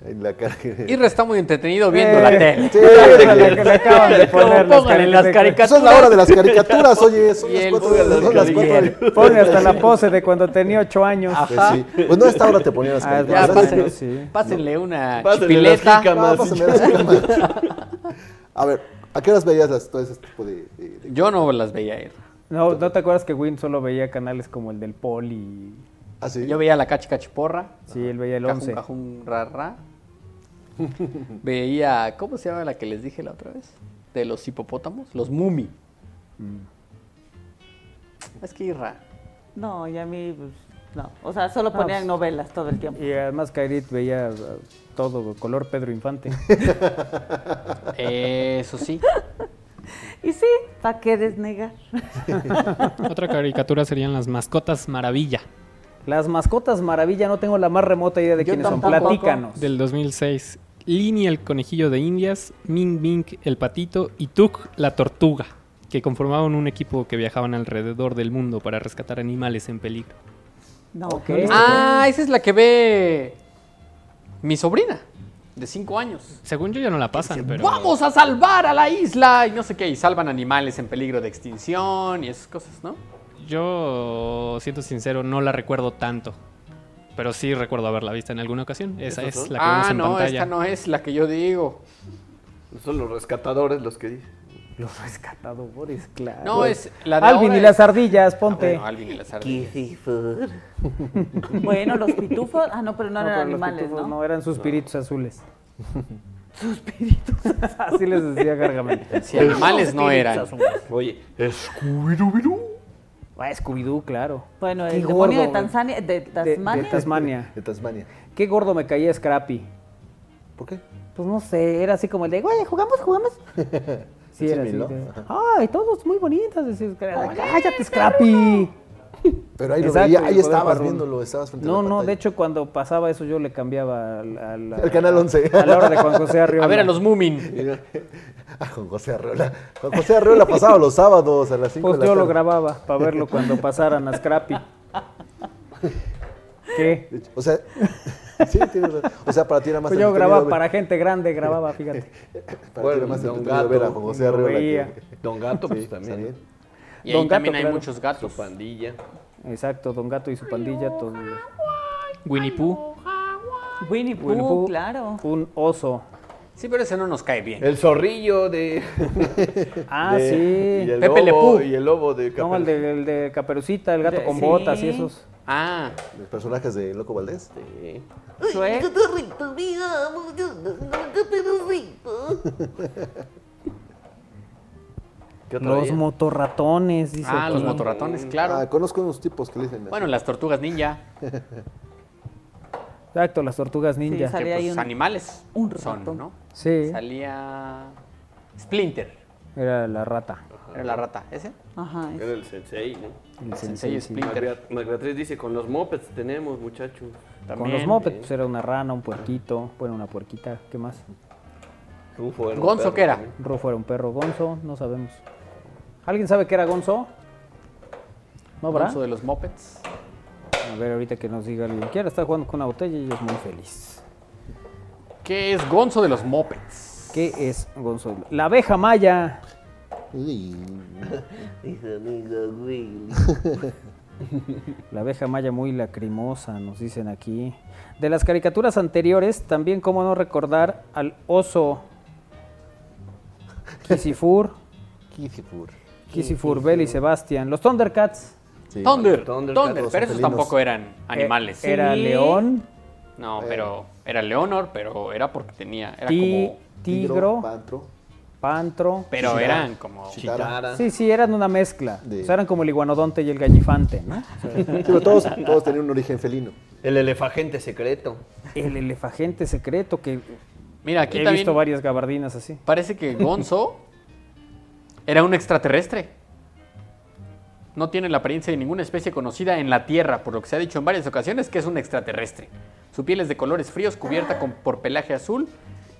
En la cara que-
Irra está muy entretenido viendo
Eh,
la tele.
Sí,
Le- le acaban de
Como
poner las
póngale las
caricaturas.
Eso es la hora de las caricaturas, oye. Son
Y
las
el
cuatro
juego
de
de
la-
las
son las cuatro de-
Pone hasta la pose de cuando tenía ocho años.
Pues sí. Pues no, a esta hora te ponían las
Ah, es
Ya,
más o
caricaturas.
menos.
pásenle,
sí.
pásenle una
Pásenle las
chipileta.
Ah,
jícamas.
pásame las cámaras. A ver, ¿a qué horas veías las, todo ese tipo de, de- de-
Yo no las veía eh. ir.
No, ¿no te acuerdas que Win solo veía canales como el del Poli?
Ah, sí.
Yo veía la cachi cachiporra.
Sí, él veía el
Cajun,
11.
cajun, ra, ra. Veía, ¿cómo se llama la que les dije la otra vez? De los hipopótamos, los mumi.
Mm.
Es que irra.
No, ya a mí, pues, no. O sea, solo
No,
ponían
pues-
novelas todo el tiempo.
Y además Kairit veía uh, todo color Pedro Infante.
Eso sí.
Y sí, ¿para qué desnegar?
Otra caricatura serían las mascotas maravilla
Las mascotas maravilla, no tengo la más remota idea de
Yo
quiénes son.
tampoco.
Platícanos.
del 2006. Lini el conejillo de Indias, Ming Ming el patito y Tuk la tortuga, que conformaban un equipo que viajaban alrededor del mundo para rescatar animales en peligro.
No.
Ok.
Ah, esa es la que ve mi sobrina, de 5 años.
Según yo ya no la pasan, pero
Vamos a salvar a la isla y no sé qué, y salvan animales en peligro de extinción y esas cosas, ¿no?
yo siento sincero no la recuerdo tanto. Pero sí recuerdo haberla visto en alguna ocasión. Esa es la que vemos
Ah,
en
no,
pantalla.
esta no es la que yo digo.
Son los rescatadores los que dicen.
Los rescatadores, claro.
No, es la de
Alvin
ahora
y
es-
las ardillas,
Ah,
ponte.
bueno, Alvin y las ardillas.
Kisifor.
Bueno, los pitufos. Ah, no, pero no,
pero
eran
los
animales,
pitufos
¿no?
No, eran suspiritos azules. Suspiritos Así les decía Gargamel.
Si animales no eran.
Oye, es
Ah, Scooby-Doo, claro.
Bueno,
Qué
el demonio de
gordo, güey.
Tanzania, de
De,
Tasmania.
de Tasmania.
de Tasmania.
Qué gordo me caía Scrappy.
¿Por qué?
Pues no sé, era así como el de, güey, jugamos, jugamos. Sí,
Sí,
era así.
Milo.
de,
Ajá.
Ay, todos muy bonitas. decía Scrappy. Cállate, Scrappy.
Pero ahí lo
Exacto,
veía,
el
ahí
poder
estabas
parrón.
viéndolo, estabas frente a
No,
la
no,
pantalla.
de hecho cuando pasaba eso yo le cambiaba al, al-
Al canal 11.
A la hora de Juan José Arriola. Pues,
A ver, a los Moomin.
Mira, ah, con José Arreola. Con José Arreola pasaba los sábados a las 5
Pues
de la
yo lo
tarde.
grababa para verlo cuando pasaran a Scrappy. ¿Qué?
De hecho, O sea, sí, tienes razón. O sea, para ti era más
Pues yo
entretenido
grababa
ver-
para gente grande, grababa, fíjate.
Para ti era
Bueno,
más
Don
entretenido
Gato.
ver a Juan José
Lo
Arreola.
veía.
que-
Don Gato, pues también.
también.
Y
Don
ahí también
Gato,
hay
claro.
muchos
Su
gatos.
pandilla.
Exacto, Don Gato y su pandilla. todo.
Winnie Pooh.
Winnie
Uh,
Winnie Pooh.
Pooh, claro.
Un oso.
Sí, pero ese no nos cae bien.
El zorrillo de.
Ah,
de-
sí.
Y el,
Pepe Le
lobo,
Pew.
y el lobo de
No, el de, el de Caperucita, el gato
De-
con
sí.
botas y esos.
Ah,
Los personajes de Loco Valdés.
Capel-
Sue-
¿Qué otra
Los
veía?
motorratones, dice.
ah los
aquí.
motorratones, claro.
Ah, conozco unos tipos que le dicen. así.
Bueno, las tortugas ninja.
Exacto, las tortugas ninja.
Sí, Salía
que,
ahí
pues,
un-
animales
un rato.
son, ¿no?
Sí,
Salía Splinter,
era la rata.
era la rata. ¿Ese?
Ajá. es-
Era el sensei, ¿no?
el
Sensei
sí.
Splinter.
Magrat- Magnatriz dice, con los mopeds tenemos, muchachos.
Con los mopeds, pues era una rana, un puerquito, bueno, una puerquita, ¿qué más?
Rufo era un
Gonzo,
perro
¿qué era?
también.
Rufo era un perro, Gonzo, no sabemos. ¿Alguien sabe qué era Gonzo? ¿No habrá?
Gonzo de los Mopeds.
A ver, ahorita que nos diga alguien. Quiera está jugando con una botella y es muy feliz.
¿Qué es Gonzo de los Mopeds?
¿Qué es Gonzalo? La abeja maya. La abeja maya muy lacrimosa, nos dicen aquí. De las caricaturas anteriores, también cómo no recordar al oso Kisifur,
Kisifur.
Kisifur, Bell y Sebastián. Los Thundercats. eh,
Thunder, Thunder, pero esos tampoco eran animales.
Eh, era león,
No, pero era Leonor, pero era porque tenía, era
ti-
como,
tigro,
Pantro.
pantro.
pero eran como,
Chitara.
Sí, sí, eran una mezcla.
De-
O sea, eran como el iguanodonte y el gallifante, ¿no?
Sí, pero todos, todos tenían un origen felino.
El elefagente secreto.
El elefagente secreto que
mira, aquí
he
también
visto varias gabardinas así.
parece que Gonzo era un extraterrestre. No tiene la apariencia de ninguna especie conocida en la Tierra, por lo que se ha dicho en varias ocasiones que es un extraterrestre. Su piel es de colores fríos, cubierta con, por pelaje azul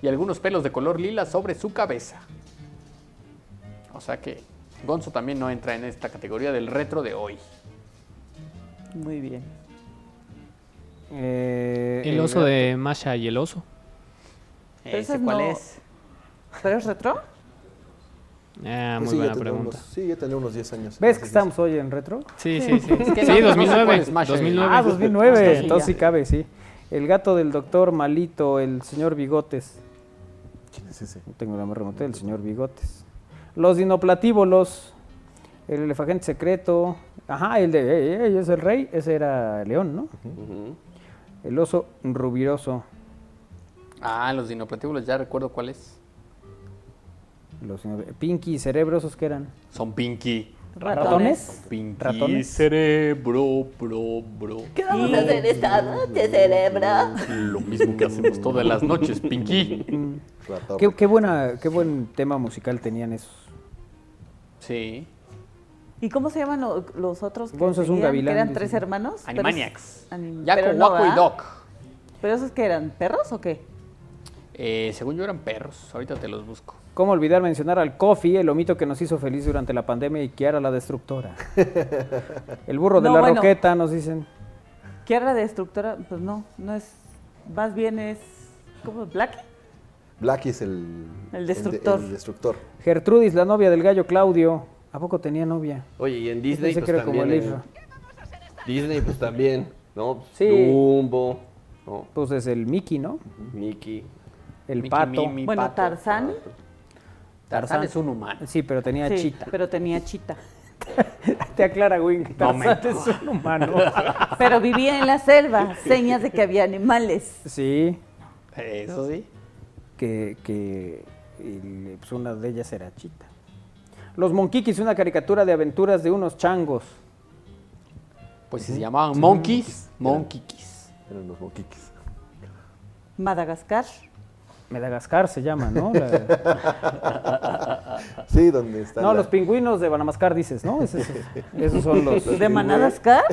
y algunos pelos de color lila sobre su cabeza. O sea que Gonzo también no entra en esta categoría del retro de hoy.
Muy bien.
Eh,
El oso
gato.
de Masha y el oso.
Pero
¿Ese
esas
cuál
no-
es?
¿Pero es retro?
Ah, muy
Sí, ya
buena
tendría
pregunta.
unos- sí, ya tendría unos 10 años.
¿Ves que estamos hoy en retro?
Sí, sí, sí.
Es que no- no
sí,
sé cuál
2009.
es Masha y el
2009.
Ah, 2009,
Entonces,
entonces
sí,
sí
ya.
cabe, sí. El gato del doctor Malito, el señor Bigotes.
¿Quién es ese?
No tengo la más remota, el señor Bigotes. Los dinoplatívolos, el elefagente secreto. Ajá, el de "Ey, ey, es el rey, ese era León, ¿no? El oso rubiroso,
Ah, los dinoplatíbulos, ya recuerdo cuál es.
los dino- Pinky y cerebrosos que eran.
Son Pinky.
¿Ratones?
Pinky
¿Ratones?
cerebro, bro, bro.
¿Qué vamos a hacer esta noche, cerebro?
Lo mismo que hacemos todas las noches, Pinky.
Ratón.
Qué, qué buena, qué buen tema musical tenían esos.
Sí.
¿Y cómo se llaman lo- los otros? que
Gonzo es un
seguían?
gavilán,
¿Que eran
dice.
tres hermanos? Pero es-
Animaniacs.
anim-
Jaco,
pero no,
Waco y
¿verdad?
Doc.
¿Pero esos que eran? ¿Perros o qué?
Eh, según yo eran perros. Ahorita te los busco.
¿Cómo olvidar mencionar al Coffee, el omito que nos hizo feliz durante la pandemia y Kiara la destructora? El burro de
No,
la
bueno.
roqueta, nos dicen.
¿Qué era de destructora? Pues no, no es. Más bien es. ¿Cómo? ¿Blacky?
Blackie es el...
El destructor.
El, de- el destructor.
Gertrudis, la novia del gallo Claudio. ¿A poco tenía novia?
Oye, y en
Yo
Disney
pensé
pues,
que era como
también.
el
eh,
Ifra.
Disney pues también, ¿no? Pues,
Sí.
Dumbo, ¿no?
Pues es el Mickey, ¿no?
Mickey.
El
Mickey,
pato.
Mimi,
bueno,
Pato.
Tarzán.
Tarzán es un humano.
Sí, pero tenía
sí,
chita.
pero tenía chita.
Te aclara, Wing. Tarzán
Momento.
es un humano.
Pero vivía en la selva, señas de que había animales.
sí,
Eso sí.
que, que el- pues una de ellas era chita. Los Monquiquis, una caricatura de aventuras de unos changos.
Pues si se llamaban Monkeys. Monkeys.
Eran los moquiques.
Madagascar.
Madagascar se llama, ¿no? La-
Sí, donde está
No,
la-
los pingüinos de Banamascar dices, ¿no? Es eso. Esos son los...
¿De Madagascar?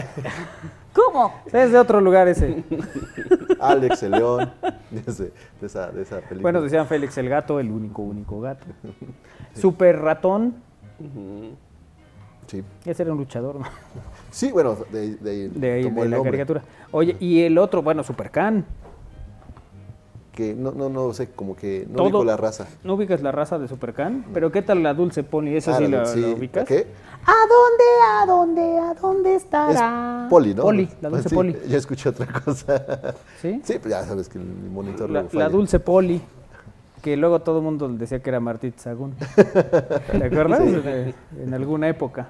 ¿Cómo?
Es de otro lugar ese.
Alex, el león, de, ese- de esa, de esa película.
Bueno, decían Félix el gato, el único, único gato. Super ratón.
Sí.
Ese era un luchador, ¿no?
Sí, bueno, de, de ahí
De, ahí,
tomó
de
el
la
nombre,
caricatura. Oye, y el otro, bueno, Supercan.
Que no, no, no sé, como que no
Todo-
digo la raza.
¿No ubicas la raza de Supercan? Pero ¿qué tal la Dulce Pony? Esa
Ah,
sí
la-
la,
sí,
la ubicas.
¿Qué?
¿A dónde, a dónde, a dónde
Es
estará?
Poli, ¿no?
Poli, la dulce
Sí,
Poli.
Ya escuché otra cosa.
¿Sí?
Sí, pues ya sabes que el monitor
La,
luego
la
falla.
Dulce Poli. Que luego todo el mundo decía que era Martí Sagún. ¿Te acuerdas? De- en alguna época.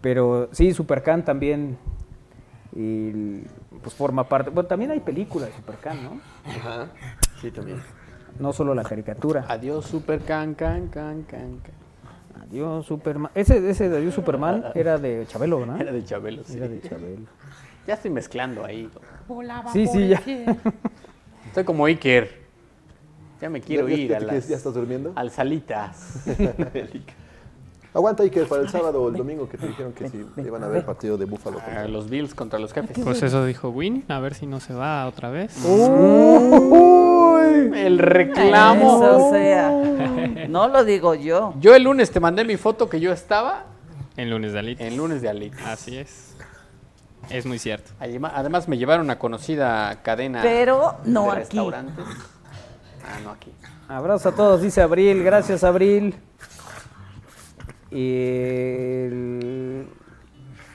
Pero sí, Supercan también. Y pues forma parte. Bueno, también hay película de Supercan, ¿no?
Ajá. Sí, también.
No solo la caricatura.
Adiós, super can, can, can, can. can.
Adiós Superman. Ese, ese de Adiós Superman era de Chabelo, ¿no?
Era de Chabelo, sí.
¿Ah? Era de Chabelo.
Ya estoy mezclando ahí.
Sí, sí, ya.
Estoy como Iker. Ya me quiero
¿Ya- ya-
ir
ya
a
te
las...
quieres- ya estás durmiendo?
Al Salitas.
Aguanta ahí que para el sábado o el domingo que te dijeron que sí iban a ver partido de Búfalo.
Ah,
A los Bills contra los jefes.
Pues eso dijo Win, a ver si no se va otra vez.
El reclamo.
Eso sea. No lo digo yo.
Yo el lunes te mandé mi foto que yo estaba
En lunes de Alitas.
en lunes de Alitas.
Así es. Es muy cierto.
Además me llevaron a conocida cadena
Pero no
Ah, de
aquí.
restaurantes. Ah, no, aquí.
Abrazo a todos, dice Abril. Gracias, Abril. El-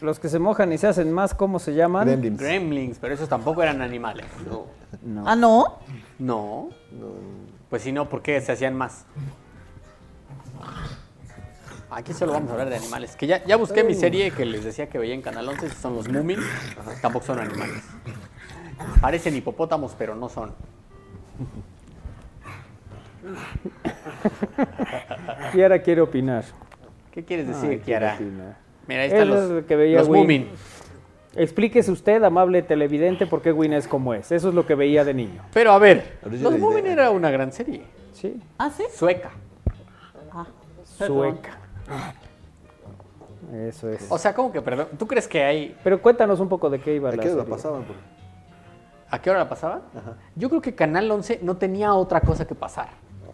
Los que se mojan y se hacen más, ¿cómo se llaman?
Gremlins. pero esos tampoco eran animales. No.
Ah, ¿no?
No. Pues si no, ¿por qué se hacían más? Aquí solo vamos a hablar de animales. Que ya, ya busqué mi serie que les decía que veía en Canal 11, son los Moomin. Tampoco son animales. Parecen hipopótamos, pero no son.
Kiara quiere opinar.
Ah, ¿Qué quieres decir,
Ay,
Kiara?
quiere opinar.
Mira, ahí están
Eso
los,
es lo que veía
los
Win.
Moomin.
Explíquese usted, amable televidente, por qué Win es como es. Eso es lo que veía de niño.
Pero a ver, los Moomin era una gran serie.
Sí.
¿Ah, sí?
Sueca.
Ah, perdón.
Sueca. Eso es.
O sea, ¿cómo que perdón? ¿Tú crees que hay.
Pero cuéntanos un poco de qué iba
¿A
la
qué hora
serie.
pasaban? por-
¿A qué hora la pasaba? Yo creo que Canal 11 no tenía otra cosa que pasar.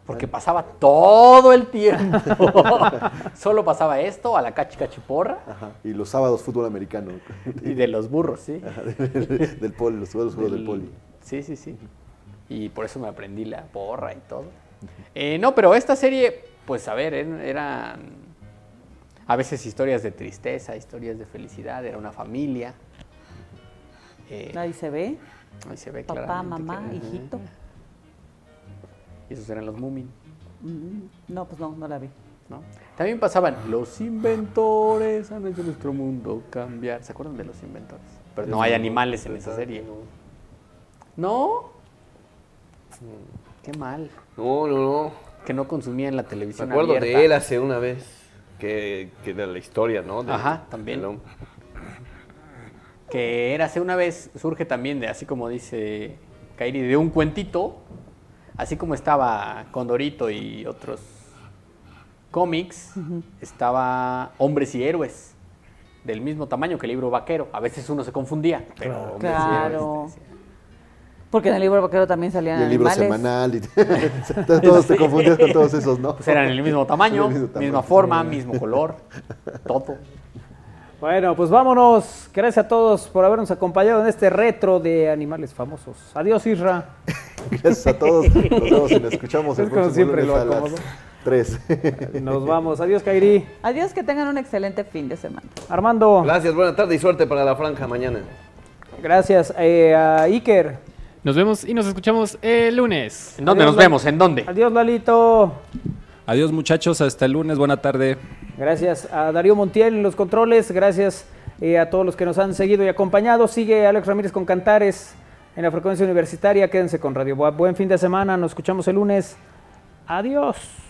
Porque pasaba todo el tiempo. Solo pasaba esto, a la cachicachiporra
Ajá. Y los sábados fútbol americano.
y de los burros, ¿sí?
Ajá, del, del poli, los sábados juegos del,
Del-
poli.
Sí, sí, sí. Y por eso me aprendí la porra y todo. Eh, no, pero esta serie, pues a ver, er- eran a veces historias de tristeza, historias de felicidad, era una familia. Eh,
Ahí se ve.
ahí se ve
Papá,
claramente
mamá,
que-
hijito.
Y esos eran los Moomin.
Mm, No, pues no, no la vi.
¿no? También pasaban los inventores han hecho nuestro mundo cambiar. ¿Se acuerdan de los inventores? Pero no hay animales en esa serie. ¿No? Mm, Qué mal.
No, no, no.
Que no consumían la
Me
televisión
acuerdo
abierta.
de él hace una vez. Que, que de la historia, ¿no? Del-
Ajá, también.
del hombre.
Que era hace una vez, surge también de, así como dice Kairi, de un cuentito. Así como estaba Condorito y otros cómics, estaba Hombres y Héroes. Del mismo tamaño que el libro vaquero. A veces uno se confundía, pero Hombres y Héroes. este,
Claro. Porque en el libro vaquero también salían
Y el libro
animales.
semanal. Y Entonces, todos te confundías con todos esos, ¿no?
Pues eran el mismo tamaño,
El mismo tamaño,
misma
sí.
forma, mismo color, todo.
Bueno, pues vámonos. Gracias a todos por habernos acompañado en este retro de animales famosos. Adiós, Isra.
Gracias a todos. Nos vemos y nos escuchamos
Es
el
como
próximo
siempre
lunes
lo
a las
acomodo.
3.
Nos vamos. Adiós, Kairi.
Adiós, que tengan un excelente fin de semana.
Armando.
Gracias, buena tarde y suerte para la franja mañana.
Gracias. Eh, a Iker.
Nos vemos y nos escuchamos el lunes.
¿En dónde nos vemos? ¿En dónde?
Adiós, Lalito.
Adiós muchachos, hasta el lunes, buena tarde.
Gracias a Darío Montiel en los controles. Gracias eh, a todos los que nos han seguido y acompañado. Sigue Alex Ramírez con Cantares en la frecuencia universitaria. Quédense con Radio Boab. Buen fin de semana. Nos escuchamos el lunes. Adiós.